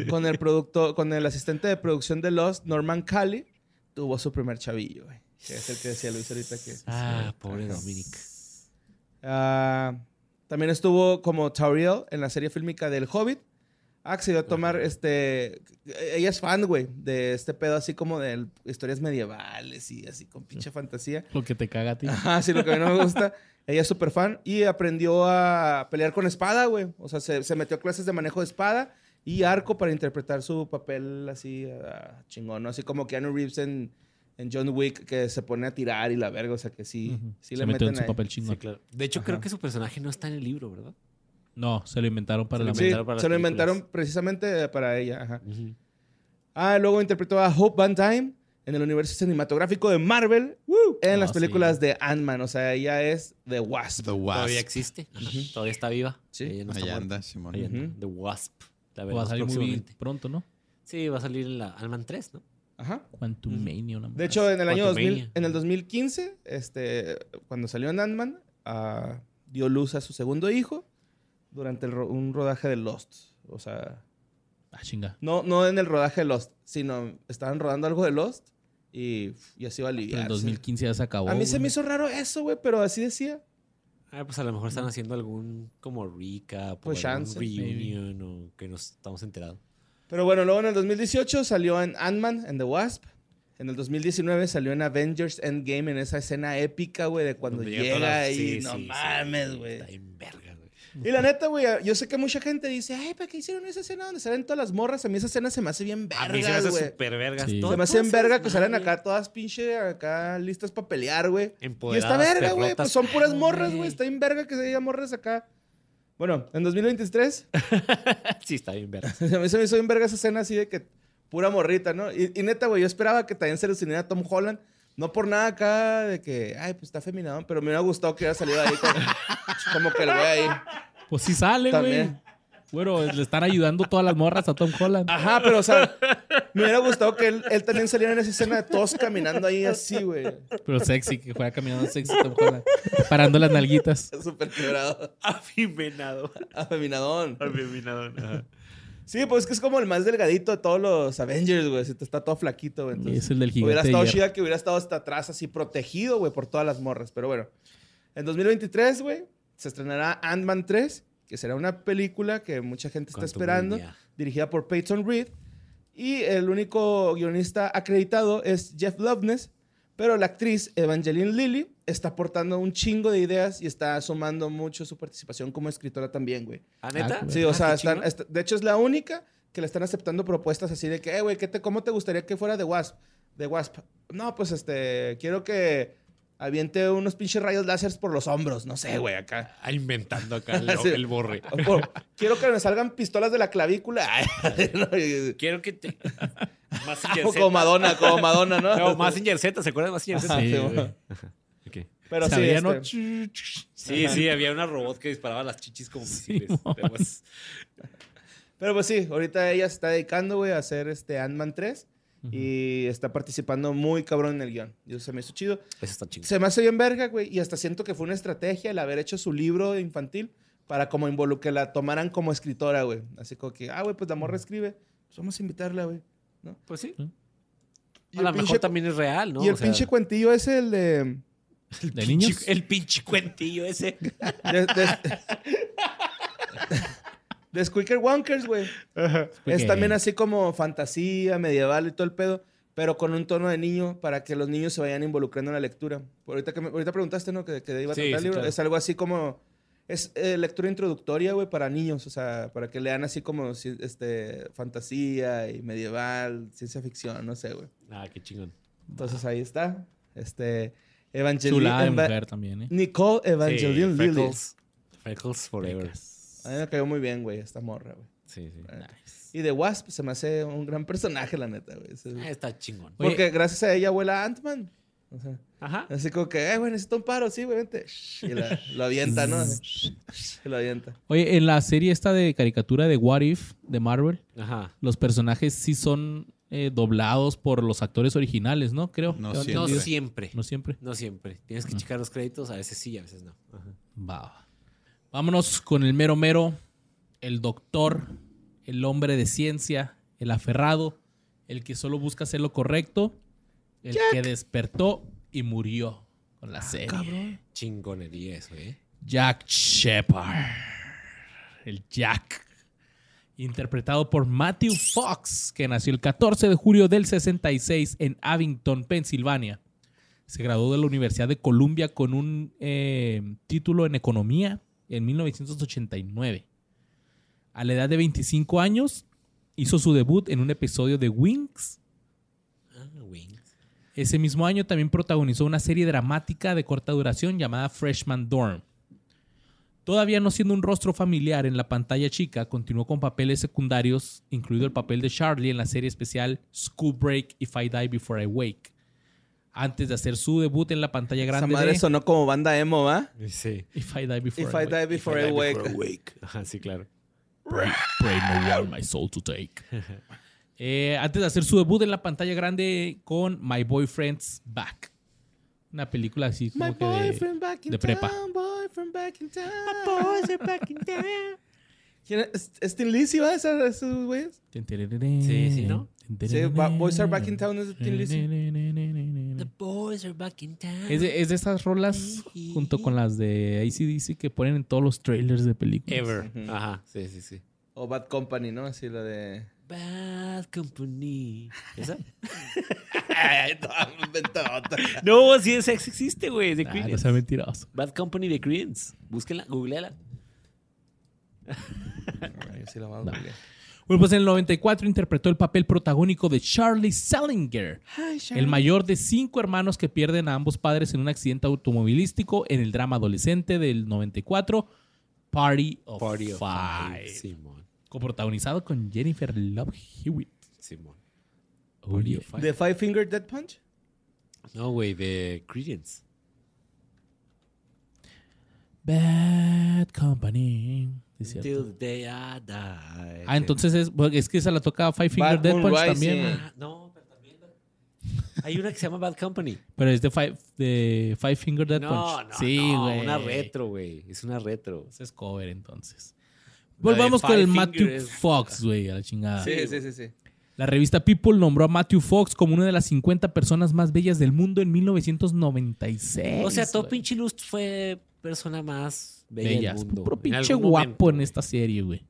Speaker 2: con el, producto, con el asistente de producción de Lost, Norman Cali, tuvo su primer chavillo, güey. Que es el que decía Luis ahorita que...
Speaker 4: Ah, pobre
Speaker 2: Ajá.
Speaker 4: Dominic.
Speaker 2: Ah, también estuvo como Tauriel en la serie fílmica del Hobbit. Ah, Accedió a tomar este. Ella es fan, güey, de este pedo así como de historias medievales y así con pinche fantasía.
Speaker 1: Lo que te caga a ti.
Speaker 2: Ajá, sí, lo que a mí no me gusta. Ella es súper fan y aprendió a pelear con espada, güey. O sea, se, se metió a clases de manejo de espada y arco para interpretar su papel así ah, chingón, ¿no? Así como Keanu Reeves en, en John Wick, que se pone a tirar y la verga. O sea, que sí,
Speaker 1: Ujú.
Speaker 2: sí
Speaker 1: se
Speaker 2: le
Speaker 1: metió
Speaker 2: meten
Speaker 1: en su
Speaker 2: ahí.
Speaker 1: papel chingón.
Speaker 4: Sí, claro. De hecho, creo que su personaje no está en el libro, ¿verdad?
Speaker 1: No, se lo inventaron para
Speaker 4: Se
Speaker 1: la
Speaker 4: lo
Speaker 2: Sí,
Speaker 4: inventaron para las
Speaker 2: se lo
Speaker 4: películas.
Speaker 2: inventaron precisamente eh, para ella. ajá. Ah, luego interpretó a Hope Van Dyne en el universo cinematográfico de Marvel en
Speaker 1: Ah,
Speaker 2: las
Speaker 1: sí.
Speaker 2: películas de Ant-Man. O sea, ella es The Wasp.
Speaker 3: The
Speaker 4: Todavía
Speaker 3: Wasp.
Speaker 4: existe. Todavía está viva.
Speaker 2: Sí.
Speaker 4: Ella no está
Speaker 3: Allá
Speaker 4: muerta.
Speaker 3: anda, Simón.
Speaker 4: Ahí anda,
Speaker 2: Ujú.
Speaker 4: The Wasp. La
Speaker 1: Va a
Speaker 4: veremos
Speaker 1: salir muy
Speaker 4: próximamente.
Speaker 1: pronto, ¿no?
Speaker 4: Sí, va a salir en la Alman 3, ¿no?
Speaker 2: Ajá.
Speaker 1: Quantum Mania, una
Speaker 2: De hecho, en el año 2000,
Speaker 4: Quantumania.
Speaker 2: en el 2015, este, cuando salió en Ant-Man, ah, dio luz a su segundo hijo durante el ro- un rodaje de Lost. O sea, eh,
Speaker 1: Ah, chinga.
Speaker 2: no, no en el rodaje de Lost, sino estaban rodando algo de Lost y, y así va a
Speaker 1: Pero
Speaker 2: aliviar.
Speaker 1: el 2015 ya se
Speaker 4: oh,
Speaker 1: acabó.
Speaker 2: A mí se
Speaker 1: güey.
Speaker 2: me hizo raro eso, güey, pero así decía.
Speaker 4: Ah, pues a lo mejor están haciendo algún como recap
Speaker 2: Pues
Speaker 4: o algún
Speaker 2: chance,
Speaker 4: reunion o que nos estamos enterados.
Speaker 2: Pero bueno, luego en el 2018 salió en Ant-Man and the Wasp. En el 2019 salió en Avengers Endgame en esa escena épica, güey, de cuando
Speaker 4: Donde
Speaker 2: llega,
Speaker 4: todas las-
Speaker 2: y
Speaker 4: sí,
Speaker 2: no
Speaker 4: sí, sí,
Speaker 2: mames, güey.
Speaker 4: Está en verga, güey.
Speaker 2: Y la neta, güey, yo sé que mucha gente dice, ay, ¿para qué hicieron esa escena donde salen todas las morras? A mí esa escena se me hace bien
Speaker 4: A mí se me
Speaker 2: verga,
Speaker 4: hace
Speaker 2: güey.
Speaker 4: súper vergas.
Speaker 1: Sí.
Speaker 4: Todo-
Speaker 2: Se me hace
Speaker 4: todo
Speaker 2: bien
Speaker 4: ese
Speaker 2: verga que salen
Speaker 4: desmadre.
Speaker 2: acá todas pinche, acá listas para pelear, güey. Y
Speaker 4: Empoderadas,
Speaker 2: está verga, güey.
Speaker 4: perrotas.
Speaker 2: Pues son puras
Speaker 4: Ah,
Speaker 2: morras, güey. Está bien verga que se diga morras acá. Bueno, en 2023
Speaker 4: [laughs] Sí, está bien verga.
Speaker 2: a mí [laughs] se me hizo bien verga esa escena así de que pura morrita, ¿no? Y, y neta, güey, yo esperaba que también se le uniera a Tom Holland. No por nada acá de que, ay, pues está feminado, pero me hubiera gustado que hubiera salido ahí como, [laughs] como que el güey ahí.
Speaker 1: Pues sí sale, güey.
Speaker 2: También.
Speaker 1: Bueno, le están ayudando todas las morras a Tom
Speaker 2: [laughs]
Speaker 1: Holland.
Speaker 2: Ajá, pero o sea, me hubiera gustado que él, él también saliera en esa escena de todos caminando ahí así, [laughs] güey.
Speaker 1: Pero sexy, que fuera caminando sexy Tom Holland. Parando las nalguitas.
Speaker 2: Súper quebrado.
Speaker 4: [laughs] Afeminado.
Speaker 2: Afeminadón.
Speaker 4: Afeminado. ajá.
Speaker 2: Sí, pues es que es como el más delgadito de todos los Avengers, güey. Si te está todo flaquito, güey. Entonces,
Speaker 1: Es el del
Speaker 2: hubiera
Speaker 1: gigante de
Speaker 2: estado
Speaker 1: hierro.
Speaker 2: chida que hubiera estado hasta atrás así protegido, güey, por todas las morras. Pero bueno, en 2023, güey, se estrenará Ant-Man 3, que será una película que mucha gente está esperando.
Speaker 4: Quantumania.
Speaker 2: dirigida por Peyton Reed. Y el único guionista acreditado es Jeff Loveness, pero la actriz Evangeline Lilly está aportando un chingo de ideas y está asomando mucho su participación como escritora también, güey.
Speaker 4: ¿Ah, neta?
Speaker 1: Ah, güey.
Speaker 2: Sí, o
Speaker 4: Ah,
Speaker 2: sea,
Speaker 4: qué
Speaker 2: están-
Speaker 4: chingón.
Speaker 2: est- de hecho es la única que le están aceptando propuestas así de que, eh, güey, ¿qué te- ¿cómo te gustaría que fuera de Wasp? De Wasp. No, pues este, quiero que aviente unos pinches rayos láseres por los hombros. No sé, güey, acá.
Speaker 4: Ah, Inventando acá el,
Speaker 2: Sí.
Speaker 4: el borre.
Speaker 2: O
Speaker 4: [laughs]
Speaker 2: por- quiero que me salgan pistolas de la clavícula. [laughs] No, y-
Speaker 4: Quiero que te. Más [laughs]
Speaker 2: o como Madonna, como Madonna, ¿no?
Speaker 4: No, [laughs] más Z, ¿se acuerdan de Mazinger Z?
Speaker 1: Ajá,
Speaker 2: sí,
Speaker 1: sí,
Speaker 2: güey.
Speaker 1: güey.
Speaker 2: Pero sí,
Speaker 1: Sabía,
Speaker 2: este,
Speaker 1: ¿no? Ch- ch-
Speaker 4: Sí, sí, había una robot que disparaba las chichis como misiles. pues, Además,
Speaker 2: Pero pues sí, ahorita ella se está dedicando, güey, a hacer este Ant-Man 3 y está participando muy cabrón en el guión. Yo se me hizo chido.
Speaker 4: Eso está chingón.
Speaker 2: Se me hace bien verga, güey, y hasta siento que fue una estrategia el haber hecho su libro infantil para como involu- que la tomaran como escritora, güey. Así como que, ah, güey, pues la morra escribe, pues vamos a invitarla, güey.
Speaker 4: Pues sí.
Speaker 2: Y
Speaker 4: A lo
Speaker 2: el
Speaker 4: mejor
Speaker 2: pinche-
Speaker 4: también es real, ¿no?
Speaker 2: Y el
Speaker 4: O sea,
Speaker 2: pinche cuentillo es el de...
Speaker 1: ¿De niños?
Speaker 4: chi- El pinche cuentillo ese.
Speaker 2: De, de- de Squeaker Wonkers, güey. Es
Speaker 1: Squeaker.
Speaker 2: también así como fantasía, medieval y todo el pedo, pero con un tono de niño para que los niños se vayan involucrando en la lectura. Ahorita, que me- ahorita preguntaste, ¿no? Que, que de ahí iba a
Speaker 4: Sí,
Speaker 2: tratar el
Speaker 4: sí,
Speaker 2: libro.
Speaker 4: claro.
Speaker 2: Es algo así como... Es eh, lectura introductoria, güey, para niños. O sea, para que lean así como ci- este, fantasía y medieval, ciencia ficción, no sé, güey.
Speaker 4: [laughs] Ah, qué chingón.
Speaker 2: Entonces ahí está. Este... Evangelina...
Speaker 1: Chulada de mujer también, ¿eh?
Speaker 2: Nicole Evangeline
Speaker 4: Sí,
Speaker 2: Lilly.
Speaker 4: Freckles. Freckles Forever.
Speaker 2: A mí me cayó muy bien, güey, esta morra, güey.
Speaker 4: Sí, sí.
Speaker 2: Y The Wasp se me hace un gran personaje, la neta, güey. Se-
Speaker 4: Ah, está chingón.
Speaker 1: Oye.
Speaker 2: Porque gracias a ella vuela Ant-Man. O sea,
Speaker 4: Ajá.
Speaker 2: así como que, eh, güey, necesito un paro, sí, güey, vente. Y la- lo avienta, [laughs] ¿no? Y lo avienta.
Speaker 1: Oye, en la serie esta de caricatura de What If de Marvel,
Speaker 4: Ajá.
Speaker 1: los personajes sí son eh, doblados por los actores originales, ¿no? Creo.
Speaker 3: No
Speaker 1: Tengo
Speaker 3: siempre.
Speaker 4: No
Speaker 1: entendido.
Speaker 4: siempre.
Speaker 1: No siempre.
Speaker 4: No siempre. Tienes que checar los créditos. A veces sí, y a veces no. Ajá.
Speaker 1: Va. Vámonos con el mero mero, el doctor, el hombre de ciencia, el aferrado, el que solo busca hacer lo correcto, el que despertó y murió con la serie.
Speaker 4: Chingonería eso, ¿eh?
Speaker 1: Jack Shepard. El Jack. Interpretado por Matthew Fox, que nació el 14 de julio del 66 en Abington, Pensilvania. Se graduó de la Universidad de Columbia con un eh, título en economía en 1989. A la edad de 25 años, hizo su debut en un episodio de Wings
Speaker 4: Ah, Wings.
Speaker 1: ese mismo año también protagonizó una serie dramática de corta duración llamada Freshman Dorm. Todavía no siendo un rostro familiar en la pantalla chica, continuó con papeles secundarios, incluido el papel de Charlie en la serie especial School Break If I Die Before I Wake, antes de hacer su debut en la pantalla
Speaker 2: Esa
Speaker 1: grande
Speaker 2: madre
Speaker 1: de
Speaker 2: sonó como banda emo, ¿va?
Speaker 4: Sí.
Speaker 1: If I Die Before
Speaker 2: If
Speaker 1: I,
Speaker 2: I
Speaker 1: Wake.
Speaker 2: die before I wake.
Speaker 4: [laughs] Ajá, sí, claro.
Speaker 1: Pray, pray no one my soul to
Speaker 2: [laughs]
Speaker 1: take. Eh, antes de hacer su debut en la pantalla grande con My Boyfriend's Back. Una película así como
Speaker 2: My
Speaker 1: que de-
Speaker 2: boyfriend back in
Speaker 1: de prepa.
Speaker 2: town, boyfriend back in town. [laughs] ¿Quién es? ¿Es- ¿Es Tin Lizzy, va? ¿Esa- ¿Esos güeyes?
Speaker 1: Sí,
Speaker 4: sí, ¿no?
Speaker 2: Sí, Ba- Boys Are Back in Town es de Tin Lizzy.
Speaker 4: boys are back in town.
Speaker 1: Es de, es de esas rolas junto con las de ACDC que ponen en todos los trailers de películas.
Speaker 4: Ever.
Speaker 2: Ujú.
Speaker 4: Ajá, sí, sí, sí.
Speaker 2: O Bad Company, ¿no? Así la de...
Speaker 4: Bad Company. [laughs] ¿Esa?
Speaker 2: Ay, no, inventó otra.
Speaker 4: no, sí, esa existe, güey. De
Speaker 1: Ah,
Speaker 4: Creedence.
Speaker 1: no sea mentiroso.
Speaker 4: Bad Company de Creedence. Búsquenla, googleala.
Speaker 2: Ay, yo sí la voy a googlear.
Speaker 1: Bueno, pues en el 94 interpretó el papel protagónico de Charlie Salinger, el mayor de cinco hermanos que pierden a ambos padres en un accidente automovilístico en el drama adolescente del 94, Party of,
Speaker 4: Party
Speaker 1: Five,
Speaker 4: of Oh, Five. Simón.
Speaker 1: coprotagonizado con Jennifer Love Hewitt.
Speaker 4: Simón.
Speaker 1: Party of Five.
Speaker 2: ¿The Five Finger Dead Punch?
Speaker 4: No, güey, de Creedence.
Speaker 1: Bad Company. Sí, es cierto.
Speaker 4: Till the day I die.
Speaker 1: Ah, entonces es, es que esa la toca Five Finger
Speaker 2: Bad
Speaker 1: Dead
Speaker 2: Moon
Speaker 1: Punch
Speaker 2: Rising.
Speaker 1: también. güey.
Speaker 4: Ah, no, pero también. Hay una que se llama Bad Company.
Speaker 1: Pero es de Five, de Five Finger Dead
Speaker 4: no,
Speaker 1: Punch.
Speaker 4: no,
Speaker 1: sí,
Speaker 4: no,
Speaker 1: güey.
Speaker 4: una retro, güey. Es una retro.
Speaker 1: Esa es cover entonces.
Speaker 4: La de
Speaker 1: Volvamos con
Speaker 4: Five
Speaker 1: el
Speaker 4: Finger
Speaker 1: Matthew
Speaker 4: es-
Speaker 1: Fox, güey, a la chingada.
Speaker 2: Ah. Sí, sí, sí, sí.
Speaker 1: La revista People nombró a Matthew Fox como una de las 50 personas más bellas del mundo en 1996.
Speaker 4: O sea, todo
Speaker 1: güey.
Speaker 4: pinche Lust fue persona más bella
Speaker 1: eh. bellas.
Speaker 4: del mundo.
Speaker 1: Puro
Speaker 4: en
Speaker 1: pinche
Speaker 4: algún
Speaker 1: guapo
Speaker 4: momento,
Speaker 1: en
Speaker 4: güey.
Speaker 1: esta serie, güey.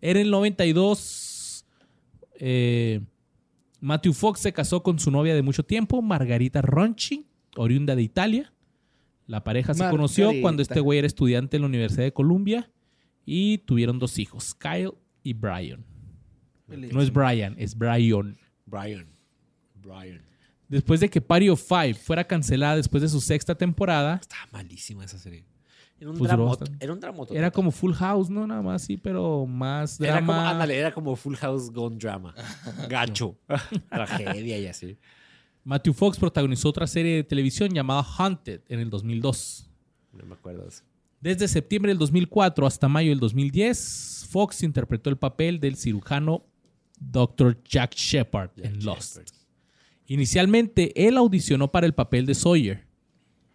Speaker 1: Era el 92. eh, Matthew Fox se casó con su novia de mucho tiempo, Margarita Ronchi, oriunda de Italia. La pareja se conoció
Speaker 2: Margarita.
Speaker 1: cuando este güey era estudiante en la Universidad de Columbia y tuvieron dos hijos, Kyle y Brian. No es Brian, es Brian.
Speaker 4: Brian. Brian.
Speaker 1: Después de que Party of Five fuera cancelada después de su sexta temporada,
Speaker 4: Estaba malísima esa serie. Era un
Speaker 1: Pues,
Speaker 4: dramot-
Speaker 1: bastante.
Speaker 4: Era un dramoto.
Speaker 1: era como Full House, ¿no? Nada más, sí, pero más
Speaker 4: Era como,
Speaker 1: drama.
Speaker 4: ándale, era como Full House Gone
Speaker 1: [laughs]
Speaker 4: Drama. Gacho. Tragedia y así.
Speaker 1: Matthew Fox protagonizó otra serie de televisión llamada Haunted en el 2002.
Speaker 4: No me acuerdo de eso.
Speaker 1: Desde septiembre del 2004 hasta mayo del 2010, Fox interpretó el papel del cirujano Dr. Jack Shepard
Speaker 4: Jack
Speaker 1: en Lost.
Speaker 4: Shepard.
Speaker 1: Inicialmente, él audicionó para el papel de Sawyer.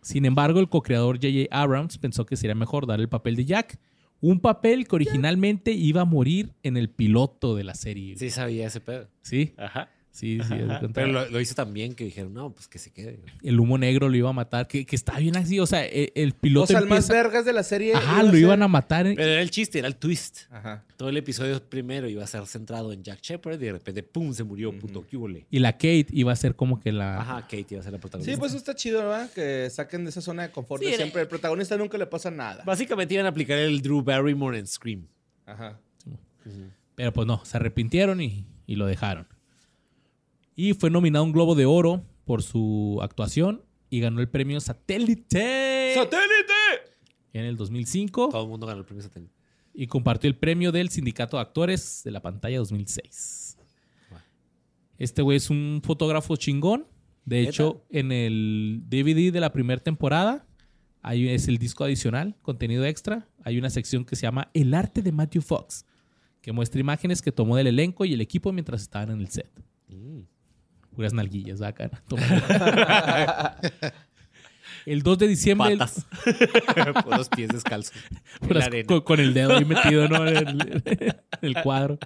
Speaker 1: Sin embargo, el co-creador J.J. Abrams pensó que sería mejor dar el papel de Jack, un papel que originalmente iba a morir en el piloto de la serie. Sí,
Speaker 4: Sí, sabía ese pedo.
Speaker 1: sí,
Speaker 4: Ajá.
Speaker 1: sí. haz de cuenta.
Speaker 4: Pero lo, lo hizo tan bien que dijeron, no, pues que se quede. güey.
Speaker 1: El humo negro lo iba a matar, que, que está bien así. O sea, e- el, piloto
Speaker 2: o sea, el más
Speaker 1: empieza-
Speaker 2: vergas de la serie.
Speaker 1: Ajá, lo iban a matar. en-
Speaker 4: Pero era el chiste, era el twist.
Speaker 2: ser- Ajá.
Speaker 4: Todo el episodio primero iba a ser centrado en Jack Shepard y de repente, ¡pum! se murió, puto, ¿qué hubo le?
Speaker 1: Y la Kate iba a ser como que la...
Speaker 4: Ajá, Kate iba a ser la protagonista.
Speaker 2: Sí, pues eso está chido, ¿verdad? Que saquen de esa zona de confort
Speaker 4: Sí,
Speaker 2: de
Speaker 4: era-
Speaker 2: siempre. El protagonista nunca le pasa nada.
Speaker 4: Básicamente iban a aplicar el Drew Barrymore en Scream.
Speaker 2: Ajá.
Speaker 1: Pero pues no, se arrepintieron y, y lo dejaron. Y fue nominado a un Globo de Oro por su actuación y ganó el premio Satélite
Speaker 2: Eh. ¡Satélite!
Speaker 1: en el 2005
Speaker 4: Todo el mundo ganó el premio satélite.
Speaker 1: y compartió el premio del Sindicato de Actores de la Pantalla 2006. Este güey es un fotógrafo chingón. De
Speaker 4: ¿Neta?
Speaker 1: hecho, en el DVD de la primera temporada ahí es el disco adicional, contenido extra. Hay una sección que se llama El arte de Matthew Fox, que muestra imágenes que tomó del elenco y el equipo mientras estaban en el set.
Speaker 4: Mm.
Speaker 1: Puras nalguillas, acá.
Speaker 4: [laughs]
Speaker 1: El 2 de diciembre. el-
Speaker 4: Patas. [laughs] Por los pies descalzos.
Speaker 1: [laughs]
Speaker 4: En
Speaker 1: puras
Speaker 4: la arena.
Speaker 1: con, con el
Speaker 4: [laughs]
Speaker 1: dedo ahí metido, ¿no? En el, en el cuadro.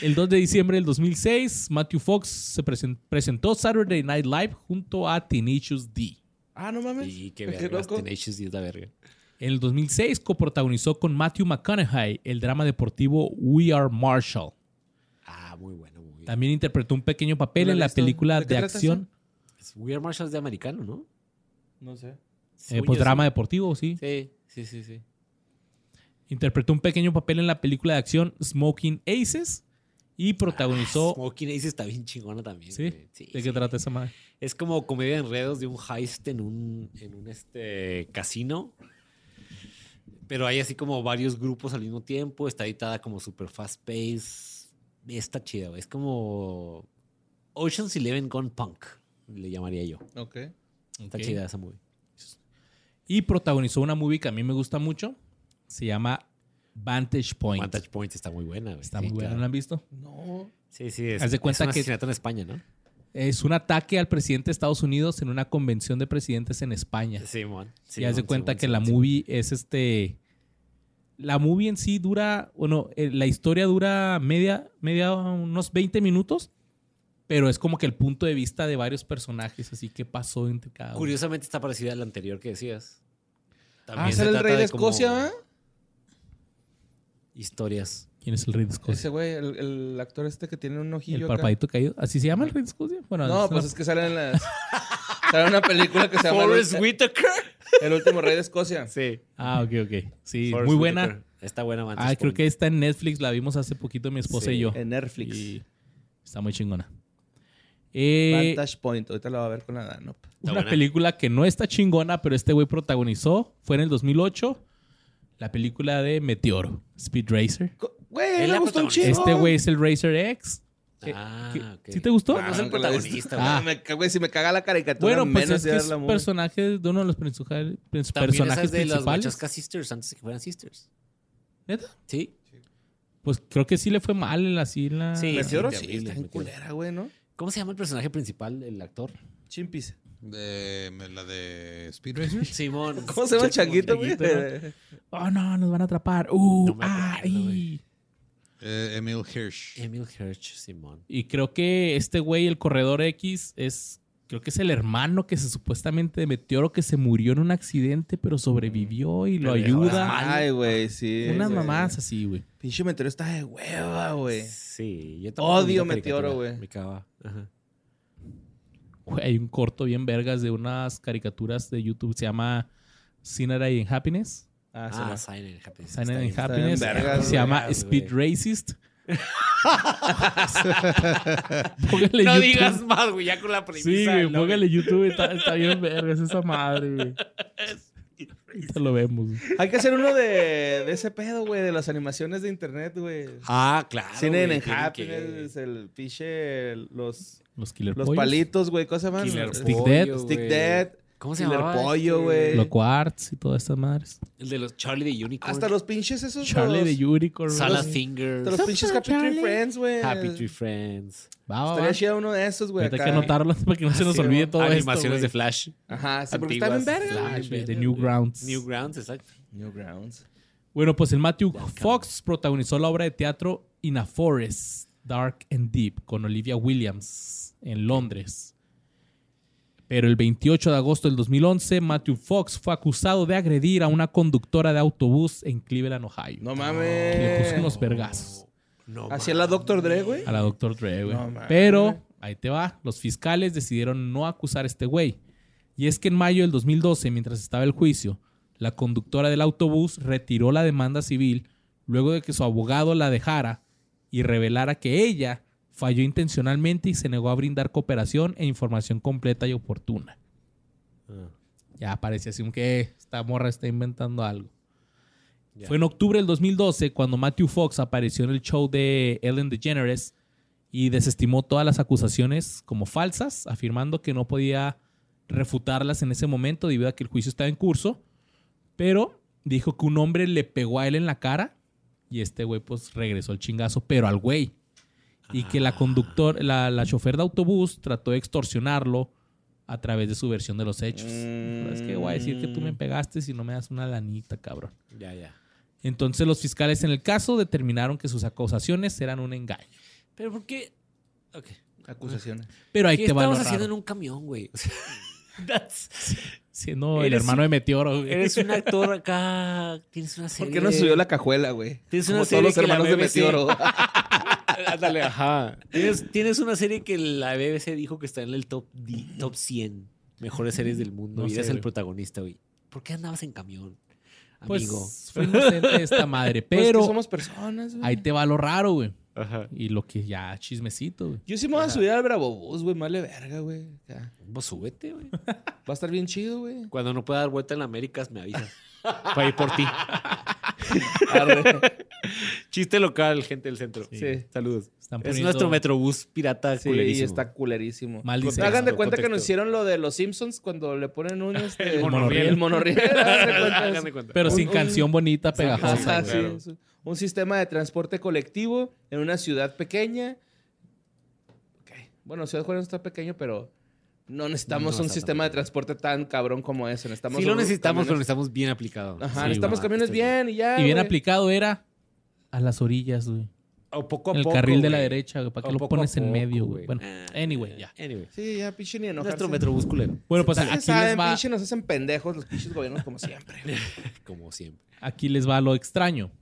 Speaker 1: El 2 de diciembre del 2006, Matthew Fox se presen- presentó Saturday Night Live junto a Tenacious D.
Speaker 2: Ah, no mames.
Speaker 4: Y qué
Speaker 2: [laughs] Qué
Speaker 4: verga.
Speaker 2: loco.
Speaker 4: Tenacious D es la verga.
Speaker 1: En el 2006 coprotagonizó con Matthew McConaughey el drama deportivo We Are Marshall.
Speaker 4: Ah, muy bueno, muy bien.
Speaker 1: También interpretó un pequeño papel
Speaker 2: No lo he
Speaker 1: en la
Speaker 2: visto.
Speaker 1: película
Speaker 2: ¿De
Speaker 1: de,
Speaker 2: qué trata
Speaker 1: acción,
Speaker 4: Es Weird Marshall es de americano, ¿no?
Speaker 2: No sé.
Speaker 1: eh,
Speaker 4: Según
Speaker 1: pues
Speaker 4: yo,
Speaker 1: drama
Speaker 4: sí.
Speaker 1: deportivo, sí.
Speaker 4: Sí, sí, sí, sí.
Speaker 1: Interpretó un pequeño papel en la película de acción Smoking Aces y protagonizó...
Speaker 4: Ah, Smoking Aces está bien chingona también.
Speaker 1: ¿Sí?
Speaker 4: güey. Sí,
Speaker 1: ¿De
Speaker 4: sí.
Speaker 1: qué trata esa madre?
Speaker 4: Es como comedia de enredos de un heist en un, en un este, casino. Pero hay así como varios grupos al mismo tiempo. Está editada como super fast pace. Está chida, güey. Es como Ocean's Eleven Gone Punk, le llamaría yo.
Speaker 2: Ok.
Speaker 4: Está
Speaker 1: Ok.
Speaker 4: chida esa movie.
Speaker 1: Y protagonizó una movie que a mí me gusta mucho. Se llama Vantage Point.
Speaker 4: Vantage Point está muy buena, güey.
Speaker 1: Está
Speaker 4: Sí,
Speaker 1: muy buena, ¿no
Speaker 4: claro.
Speaker 1: la han visto?
Speaker 2: No.
Speaker 4: Sí, sí. Es,
Speaker 1: Haz de cuenta
Speaker 4: es un
Speaker 1: que-
Speaker 4: asesinato en España, ¿no?
Speaker 1: Es un ataque al presidente de Estados Unidos en una convención de presidentes en España.
Speaker 4: Sí, mon. Sí,
Speaker 1: y haz de
Speaker 4: mon, sí,
Speaker 1: cuenta
Speaker 4: mon,
Speaker 1: que
Speaker 4: sí,
Speaker 1: la
Speaker 4: mon, sí,
Speaker 1: movie es este. La movie en sí dura. Bueno, eh, la historia dura media, media, unos 20 minutos. Pero es como que el punto de vista de varios personajes. Así que pasó entre cada
Speaker 4: mon.
Speaker 1: uno.
Speaker 4: Curiosamente está parecida a la anterior que decías.
Speaker 2: Ah,
Speaker 4: También se
Speaker 2: sale el
Speaker 4: trata
Speaker 2: rey de
Speaker 4: como
Speaker 2: Escocia, ¿verdad?
Speaker 4: Historias.
Speaker 1: ¿Quién es el Rey de
Speaker 2: Ese
Speaker 1: Escocia?
Speaker 2: güey, el, el actor este que tiene un
Speaker 1: El
Speaker 2: ojillo. acá.
Speaker 1: parpadito caído. ¿Así se llama el Rey de Escocia? Bueno,
Speaker 2: No,
Speaker 1: es
Speaker 2: pues
Speaker 1: una-
Speaker 2: es que sale en las. Sale una película que se llama El,
Speaker 4: Forrest Whitaker.
Speaker 2: El último rey de Escocia.
Speaker 4: Sí.
Speaker 1: Ah, ok, ok. Sí,
Speaker 4: Forrest
Speaker 1: muy buena.
Speaker 4: Whitaker. Está buena, Vantage
Speaker 1: Ah, creo
Speaker 4: Point.
Speaker 1: que está en Netflix. La vimos hace poquito mi esposa
Speaker 4: Sí,
Speaker 1: y yo.
Speaker 2: En Netflix.
Speaker 1: Y está muy chingona. Eh,
Speaker 2: Vantage Point. Ahorita la va a ver con la Danop.
Speaker 1: una
Speaker 4: buena.
Speaker 1: película que no está chingona, pero este güey protagonizó. Fue en el 2008. La película de Meteoro. Speed Racer.
Speaker 2: Co- Güey,
Speaker 4: Él
Speaker 2: le
Speaker 4: la
Speaker 2: gustó un
Speaker 4: protagonista.
Speaker 2: chingo.
Speaker 1: Este güey es el Racer X. Eh,
Speaker 4: Ah,
Speaker 1: ¿qué-
Speaker 4: ok.
Speaker 1: ¿Sí te gustó?
Speaker 4: No es el
Speaker 2: nunca la he visto.
Speaker 4: protagonista,
Speaker 1: güey.
Speaker 2: Ah, me ca- Güey, si me caga la caricatura,
Speaker 1: bueno, pues
Speaker 2: menos
Speaker 1: es
Speaker 2: de
Speaker 1: que
Speaker 2: dar
Speaker 1: es
Speaker 2: la movie.
Speaker 1: personaje de uno de los principales- pers-
Speaker 4: También esa
Speaker 1: personajes
Speaker 4: es de las
Speaker 1: principales.
Speaker 4: Machaska Sisters, antes de que fueran Sisters.
Speaker 1: ¿Neta?
Speaker 4: Sí.
Speaker 1: Pues creo que sí le fue mal en la isla.
Speaker 4: Sí.
Speaker 2: Meteoro
Speaker 4: Sí,
Speaker 2: sí,
Speaker 4: terrible,
Speaker 2: está en
Speaker 4: Meteoro.
Speaker 2: culera, güey, ¿no?
Speaker 4: ¿Cómo se llama el personaje principal, el actor?
Speaker 2: Chimpis.
Speaker 3: De, me- la de Speed
Speaker 4: [laughs]
Speaker 3: Racer.
Speaker 4: Simón.
Speaker 2: ¿Cómo se llama el changuito, güey?
Speaker 1: changuito, Oh, no, nos van a atrapar. Uh,
Speaker 4: No me acuerdo,
Speaker 1: ay.
Speaker 4: güey.
Speaker 3: Eh, Emil Hirsch.
Speaker 4: Emil Hirsch, Simón.
Speaker 1: Y creo que este güey, el Corredor X, es. Creo que es el hermano que se supuestamente de Meteoro que se murió en un accidente, pero sobrevivió y lo
Speaker 4: Pero
Speaker 1: ayuda.
Speaker 4: ahora-
Speaker 2: Ay, güey, sí.
Speaker 1: Unas
Speaker 2: güey.
Speaker 1: mamás así, güey.
Speaker 2: Pinche meteoro está de hueva, güey.
Speaker 4: Sí, yo
Speaker 2: Odio
Speaker 4: tampoco vi la
Speaker 2: Meteoro,
Speaker 4: caricatura,
Speaker 2: güey.
Speaker 4: Me cagaba. Ajá.
Speaker 1: Güey, Hay un corto bien vergas de unas caricaturas de YouTube. Se llama Cinerary in Happiness.
Speaker 2: Ah, se
Speaker 4: Ah,
Speaker 2: va.
Speaker 4: Silent Happiness.
Speaker 1: Sign in
Speaker 4: Está bien,
Speaker 1: Happiness.
Speaker 2: bien vergas,
Speaker 1: se llama
Speaker 4: [laughs] güey.
Speaker 1: Speed Racist. Póngale
Speaker 4: no
Speaker 1: YouTube.
Speaker 4: digas más, güey, ya con la premisa.
Speaker 1: Sí, güey,
Speaker 4: ¿no?
Speaker 1: póngale YouTube. Está, está bien vergas esa madre,
Speaker 4: [laughs]
Speaker 1: güey. Ahorita lo vemos. güey.
Speaker 2: Hay que hacer uno de, de ese pedo, güey, de las animaciones de internet, güey.
Speaker 4: Ah, claro.
Speaker 2: Cine
Speaker 4: güey,
Speaker 2: en
Speaker 4: tienen
Speaker 2: Happiness, el pinche, los,
Speaker 1: Los Killer
Speaker 2: los
Speaker 1: Pollos,
Speaker 2: palitos, güey, ¿cómo se llaman? Este,
Speaker 4: Killer
Speaker 1: Stick
Speaker 4: Pollo,
Speaker 1: Dead.
Speaker 4: güey.
Speaker 2: Stick Dead.
Speaker 4: ¿Cómo se este?
Speaker 2: Killer
Speaker 4: llama?
Speaker 2: Pollo, güey.
Speaker 1: Los Quartz y todas estas madres.
Speaker 4: El de los Charlie de Unicorn.
Speaker 2: Hasta los pinches esos.
Speaker 1: Charlie
Speaker 2: los-
Speaker 1: de Unicorn.
Speaker 4: Salad
Speaker 1: güey.
Speaker 4: Fingers.
Speaker 2: hasta los pinches Happy Tree Friends, güey.
Speaker 1: Ah,
Speaker 4: Happy Tree Friends.
Speaker 1: Va, va, va.
Speaker 2: Estaría chido uno de esos, güey.
Speaker 1: Ahorita hay que
Speaker 2: acá. Ah,
Speaker 1: anotarlos [laughs] para que no se nos
Speaker 2: Sí,
Speaker 1: olvide
Speaker 2: ¿no?
Speaker 1: todo
Speaker 4: Animaciones de
Speaker 1: esto.
Speaker 4: Flash.
Speaker 2: Ajá, sí, porque están en
Speaker 4: Antiguas.
Speaker 2: verga.
Speaker 1: Flash, güey, de
Speaker 4: güey.
Speaker 1: Newgrounds.
Speaker 4: Newgrounds, exacto.
Speaker 2: Newgrounds.
Speaker 1: Bueno, pues el Matthew Fox protagonizó la obra de teatro In a Forest, Dark and Deep, con Olivia Williams en Londres. Pero el 28 de agosto del 2011, Matthew Fox fue acusado de agredir a una conductora de autobús en Cleveland, Ohio.
Speaker 2: No
Speaker 1: Que le puso unos
Speaker 2: mames.
Speaker 1: vergazos
Speaker 4: No.
Speaker 2: Hacía la Doctor Dre, güey.
Speaker 1: a la Dr. Dre, güey.
Speaker 2: No mames.
Speaker 1: Pero, ahí te va, los fiscales decidieron no acusar a este güey. Y es que en mayo del 2012, mientras estaba el juicio, la conductora del autobús retiró la demanda civil luego de que su abogado la dejara y revelara que ella falló intencionalmente y se negó a brindar cooperación e información completa y oportuna.
Speaker 4: Ah,
Speaker 1: Ya parecía así como que "Eh, esta morra está inventando algo.
Speaker 4: ya.
Speaker 1: Fue en octubre del 2012 cuando Matthew Fox apareció en el show de Ellen DeGeneres y desestimó todas las acusaciones como falsas, afirmando que no podía refutarlas en ese momento debido a que el juicio estaba en curso, pero dijo que un hombre le pegó a él en la cara y este güey pues regresó el chingazo, pero al güey. Y que la conductor, la, la chofer de autobús trató de extorsionarlo a través de su versión de los hechos.
Speaker 2: Mm.
Speaker 1: Es que voy a decir que tú me pegaste si no me das una lanita, cabrón.
Speaker 4: Ya, ya.
Speaker 1: Entonces los fiscales en el caso determinaron que sus acusaciones eran un engaño.
Speaker 4: Pero ¿por qué? Ok.
Speaker 2: Acusaciones.
Speaker 1: Pero ahí
Speaker 4: ¿Qué
Speaker 1: te va lo
Speaker 4: estabas
Speaker 1: raro.
Speaker 4: haciendo en un camión, [laughs] güey? O sea, that's-
Speaker 1: Siendo el
Speaker 4: Eres
Speaker 1: hermano de Meteoro. güey.
Speaker 4: Eres un actor acá. Tienes una serie.
Speaker 2: ¿Por qué no subió la cajuela, güey?
Speaker 4: Tienes una
Speaker 2: Como todos
Speaker 4: serie
Speaker 2: los
Speaker 4: que la
Speaker 2: hermanos de
Speaker 4: BBC.
Speaker 2: Meteoro.
Speaker 4: [laughs]
Speaker 2: Pues
Speaker 4: Ándale, ajá. Tienes, tienes una serie que la BBC dijo que está en el top, di- top 100 mejores series del mundo
Speaker 1: No
Speaker 4: y
Speaker 1: sé,
Speaker 4: eres el
Speaker 1: güey.
Speaker 4: protagonista, güey. ¿Por qué andabas en camión,
Speaker 1: Pues
Speaker 4: amigo?
Speaker 1: fue inocente esta
Speaker 4: [laughs]
Speaker 1: madre.
Speaker 4: Pues
Speaker 2: Pero
Speaker 1: Pero
Speaker 2: somos personas, güey.
Speaker 1: ahí te va lo raro, güey.
Speaker 4: Ajá.
Speaker 1: Y lo que ya chismecito, güey.
Speaker 2: Yo sí me voy a
Speaker 4: Ajá.
Speaker 2: subir al Bravo Bus, güey. Male verga, güey. Ya.
Speaker 4: Vos Pues súbete, güey.
Speaker 2: Va a estar bien chido, güey.
Speaker 4: [laughs] Cuando no pueda dar vuelta en la Américas, me avisas. Para ir por ti.
Speaker 2: Arre.
Speaker 4: [laughs] Chiste local, gente del centro.
Speaker 1: Sí.
Speaker 2: sí.
Speaker 4: Saludos.
Speaker 1: Están
Speaker 4: Es
Speaker 1: poniendo-
Speaker 4: nuestro metrobús pirata
Speaker 2: Sí,
Speaker 4: culerísimo. [laughs]
Speaker 2: está culerísimo.
Speaker 1: Mal
Speaker 2: Con-
Speaker 1: diseño.
Speaker 2: Pues Hagan de cuenta que
Speaker 4: Contexto.
Speaker 2: nos hicieron lo de los Simpsons cuando le ponen un
Speaker 4: [laughs]
Speaker 2: este,
Speaker 4: El
Speaker 1: monorriel.
Speaker 2: El monorriel. [laughs] hagan de cuenta
Speaker 4: Hagan
Speaker 2: eso.
Speaker 4: de cuenta.
Speaker 1: Pero
Speaker 2: Un-
Speaker 1: sin
Speaker 2: un-
Speaker 1: canción bonita,
Speaker 2: Ajá,
Speaker 1: pegajosa.
Speaker 4: Ajá,
Speaker 2: sí,
Speaker 4: claro.
Speaker 2: es un sistema de transporte colectivo en una ciudad pequeña. Ok. Bueno, Ciudad Juárez no está pequeño, pero no necesitamos
Speaker 4: No
Speaker 2: un
Speaker 4: está tan
Speaker 2: sistema de
Speaker 4: pequeño.
Speaker 2: transporte tan cabrón como ese. Necesitamos
Speaker 4: Sí lo
Speaker 2: un-
Speaker 4: necesitamos, pero
Speaker 2: camiones-
Speaker 4: necesitamos bien aplicado.
Speaker 2: Ajá,
Speaker 1: Sí,
Speaker 2: necesitamos
Speaker 4: va,
Speaker 2: camiones
Speaker 4: estoy
Speaker 2: bien y ya.
Speaker 1: Y bien
Speaker 2: güey.
Speaker 1: aplicado era a las orillas, güey.
Speaker 4: O poco a
Speaker 1: En el
Speaker 4: poco,
Speaker 1: carril de la
Speaker 4: güey.
Speaker 1: derecha, güey. ¿Para
Speaker 4: O
Speaker 1: qué lo
Speaker 4: poco a
Speaker 1: pones en
Speaker 4: poco,
Speaker 1: medio, güey? Bueno,
Speaker 4: Ah,
Speaker 1: anyway, ya.
Speaker 4: Anyway.
Speaker 2: Sí, ya pinche ni enojarse.
Speaker 4: Nuestro metrobús culero.
Speaker 1: Bueno, pues
Speaker 2: Ustedes
Speaker 1: aquí les
Speaker 2: saben,
Speaker 1: va...
Speaker 2: pinche, nos hacen pendejos los pinches gobiernos como siempre.
Speaker 4: [laughs] Como siempre.
Speaker 1: aquí les va lo extraño.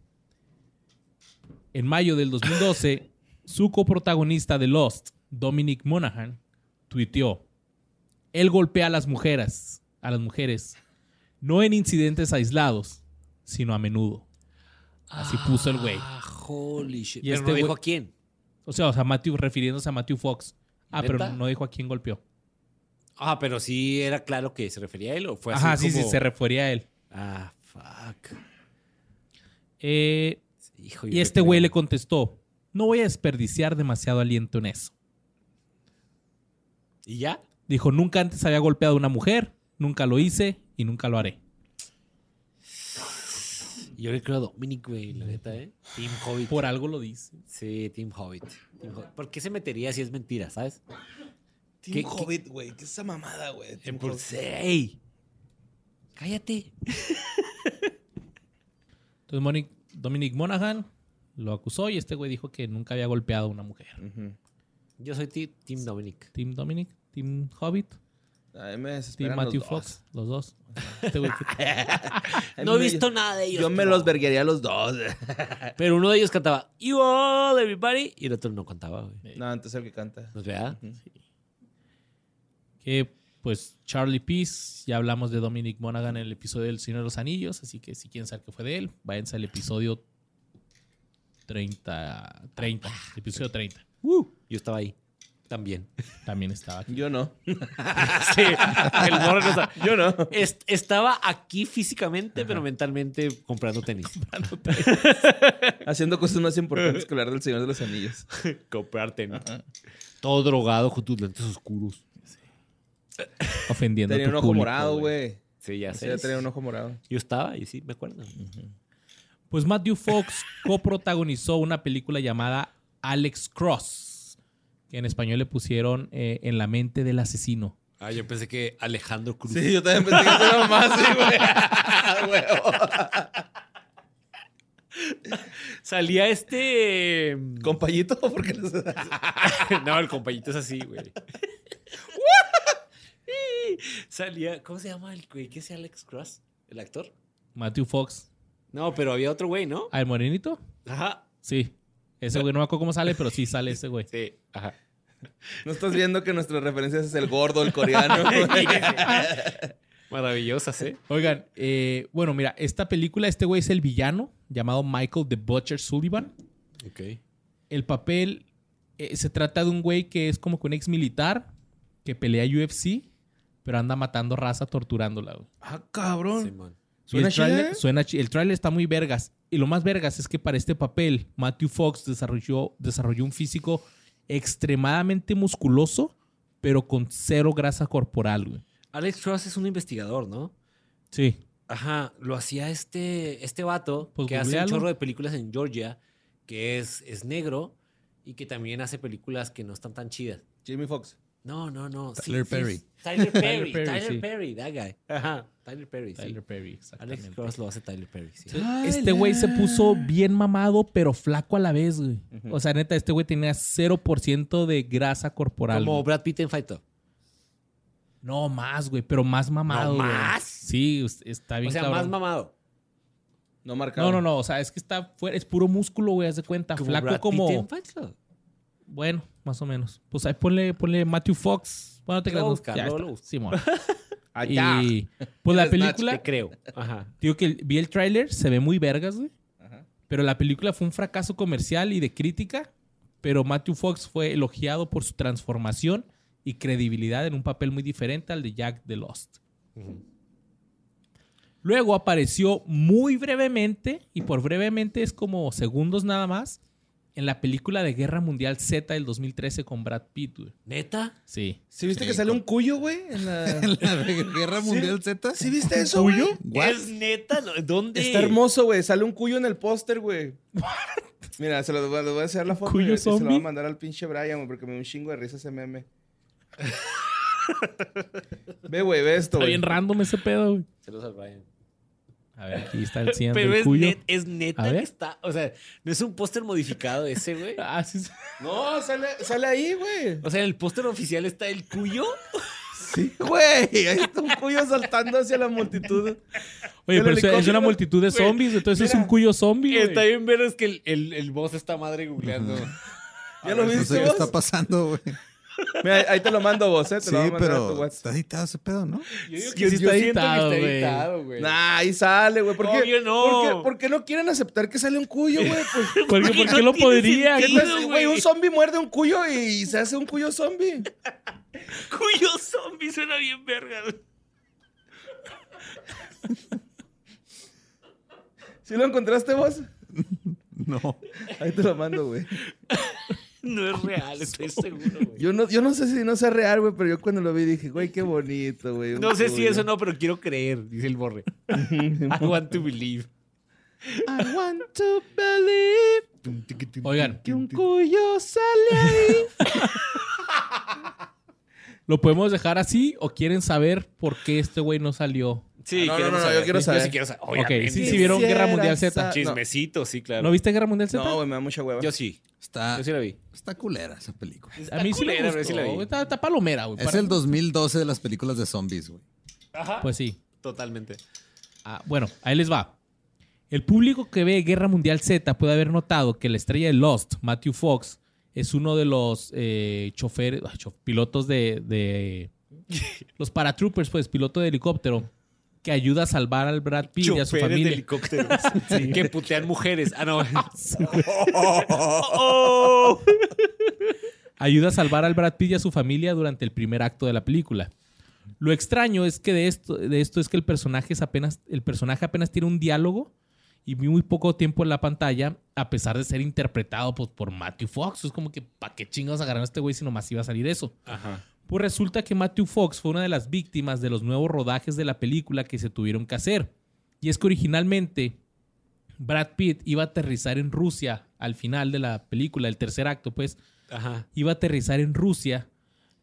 Speaker 1: En mayo del 2012, su coprotagonista de Lost, Dominic Monaghan, tuiteó: Él golpea a las mujeres, a las mujeres, no en incidentes aislados, sino a menudo. Así puso el güey.
Speaker 4: Ah, holy shit.
Speaker 1: Y
Speaker 4: Pero
Speaker 1: este
Speaker 4: no dijo
Speaker 1: güey-
Speaker 4: a quién.
Speaker 1: O sea, o sea, Matthew refiriéndose a Matthew Fox. Ah, pero
Speaker 4: ¿Neta?
Speaker 1: no dijo a quién golpeó.
Speaker 4: Ah, pero sí era claro que se refería a él o fue así
Speaker 1: Ajá, sí,
Speaker 4: Pues como-
Speaker 1: sí, se refería a él.
Speaker 4: Ah, fuck.
Speaker 1: Eh,
Speaker 4: Hijo, yo
Speaker 1: y
Speaker 4: le
Speaker 1: este güey
Speaker 4: creo.
Speaker 1: le contestó: No voy a desperdiciar demasiado aliento en eso.
Speaker 4: ¿Y ya?
Speaker 1: Dijo, nunca antes había golpeado a una mujer, nunca lo hice y nunca lo haré.
Speaker 4: Yo le creo a Dominic, güey, la neta, ¿eh? Team Hobbit.
Speaker 2: Pues-
Speaker 1: Por algo lo dice.
Speaker 4: Sí, Team Hobbit. Team Hobbit. ¿Por qué se metería si es mentira, sabes?
Speaker 2: Team
Speaker 4: ¿Qué- qué-
Speaker 2: Hobbit, güey. ¿Qué es esa mamada, güey? Team
Speaker 4: Por
Speaker 2: Hobbit.
Speaker 4: ¡Ey! ¡Cállate!
Speaker 1: Entonces Monic- Dominic Monaghan lo acusó y este güey dijo que nunca había golpeado a una mujer.
Speaker 2: Ujú.
Speaker 4: Yo soy ti- Team Dominic.
Speaker 1: Team Dominic, Team Hobbit,
Speaker 2: A mí me
Speaker 1: Team
Speaker 2: desesperan los
Speaker 1: Matthew
Speaker 2: dos.
Speaker 1: Fox, los dos. Este güey que-
Speaker 2: A mí
Speaker 4: No he
Speaker 2: me-
Speaker 4: visto nada de ellos.
Speaker 2: Yo me
Speaker 4: pero-
Speaker 2: los verguería a los dos. [laughs]
Speaker 4: Pero uno de ellos cantaba You all, everybody. Y el otro no cantaba, güey.
Speaker 2: no, entonces el que canta.
Speaker 4: ¿No es verdad?
Speaker 1: que, pues Charlie Peace, ya hablamos de Dominic Monaghan en el episodio del Señor de los Anillos, así que si quieren saber qué fue de él, váyanse al episodio 30, 30, episodio 30.
Speaker 4: ¡Uh! Yo estaba ahí
Speaker 2: [laughs]
Speaker 4: también.
Speaker 1: También estaba aquí.
Speaker 2: Yo no.
Speaker 4: Sí, el morro no estaba.
Speaker 2: Yo no.
Speaker 4: Est- estaba aquí físicamente, pero mentalmente comprando tenis.
Speaker 2: Haciendo cosas más importantes que hablar del Señor de los Anillos.
Speaker 4: Comprar tenis. Todo drogado con tus lentes oscuros.
Speaker 1: Ofendiendo a
Speaker 2: Tenía
Speaker 1: tu
Speaker 2: un ojo
Speaker 1: público,
Speaker 2: morado,
Speaker 1: güey.
Speaker 2: güey.
Speaker 4: Sí, ya
Speaker 2: Sí,
Speaker 4: sé.
Speaker 2: ya Pues tenía un
Speaker 1: [laughs]
Speaker 2: ojo morado.
Speaker 4: Yo estaba y sí, me acuerdo.
Speaker 1: Pues Matthew Fox coprotagonizó una película llamada Alex Cross, que en español le pusieron eh, En la mente del asesino.
Speaker 4: Ah, yo pensé que Alejandro Cruz.
Speaker 2: Sí, yo también pensé que
Speaker 3: [laughs]
Speaker 2: era más, sí,
Speaker 4: [laughs]
Speaker 2: Ah, güey.
Speaker 4: Salía este.
Speaker 2: Compañito, porque no sé.
Speaker 4: [laughs] no, el compañito es así, güey. Salía. ¿Cómo se llama el güey? ¿Qué es Alex Cross? ¿El actor?
Speaker 1: Matthew Fox.
Speaker 4: No, pero había otro güey, ¿no?
Speaker 1: ¿Al morenito?
Speaker 4: Ajá.
Speaker 1: Sí. Ese güey, no me acuerdo cómo sale, pero sí sale ese güey.
Speaker 4: [laughs] Sí, ajá.
Speaker 2: No estás viendo que nuestras referencias es el gordo, el coreano.
Speaker 4: Maravillosas, ¿eh?
Speaker 1: Oigan, eh, bueno, mira, esta película, este güey es el villano llamado Michael the Butcher Sullivan.
Speaker 4: Ok.
Speaker 1: El papel eh, se trata de un güey que es como que un ex militar que pelea UFC, pero anda matando raza, torturándola. güey.
Speaker 2: ah, cabrón.
Speaker 4: Simón.
Speaker 1: Y el
Speaker 2: ¿Suena chida,
Speaker 1: tráiler-
Speaker 2: eh?
Speaker 1: suena chi- El tráiler está muy vergas. Y lo más vergas es que para este papel, Matthew Fox desarrolló, desarrolló un físico extremadamente musculoso, pero con cero grasa corporal, güey.
Speaker 4: Alex Cross es un investigador, ¿no?
Speaker 1: Sí.
Speaker 4: Ajá, lo hacía este, este vato
Speaker 1: Pues
Speaker 4: que hace un
Speaker 1: googlealo.
Speaker 4: chorro de películas en Georgia, que es, es negro y que también hace películas que no están tan chidas.
Speaker 2: Jimmy Fox.
Speaker 4: No, no, no. sí,
Speaker 3: Tyler
Speaker 4: sí es-
Speaker 3: Perry.
Speaker 1: [laughs]
Speaker 4: Tyler
Speaker 1: Perry,
Speaker 4: Perry. Tyler
Speaker 1: sí.
Speaker 4: Perry, that guy. Ajá, Tyler Perry, sí.
Speaker 1: Tyler Perry,
Speaker 4: Alex
Speaker 1: exactamente.
Speaker 4: Cross lo hace Tyler Perry, sí.
Speaker 1: Este güey se puso bien mamado, pero flaco a la vez, güey. O sea, neta, este güey tenía 0% de grasa corporal.
Speaker 4: Como
Speaker 1: güey.
Speaker 4: Brad Pitt en Fight Club.
Speaker 1: No más, güey, pero más mamado.
Speaker 4: ¿No
Speaker 1: güey.
Speaker 4: más?
Speaker 1: Sí, us- está bien.
Speaker 4: O sea,
Speaker 1: cabrón.
Speaker 4: más mamado.
Speaker 2: No marcado.
Speaker 1: No, no, no. O sea, es que está fuera, es puro músculo, güey, haz de cuenta. Ah, flaco
Speaker 4: Brad Pitt
Speaker 1: como.
Speaker 4: en Fight Club.
Speaker 1: Bueno, más o menos. Pues ahí ponle, ponle Matthew Fox. Bueno, no te
Speaker 4: Lo
Speaker 1: creas. no,
Speaker 4: busca,
Speaker 1: ya
Speaker 4: lo
Speaker 1: está.
Speaker 4: busca.
Speaker 1: Simón.
Speaker 4: [laughs]
Speaker 2: Allá.
Speaker 1: y pues la
Speaker 2: El Snatch,
Speaker 1: película.
Speaker 4: Te creo. Ajá.
Speaker 1: Digo que el- vi el tráiler, se ve muy vergas, güey.
Speaker 2: Ajá.
Speaker 1: Pero la película fue un fracaso comercial y de crítica, pero Matthew Fox fue elogiado por su transformación y credibilidad en un papel muy diferente al de Jack the Lost. Luego apareció muy brevemente, y por brevemente es como segundos nada más, en la película de Guerra Mundial Z del 2013 con Brad Pitt. güey.
Speaker 4: ¿Neta?
Speaker 1: Sí.
Speaker 2: ¿Sí viste
Speaker 3: Sí,
Speaker 2: que sale
Speaker 3: con-
Speaker 2: un cuyo, güey?
Speaker 1: [laughs]
Speaker 2: En la...
Speaker 3: ¿La Guerra Mundial Z?
Speaker 2: ¿Sí viste eso, güey?
Speaker 3: What?
Speaker 4: ¿Es neta? No, ¿Dónde?
Speaker 2: Está hermoso, güey. Sale un cuyo en el póster,
Speaker 1: [laughs]
Speaker 2: güey. Mira, se lo, les voy a hacer la foto.
Speaker 1: ¿Cuyo
Speaker 2: y se lo voy
Speaker 1: zombie?
Speaker 2: a mandar al pinche Brian, güey, porque me dio un chingo de risa
Speaker 1: [laughs]
Speaker 2: ese meme. ve, güey, ve esto,
Speaker 1: Está
Speaker 2: güey.
Speaker 1: bien random ese pedo, güey.
Speaker 4: Saludos al Brian.
Speaker 1: A ver, aquí está el siguiente.
Speaker 4: Pero
Speaker 1: el
Speaker 4: es,
Speaker 1: cuyo.
Speaker 4: net- es
Speaker 1: A
Speaker 4: neta
Speaker 1: ver.
Speaker 4: que está. O sea, no es un póster modificado ese, güey.
Speaker 1: Ah, sí, sí.
Speaker 2: No, sale, sale ahí, güey.
Speaker 4: O sea, en el póster oficial está el cuyo.
Speaker 2: Sí, güey. Ahí está un cuyo saltando hacia la multitud.
Speaker 1: Oye,
Speaker 2: El
Speaker 1: pero es- es
Speaker 2: helicóptero.
Speaker 1: una multitud de zombies, entonces es un cuyo zombie. güey.
Speaker 4: Está bien, pero es que el, el, el boss está madre googleando.
Speaker 2: ¿Ya lo
Speaker 3: No sé
Speaker 2: viste
Speaker 3: qué está
Speaker 2: vos?
Speaker 3: pasando, güey.
Speaker 2: Mira, ahí te lo mando vos, ¿eh? Te
Speaker 3: Sí,
Speaker 2: lo voy a mandar a tu
Speaker 3: pero
Speaker 2: WhatsApp.
Speaker 3: está editado ese pedo, ¿no?
Speaker 4: Yo digo
Speaker 1: Yo
Speaker 4: que sí
Speaker 1: siento
Speaker 4: está
Speaker 1: que
Speaker 4: editado,
Speaker 1: está
Speaker 4: güey.
Speaker 1: editado,
Speaker 2: Nah, ahí sale, güey. ¿Por qué,
Speaker 4: Obvio no.
Speaker 2: ¿por, qué, por qué no quieren aceptar que sale un cuyo, [laughs] güey? Pues,
Speaker 1: ¿Por qué,
Speaker 4: Porque
Speaker 1: por
Speaker 4: no
Speaker 1: qué lo
Speaker 4: tiene
Speaker 1: podría?
Speaker 4: sentido.
Speaker 1: ¿Qué
Speaker 2: pues,
Speaker 1: tal-
Speaker 4: güey.
Speaker 2: güey, un zombie muerde un cuyo y se hace un cuyo zombie.
Speaker 4: Cuyo zombie suena bien verga. güey.
Speaker 2: ¿Sí lo encontraste [laughs] vos?
Speaker 3: No.
Speaker 2: Ahí te lo mando, güey.
Speaker 4: No
Speaker 1: [laughs]
Speaker 4: es real, estoy seguro, güey.
Speaker 2: Yo no, yo no sé si no sea real, güey, pero yo cuando lo vi dije, güey, qué bonito, güey. un
Speaker 4: No sé si
Speaker 2: cuyo. [laughs]
Speaker 4: eso no, pero quiero creer, dice el borre. I want to believe.
Speaker 2: I want to believe
Speaker 1: Oigan,
Speaker 2: que un cuyo sale ahí.
Speaker 1: ¿lo podemos dejar así o quieren saber por qué este güey no salió?
Speaker 4: Sí,
Speaker 2: Ah, no,
Speaker 4: queremos
Speaker 2: no, no, yo
Speaker 4: saber.
Speaker 2: quiero saber.
Speaker 4: Yo sí quiero saber.
Speaker 1: ok, sí,
Speaker 4: Obviamente.
Speaker 1: sí vieron
Speaker 2: Quisiera
Speaker 1: Guerra Mundial Z.
Speaker 2: saber.
Speaker 4: Chismecito, sí, claro.
Speaker 1: ¿No viste Guerra Mundial Z?
Speaker 2: No, güey, me da mucha hueva.
Speaker 4: Yo sí.
Speaker 3: Está,
Speaker 2: Ah.
Speaker 4: Yo sí la vi.
Speaker 3: está culera esa película.
Speaker 1: a mí sí me
Speaker 4: culera,
Speaker 1: gustó.
Speaker 4: pero sí la vi.
Speaker 1: güey. Está, está palomera, güey.
Speaker 3: Es
Speaker 1: Para-
Speaker 3: el 2012 de las películas de zombies, güey.
Speaker 4: Ajá.
Speaker 1: Pues sí.
Speaker 4: Totalmente.
Speaker 1: Ah, bueno, ahí les va. El público que ve Guerra Mundial Z puede haber notado que la estrella de Lost, Matthew Fox, es uno de los eh, choferes,
Speaker 4: [laughs]
Speaker 1: ah, cho- pilotos de, de- Los paratroopers, pues, piloto de helicóptero, que ayuda a salvar al Brad Pitt y a su
Speaker 4: Choferes de
Speaker 1: familia. [laughs]
Speaker 4: helicópteros que putean mujeres. Ah, no.
Speaker 1: Ayuda a salvar al Brad Pitt y a su familia durante el primer acto de la película. Lo extraño es que de esto, de esto es que el personaje, es apenas, el personaje apenas tiene un diálogo y muy poco tiempo en la pantalla, a pesar de ser interpretado pues, por Matthew Fox. Es como que, ¿para qué chingados agarraron a este güey si nomás iba a salir eso?
Speaker 4: Ajá.
Speaker 1: Pues resulta que Matthew Fox fue una de las víctimas de los nuevos rodajes de la película que se tuvieron que hacer. Y es que originalmente Brad Pitt iba a aterrizar en Rusia al final de la película, el tercer acto, pues,
Speaker 4: Ajá.
Speaker 1: iba a aterrizar en Rusia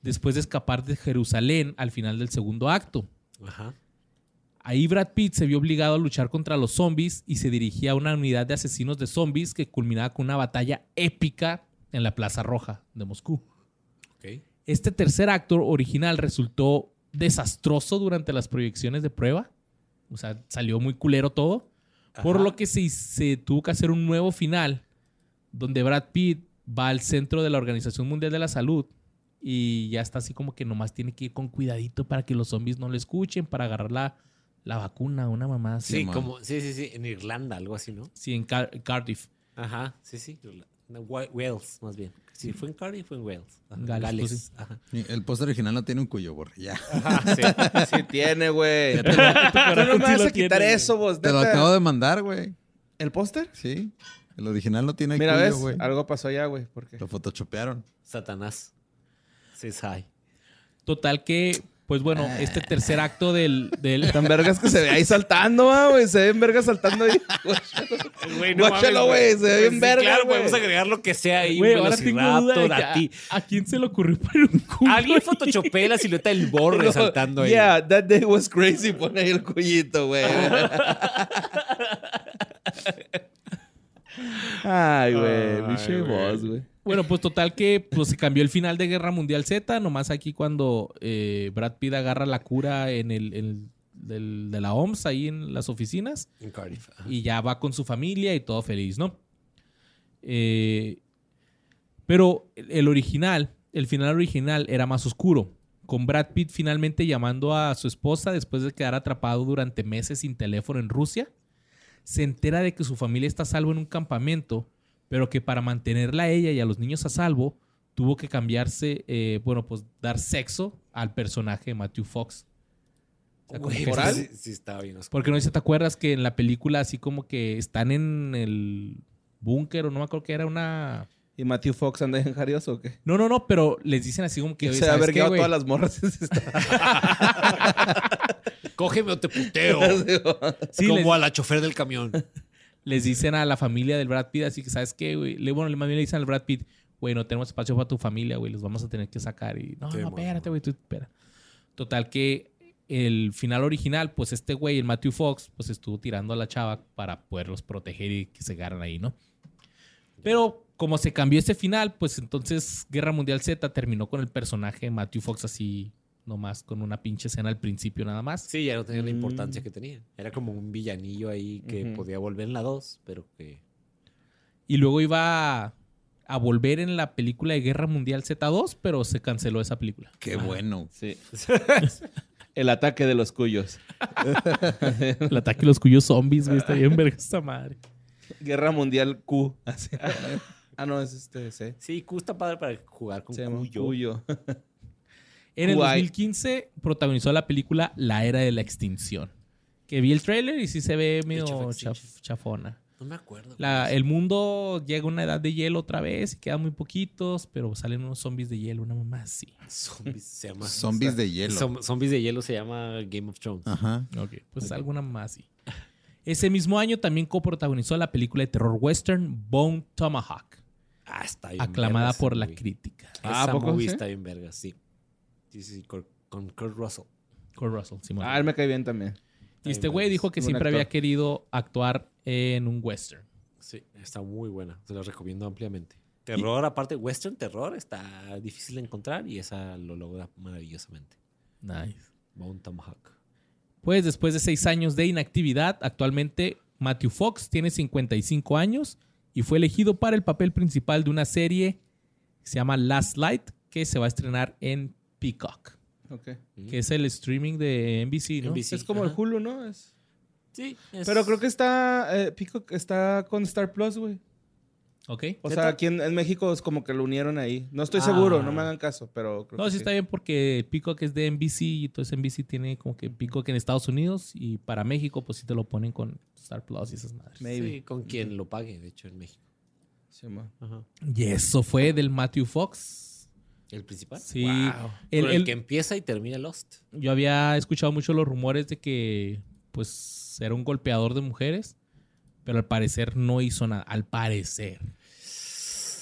Speaker 1: después de escapar de Jerusalén al final del segundo acto.
Speaker 4: Ajá.
Speaker 1: Ahí Brad Pitt se vio obligado a luchar contra los zombies y se dirigía a una unidad de asesinos de zombies que culminaba con una batalla épica en la Plaza Roja de Moscú.
Speaker 4: Ok.
Speaker 1: Este tercer acto original resultó desastroso durante las proyecciones de prueba. O sea, salió muy culero todo. Por
Speaker 4: Ajá.
Speaker 1: lo que se, se tuvo que hacer un nuevo final donde Brad Pitt va al centro de la Organización Mundial de la Salud y ya está así como que nomás tiene que ir con cuidadito para que los zombies no lo escuchen, para agarrar la, la vacuna, una mamá así.
Speaker 4: Sí,
Speaker 3: Simón.
Speaker 4: como, sí, sí, sí, en Irlanda, algo así, ¿no?
Speaker 1: Sí, en Car- Cardiff.
Speaker 4: Ajá, sí, sí. Irla- no, Wa- Wales, más bien. Sí, fue en Cardiff, fue en Wales. Ajá,
Speaker 1: Gales,
Speaker 4: Gales.
Speaker 1: pues sí.
Speaker 4: Ajá.
Speaker 3: El póster original no tiene un cuyo, borre. Ya.
Speaker 4: Ajá, sí.
Speaker 2: [laughs] Sí tiene, güey. [laughs] Tú no
Speaker 1: corazón
Speaker 2: me
Speaker 1: sí
Speaker 2: vas
Speaker 1: lo
Speaker 2: a quitar
Speaker 1: tiene,
Speaker 2: eso, vos.
Speaker 3: Te lo
Speaker 2: neta.
Speaker 3: acabo de mandar, güey.
Speaker 2: ¿El póster?
Speaker 3: Sí. El original no tiene
Speaker 2: Mira, ves,
Speaker 3: cuyo, güey.
Speaker 2: algo pasó allá, güey. Porque
Speaker 3: Lo photoshopearon.
Speaker 4: Satanás. Sí, es high.
Speaker 1: Total que, pues bueno, este tercer acto del... del
Speaker 2: tan vergas que se ve ahí saltando, ah, güey. Se ven vergas saltando ahí. [laughs]
Speaker 4: Güey,
Speaker 2: no Guáchalo, mames, güey. güey, se ve bien verga,
Speaker 4: Pues Claro,
Speaker 2: güey.
Speaker 4: podemos agregar lo que sea ahí.
Speaker 1: Güey, ahora tengo duda de
Speaker 4: Velociraptor,
Speaker 1: que ah,
Speaker 4: a ti.
Speaker 1: a, ¿a quién se le ocurrió poner un culo.
Speaker 4: Ah. Alguien photoshopea la silueta del
Speaker 2: [laughs]
Speaker 4: borre saltando ahí.
Speaker 2: Yeah, that day was crazy. Pone ahí el cuellito, güey. Ay, güey. Pinche voz, güey.
Speaker 1: Bueno, pues total que pues, se cambió el final de Guerra Mundial Z, nomás aquí cuando eh, Brad Pitt agarra la cura en el, en el- del- de la OMS, ahí en las oficinas,
Speaker 4: En Cardiff. ajá.
Speaker 1: y ya va con su familia y todo feliz, ¿no? Eh, pero el- el original, el final original era más oscuro, con Brad Pitt finalmente llamando a su esposa después de quedar atrapado durante meses sin teléfono en Rusia. Se entera de que su familia está a salvo en un campamento, pero que para mantenerla a ella y a los niños a salvo, tuvo que cambiarse, eh, bueno, pues dar sexo al personaje de Matthew Fox. O sea, como
Speaker 4: Güey,
Speaker 1: que
Speaker 4: pues,
Speaker 1: están-
Speaker 4: sí, sí, estaba bien oscuro.
Speaker 1: porque no sé si te acuerdas que en la película así como que están en el búnker o no me acuerdo que era una...
Speaker 2: ¿Y Matthew Fox anda en jarioso o qué?
Speaker 1: No, no, no, pero les dicen así como que...
Speaker 2: Que
Speaker 1: "Oye,
Speaker 2: se ha
Speaker 1: ¿sabes qué,
Speaker 2: vergueado
Speaker 1: güey?
Speaker 2: todas las morras. Está-
Speaker 4: Cógeme o te puteo.
Speaker 1: [laughs] Sí, les,
Speaker 4: como a la chofer del camión.
Speaker 1: les dicen a la familia del Brad Pitt así que, ¿sabes qué, güey? Le, bueno, más bien le dicen al Brad Pitt, güey, no tenemos espacio para tu familia, güey, los vamos a tener que sacar. Y no,
Speaker 4: Sí,
Speaker 1: no,
Speaker 4: mon,
Speaker 1: espérate,
Speaker 4: mon.
Speaker 1: güey, tú espera. Total que el final original, pues este güey, el Matthew Fox, pues estuvo tirando a la chava para poderlos proteger y que se agarran ahí, ¿no? Pero como se cambió ese final, pues entonces Guerra Mundial Z terminó con el personaje Matthew Fox así nomás con una pinche escena al principio nada más.
Speaker 4: Sí, ya no tenía la
Speaker 2: Mm.
Speaker 4: importancia que tenía. Era como un villanillo ahí que
Speaker 2: Ujú.
Speaker 4: podía volver en la 2, pero que.
Speaker 1: Y luego iba a, a volver en la película de Guerra Mundial Z2, pero se canceló esa película.
Speaker 3: Qué bueno.
Speaker 4: [laughs]
Speaker 2: Sí. El ataque de los cuyos.
Speaker 1: El ataque de los cuyos zombies, güey. Está bien verga esta madre.
Speaker 2: Guerra Mundial Q. Así. [laughs] Ah, no, es este C.
Speaker 4: Sí, Q está padre para jugar con
Speaker 2: Se llama
Speaker 4: Cuyo.
Speaker 2: Cuyo.
Speaker 1: En el
Speaker 2: Guay.
Speaker 1: 2015 protagonizó la película La Era de la Extinción. Que vi el tráiler y sí se ve medio
Speaker 4: chafa extinction.
Speaker 1: chaf- chafona.
Speaker 4: No me acuerdo.
Speaker 1: La- el mundo llega a una edad de hielo otra vez y quedan muy poquitos, pero salen unos zombies de hielo, una mamá así.
Speaker 2: eh,
Speaker 4: [laughs] Zombies se llama.
Speaker 3: Zombies de hielo. Ah.
Speaker 4: Zom- zombies de hielo se llama Game of Thrones.
Speaker 3: Ajá.
Speaker 1: Pues alguna más así. Ese mismo año también coprotagonizó la película de terror western Bone Tomahawk,
Speaker 4: Ah, está bien.
Speaker 1: aclamada
Speaker 4: vergas,
Speaker 1: por la
Speaker 4: movie.
Speaker 1: crítica.
Speaker 4: Esa
Speaker 2: Ah, ¿a poco
Speaker 4: movie
Speaker 2: sí?
Speaker 4: está bien verga, sí. Sí, sí, sí, con, con Kurt Russell.
Speaker 1: Kurt Russell, Simón.
Speaker 2: Ah, él me cae bien también.
Speaker 1: y este güey dijo que
Speaker 2: Buen
Speaker 1: siempre
Speaker 2: actor.
Speaker 1: había querido actuar en un western.
Speaker 4: Sí, está muy buena. Se la recomiendo ampliamente. Terror, aparte, western terror está difícil de encontrar y esa lo logra maravillosamente.
Speaker 1: Nice.
Speaker 4: Bone Tomahawk.
Speaker 1: Pues después de seis años de inactividad, actualmente Matthew Fox tiene 55 años y fue elegido para el papel principal de una serie que se llama Last Light, que se va a estrenar en Peacock.
Speaker 2: Ok.
Speaker 1: que es el streaming de NBC, ¿no?
Speaker 4: NBC. Sí,
Speaker 2: es como
Speaker 4: ajá.
Speaker 2: el Hulu, ¿no? Es-
Speaker 4: Sí, es-
Speaker 2: Pero creo que está. eh, Peacock está con Star Plus, güey.
Speaker 1: Ok.
Speaker 2: O
Speaker 4: ¿Neta?
Speaker 2: sea, aquí en, en México es como que lo unieron ahí. No estoy
Speaker 4: Ah.
Speaker 2: seguro, no me hagan caso, pero creo
Speaker 1: No,
Speaker 2: que
Speaker 1: sí está bien porque Peacock es de NBC y entonces NBC tiene como que Peacock en Estados Unidos y para México pues sí te lo ponen con Star Plus y esas madres.
Speaker 2: Maybe.
Speaker 4: Sí, con quien lo pague, de hecho, en México.
Speaker 2: Sí, ma.
Speaker 4: Ajá.
Speaker 1: Y eso fue del Matthew Fox.
Speaker 4: ¿El principal?
Speaker 1: Sí.
Speaker 2: Wow.
Speaker 1: El-
Speaker 4: Con el,
Speaker 1: el-
Speaker 4: que empieza y termina Lost.
Speaker 1: Yo había escuchado mucho los rumores de que pues era un golpeador de mujeres, pero al parecer no hizo nada. Al parecer.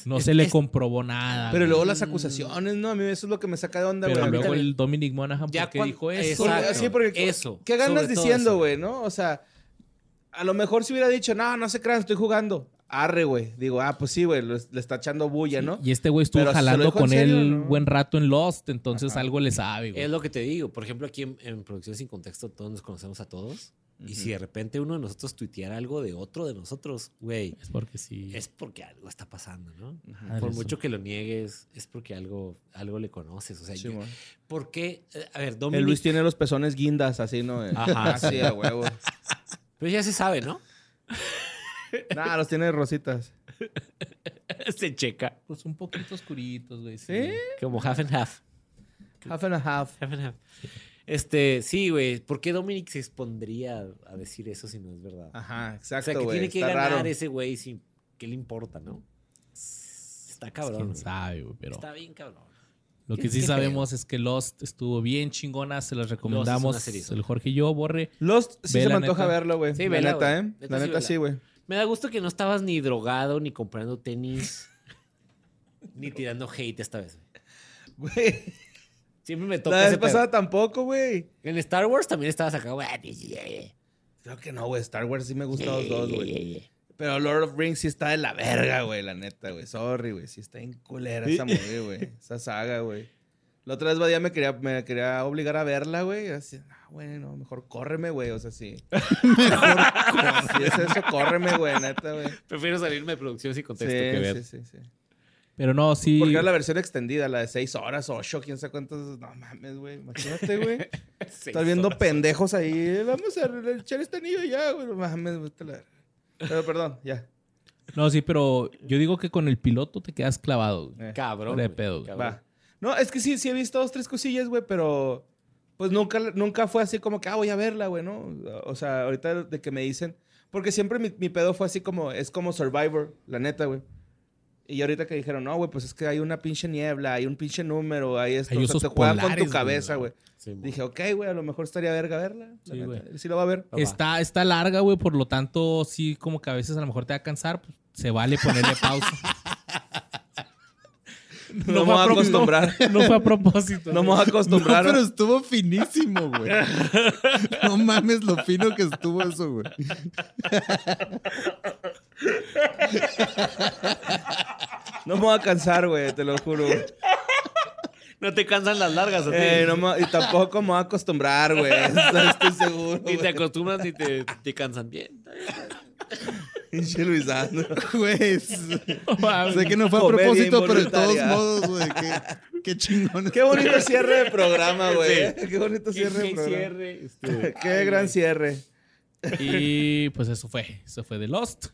Speaker 1: No
Speaker 4: Es-
Speaker 1: se le
Speaker 4: es-
Speaker 1: comprobó nada.
Speaker 2: Pero
Speaker 1: güey.
Speaker 2: luego las acusaciones, ¿no? A mí eso es lo que me saca de onda,
Speaker 1: Ah. Pero
Speaker 2: güey. A mí
Speaker 1: luego
Speaker 2: también.
Speaker 1: el Dominic Monaghan
Speaker 4: Ya
Speaker 1: ¿por qué
Speaker 4: cuan-
Speaker 1: dijo eso?
Speaker 2: Porque-
Speaker 4: Exacto.
Speaker 2: sí, porque-
Speaker 4: Eso.
Speaker 2: ¿Qué ganas
Speaker 4: Sobre todo
Speaker 2: diciendo,
Speaker 4: eso.
Speaker 2: güey, no? O sea, a lo mejor si hubiera dicho, no, no se crean, estoy jugando. Arre, güey. Digo, ah, pues sí, güey, lo es- le está echando bulla, ¿no?
Speaker 1: Y este güey estuvo
Speaker 2: Pero si se lo
Speaker 1: jalando
Speaker 2: dijo en
Speaker 1: con
Speaker 2: serio,
Speaker 1: él
Speaker 2: ¿no?
Speaker 1: buen rato en Lost, entonces
Speaker 2: Ajá.
Speaker 1: algo le sabe, güey.
Speaker 4: Es lo que te digo. Por ejemplo, aquí en, en Producción Sin Contexto todos nos conocemos a todos. Y si de repente uno de nosotros tuiteara algo de otro de nosotros, güey,
Speaker 1: Es porque sí.
Speaker 4: es porque algo está pasando, ¿no?
Speaker 1: Madre,
Speaker 4: Por
Speaker 1: eso.
Speaker 4: mucho que lo niegues, es porque algo, algo le conoces. O sea,
Speaker 2: Sí,
Speaker 4: yo-
Speaker 2: mo.
Speaker 4: ¿por qué? Eh, A ver,
Speaker 2: el
Speaker 4: Dominic.
Speaker 2: Luis tiene los pezones guindas, así, ¿no?
Speaker 4: [laughs]
Speaker 2: Eh,
Speaker 4: Ajá,
Speaker 2: Así, a huevo.
Speaker 4: Pero ya se sabe, ¿no?
Speaker 2: Nah, los tiene rositas.
Speaker 4: [laughs] se checa.
Speaker 1: Pues un poquito oscuritos, güey.
Speaker 2: ¿Sí?
Speaker 4: Como half and half.
Speaker 2: Half and a half.
Speaker 4: Half and half. Este, sí, güey. ¿Por qué Dominic se expondría a decir eso si no es verdad?
Speaker 2: Ajá,
Speaker 4: o sea,
Speaker 2: Ah, exacto,
Speaker 4: que
Speaker 2: güey.
Speaker 4: tiene que
Speaker 2: Está
Speaker 4: ganar
Speaker 2: raro.
Speaker 4: ese güey sin que le importa, ¿no? Está cabrón.
Speaker 1: Quién
Speaker 4: güey.
Speaker 1: sabe, güey, pero
Speaker 4: Está bien cabrón.
Speaker 1: lo que
Speaker 4: ¿Qué-
Speaker 1: sí
Speaker 4: qué
Speaker 1: sabemos es que Lost estuvo bien chingona, se las recomendamos.
Speaker 4: una serie.
Speaker 1: el Jorge y yo, Borre.
Speaker 2: Lost sí
Speaker 1: Ve
Speaker 2: se
Speaker 1: la
Speaker 2: me antoja
Speaker 1: neta.
Speaker 2: verlo, güey.
Speaker 4: Sí,
Speaker 2: la
Speaker 4: vela,
Speaker 2: neta,
Speaker 4: güey.
Speaker 2: ¿eh?
Speaker 4: Neta,
Speaker 2: La
Speaker 4: sí,
Speaker 2: neta
Speaker 4: vela.
Speaker 2: sí, güey.
Speaker 4: Me da gusto que no estabas ni drogado, ni comprando
Speaker 2: [laughs]
Speaker 4: tenis, ni tirando hate esta vez. güey.
Speaker 2: Güey,
Speaker 4: Siempre me
Speaker 2: [laughs] la
Speaker 4: toca
Speaker 2: vez
Speaker 4: ese pedo.
Speaker 2: pasada tampoco, güey.
Speaker 4: En Star Wars también estabas acá, güey. Los
Speaker 2: Creo que no, güey. Star Wars sí me gustan los dos, güey. Pero Lord of Rings sí está de la verga, güey, la neta, güey. Sorry, güey. Sí está en culera esa movie, güey. Esa saga, güey. La otra vez Badía me quería, me quería obligar a verla, güey. Así, ah, bueno, mejor córreme, güey. O sea, sí. mejor Si es eso, córreme, güey, neta, güey.
Speaker 4: Prefiero salirme de producción sin contexto que
Speaker 2: Sí,
Speaker 4: ver. [laughs]
Speaker 2: sí, sí, sí.
Speaker 1: Pero no, sí.
Speaker 2: Pues Porque era la versión extendida, la de 6 horas, 8, quién sabe cuántas. No mames, güey. Imagínate, güey. Estás viendo pendejos ahí. Vamos a echar este anillo ya, güey. No mames, güey. te la- Pero perdón, ya.
Speaker 1: No, sí, pero yo digo que con el piloto te quedas clavado. güey.
Speaker 2: Eh,
Speaker 4: Cabrón.
Speaker 1: Fuera de
Speaker 4: güey,
Speaker 1: pedo, güey.
Speaker 4: cabrón.
Speaker 2: Va. No, es que sí, sí he visto dos, tres cosillas, güey, pero pues nunca, nunca fue así como que, ah, voy a verla, güey, ¿no? O sea, ahorita de que me dicen, porque siempre mi, mi pedo fue así como, es como Survivor, la neta, güey. Y ahorita que dijeron, no, güey, pues es que hay una pinche niebla, hay un pinche número, hay esto,
Speaker 1: Hay
Speaker 2: o sea,
Speaker 1: osos
Speaker 2: te juegan
Speaker 1: polares,
Speaker 2: con
Speaker 1: güey,
Speaker 2: tu cabeza,
Speaker 1: ¿no?
Speaker 2: güey.
Speaker 4: Sí,
Speaker 2: Dije, ok, güey, a lo mejor estaría verga verla. la
Speaker 1: Sí,
Speaker 2: neta.
Speaker 1: güey.
Speaker 2: Sí, la va a ver.
Speaker 4: papá.
Speaker 1: Está, está larga, güey, por lo tanto, sí, como que a veces a lo mejor te va a cansar, pues, se vale ponerle pausa.
Speaker 2: [laughs] No me voy a
Speaker 1: pro-
Speaker 2: acostumbrar.
Speaker 1: [laughs] No, fue a propósito.
Speaker 2: [laughs] No me voy a acostumbrar.
Speaker 3: No, pero estuvo finísimo, güey.
Speaker 2: [laughs]
Speaker 3: No mames lo fino que estuvo eso, güey.
Speaker 2: No me voy a cansar, güey, te lo juro. güey.
Speaker 4: No te cansan las largas, ¿o sí?
Speaker 2: Eh, no me- y tampoco me voy a acostumbrar,
Speaker 4: [laughs]
Speaker 2: güey. Estoy seguro.
Speaker 4: Ni te
Speaker 2: güey.
Speaker 4: acostumbras ni te, te cansan bien.
Speaker 2: Pinche Luisandro.
Speaker 3: Güey, sé
Speaker 1: No mames.
Speaker 3: que no fue a
Speaker 2: Comedia
Speaker 3: propósito, pero de todos
Speaker 2: involuntaria.
Speaker 3: modos, güey, qué, qué chingón.
Speaker 2: Qué bonito cierre de programa, güey. ¿eh? Qué bonito cierre de programa.
Speaker 4: cierre.
Speaker 2: [laughs]
Speaker 4: este.
Speaker 2: Qué
Speaker 4: Ay,
Speaker 2: gran
Speaker 4: güey.
Speaker 2: cierre.
Speaker 1: Y pues eso fue. Eso fue de Lost.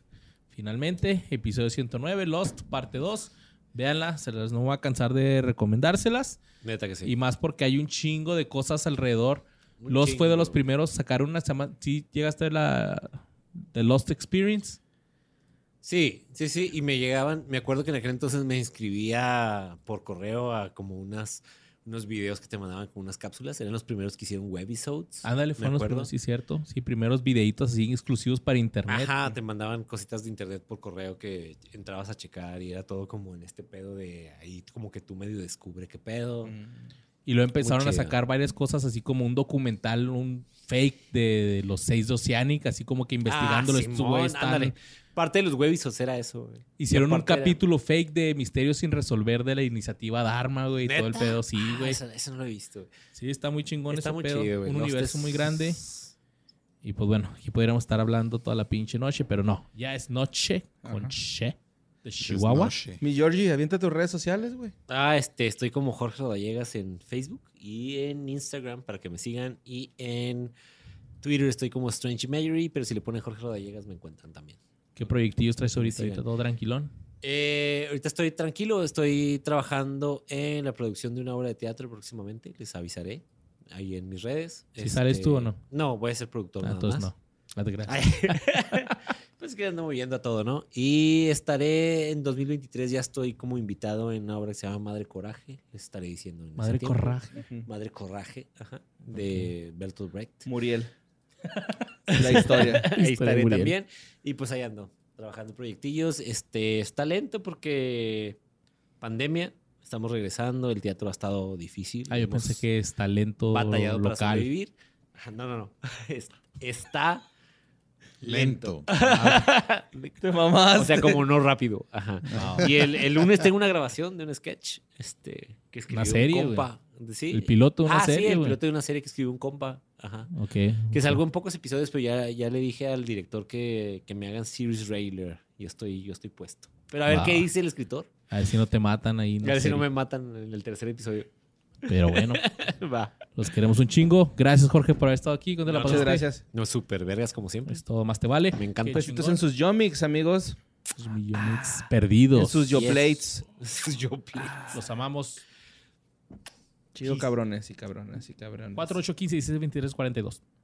Speaker 1: Finalmente, episodio 109, Lost, parte 2. Véanla, se las no voy a cansar de recomendárselas.
Speaker 4: Neta que sí.
Speaker 1: Y más porque hay un chingo de cosas alrededor.
Speaker 4: Un
Speaker 1: Lost fue de los
Speaker 4: chingo.
Speaker 1: primeros, sacaron una semana. Sí, llegaste a ver la The Lost Experience.
Speaker 4: Sí, sí, sí. Y me llegaban, me acuerdo que en aquel entonces me inscribía por correo a como unas, unos videos que te mandaban con unas cápsulas. Eran los primeros que hicieron webisodes.
Speaker 1: Ándale,
Speaker 4: me
Speaker 1: fueron los
Speaker 4: acuerdo.
Speaker 1: primeros, sí, cierto. Sí, primeros videitos así exclusivos para internet.
Speaker 4: Ajá, te mandaban cositas de internet por correo que entrabas a checar y era todo como en este pedo de ahí como que tú medio descubre qué pedo.
Speaker 1: Mm. Y luego empezaron
Speaker 4: Muy
Speaker 1: a
Speaker 4: chido.
Speaker 1: sacar varias cosas, así como un documental, un fake de, de los seis de Oceanic, así como que investigándolo.
Speaker 4: Ah,
Speaker 1: estos
Speaker 4: Simón,
Speaker 1: güeyes están-
Speaker 4: ándale. Parte de los webisodes era eso. güey.
Speaker 1: Hicieron
Speaker 4: La
Speaker 1: un
Speaker 4: parte era-
Speaker 1: capítulo fake de Misterios sin resolver de la iniciativa Dharma, güey, y todo el
Speaker 4: ¿Neta?
Speaker 1: pedo. Sí,
Speaker 4: Ah,
Speaker 1: güey.
Speaker 4: eso, eso no lo he visto. güey.
Speaker 1: Sí, está muy chingón
Speaker 4: Está
Speaker 1: ese
Speaker 4: muy
Speaker 1: pedo.
Speaker 4: chido, güey.
Speaker 1: un
Speaker 4: Lost
Speaker 1: universo
Speaker 4: es-
Speaker 1: muy grande. Y pues bueno, aquí podríamos estar hablando toda la pinche noche, pero no. Ya es noche con
Speaker 2: Ajá.
Speaker 1: che. ¿De Chihuahua?
Speaker 3: Snoshi.
Speaker 2: Mi Georgie, avienta tus redes sociales, güey.
Speaker 4: Ah, este, estoy como Jorge Rodallegas en Facebook y en Instagram para que me sigan. Y en Twitter estoy como Strange Imagery, pero si le ponen Jorge Rodallegas me encuentran también.
Speaker 1: ¿Qué proyectillos traes ahorita?
Speaker 4: Sí,
Speaker 1: Ahorita
Speaker 4: bien.
Speaker 1: todo tranquilón.
Speaker 4: Eh, ahorita estoy tranquilo, estoy trabajando en la producción de una obra de teatro próximamente, les avisaré ahí en mis redes. Este,
Speaker 1: ¿Sí sales tú o no?
Speaker 4: No, voy a ser productor.
Speaker 1: Ah,
Speaker 4: nada
Speaker 1: entonces
Speaker 4: más.
Speaker 1: no. No te creas.
Speaker 4: Ay. [laughs] pues que ando moviendo a todo, ¿no? Y estaré en 2023, ya estoy como invitado en una obra que se llama Madre Coraje, les estaré diciendo. en
Speaker 1: Madre
Speaker 4: septiembre.
Speaker 1: corraje.
Speaker 4: Madre Coraje, ajá, de Bertolt Brecht.
Speaker 2: Muriel. La
Speaker 4: [laughs]
Speaker 2: historia.
Speaker 1: Historia
Speaker 4: Ahí estaré
Speaker 1: muy bien.
Speaker 4: también. Y pues ahí ando, trabajando proyectillos. Este, está lento porque pandemia, estamos regresando, el teatro ha estado difícil.
Speaker 1: Ah, yo
Speaker 4: hemos
Speaker 1: pensé que es talento
Speaker 4: batallado para
Speaker 1: local.
Speaker 4: sobrevivir. Ajá, No, no, no. [laughs] Es- Está
Speaker 3: Lento. Ah,
Speaker 2: Te mamás.
Speaker 4: O sea, como no rápido. Ajá.
Speaker 2: Ah.
Speaker 3: [laughs]
Speaker 4: Y el, el lunes tengo una grabación de un sketch este, que escribió
Speaker 1: serie,
Speaker 4: un compa. Sí.
Speaker 1: El piloto de una
Speaker 4: ah, sí,
Speaker 1: serie,
Speaker 4: el
Speaker 1: güey.
Speaker 4: piloto de una serie que escribió un compa. Ajá.
Speaker 1: Ok.
Speaker 4: Que salgo en pocos episodios, pero ya, ya le dije al director que, que me hagan series railer. Yo estoy, yo estoy puesto. Pero a ver
Speaker 1: Va.
Speaker 4: qué dice el escritor.
Speaker 1: A ver si no te matan ahí. en
Speaker 4: A
Speaker 1: la
Speaker 4: ver si no me
Speaker 1: serie.
Speaker 4: matan en el
Speaker 1: [laughs]
Speaker 4: tercer episodio.
Speaker 1: Pero
Speaker 4: [laughs]
Speaker 1: bueno,
Speaker 4: Va.
Speaker 1: los queremos un chingo. Gracias, Jorge, por haber estado aquí. ¿Dónde la
Speaker 4: pues,
Speaker 2: Muchas
Speaker 1: pasaste?
Speaker 2: gracias.
Speaker 4: No, súper vergas como siempre.
Speaker 1: Es todo más te vale.
Speaker 4: Me encanta.
Speaker 1: Qué
Speaker 2: Besitos en sus yomics, amigos.
Speaker 1: Sus millones perdidos.
Speaker 2: En sus yoplates.
Speaker 1: [laughs]
Speaker 4: Yo please.
Speaker 1: Los amamos.
Speaker 2: Chido cabrones y cabrones y cabrones.
Speaker 1: 4815 1623 42.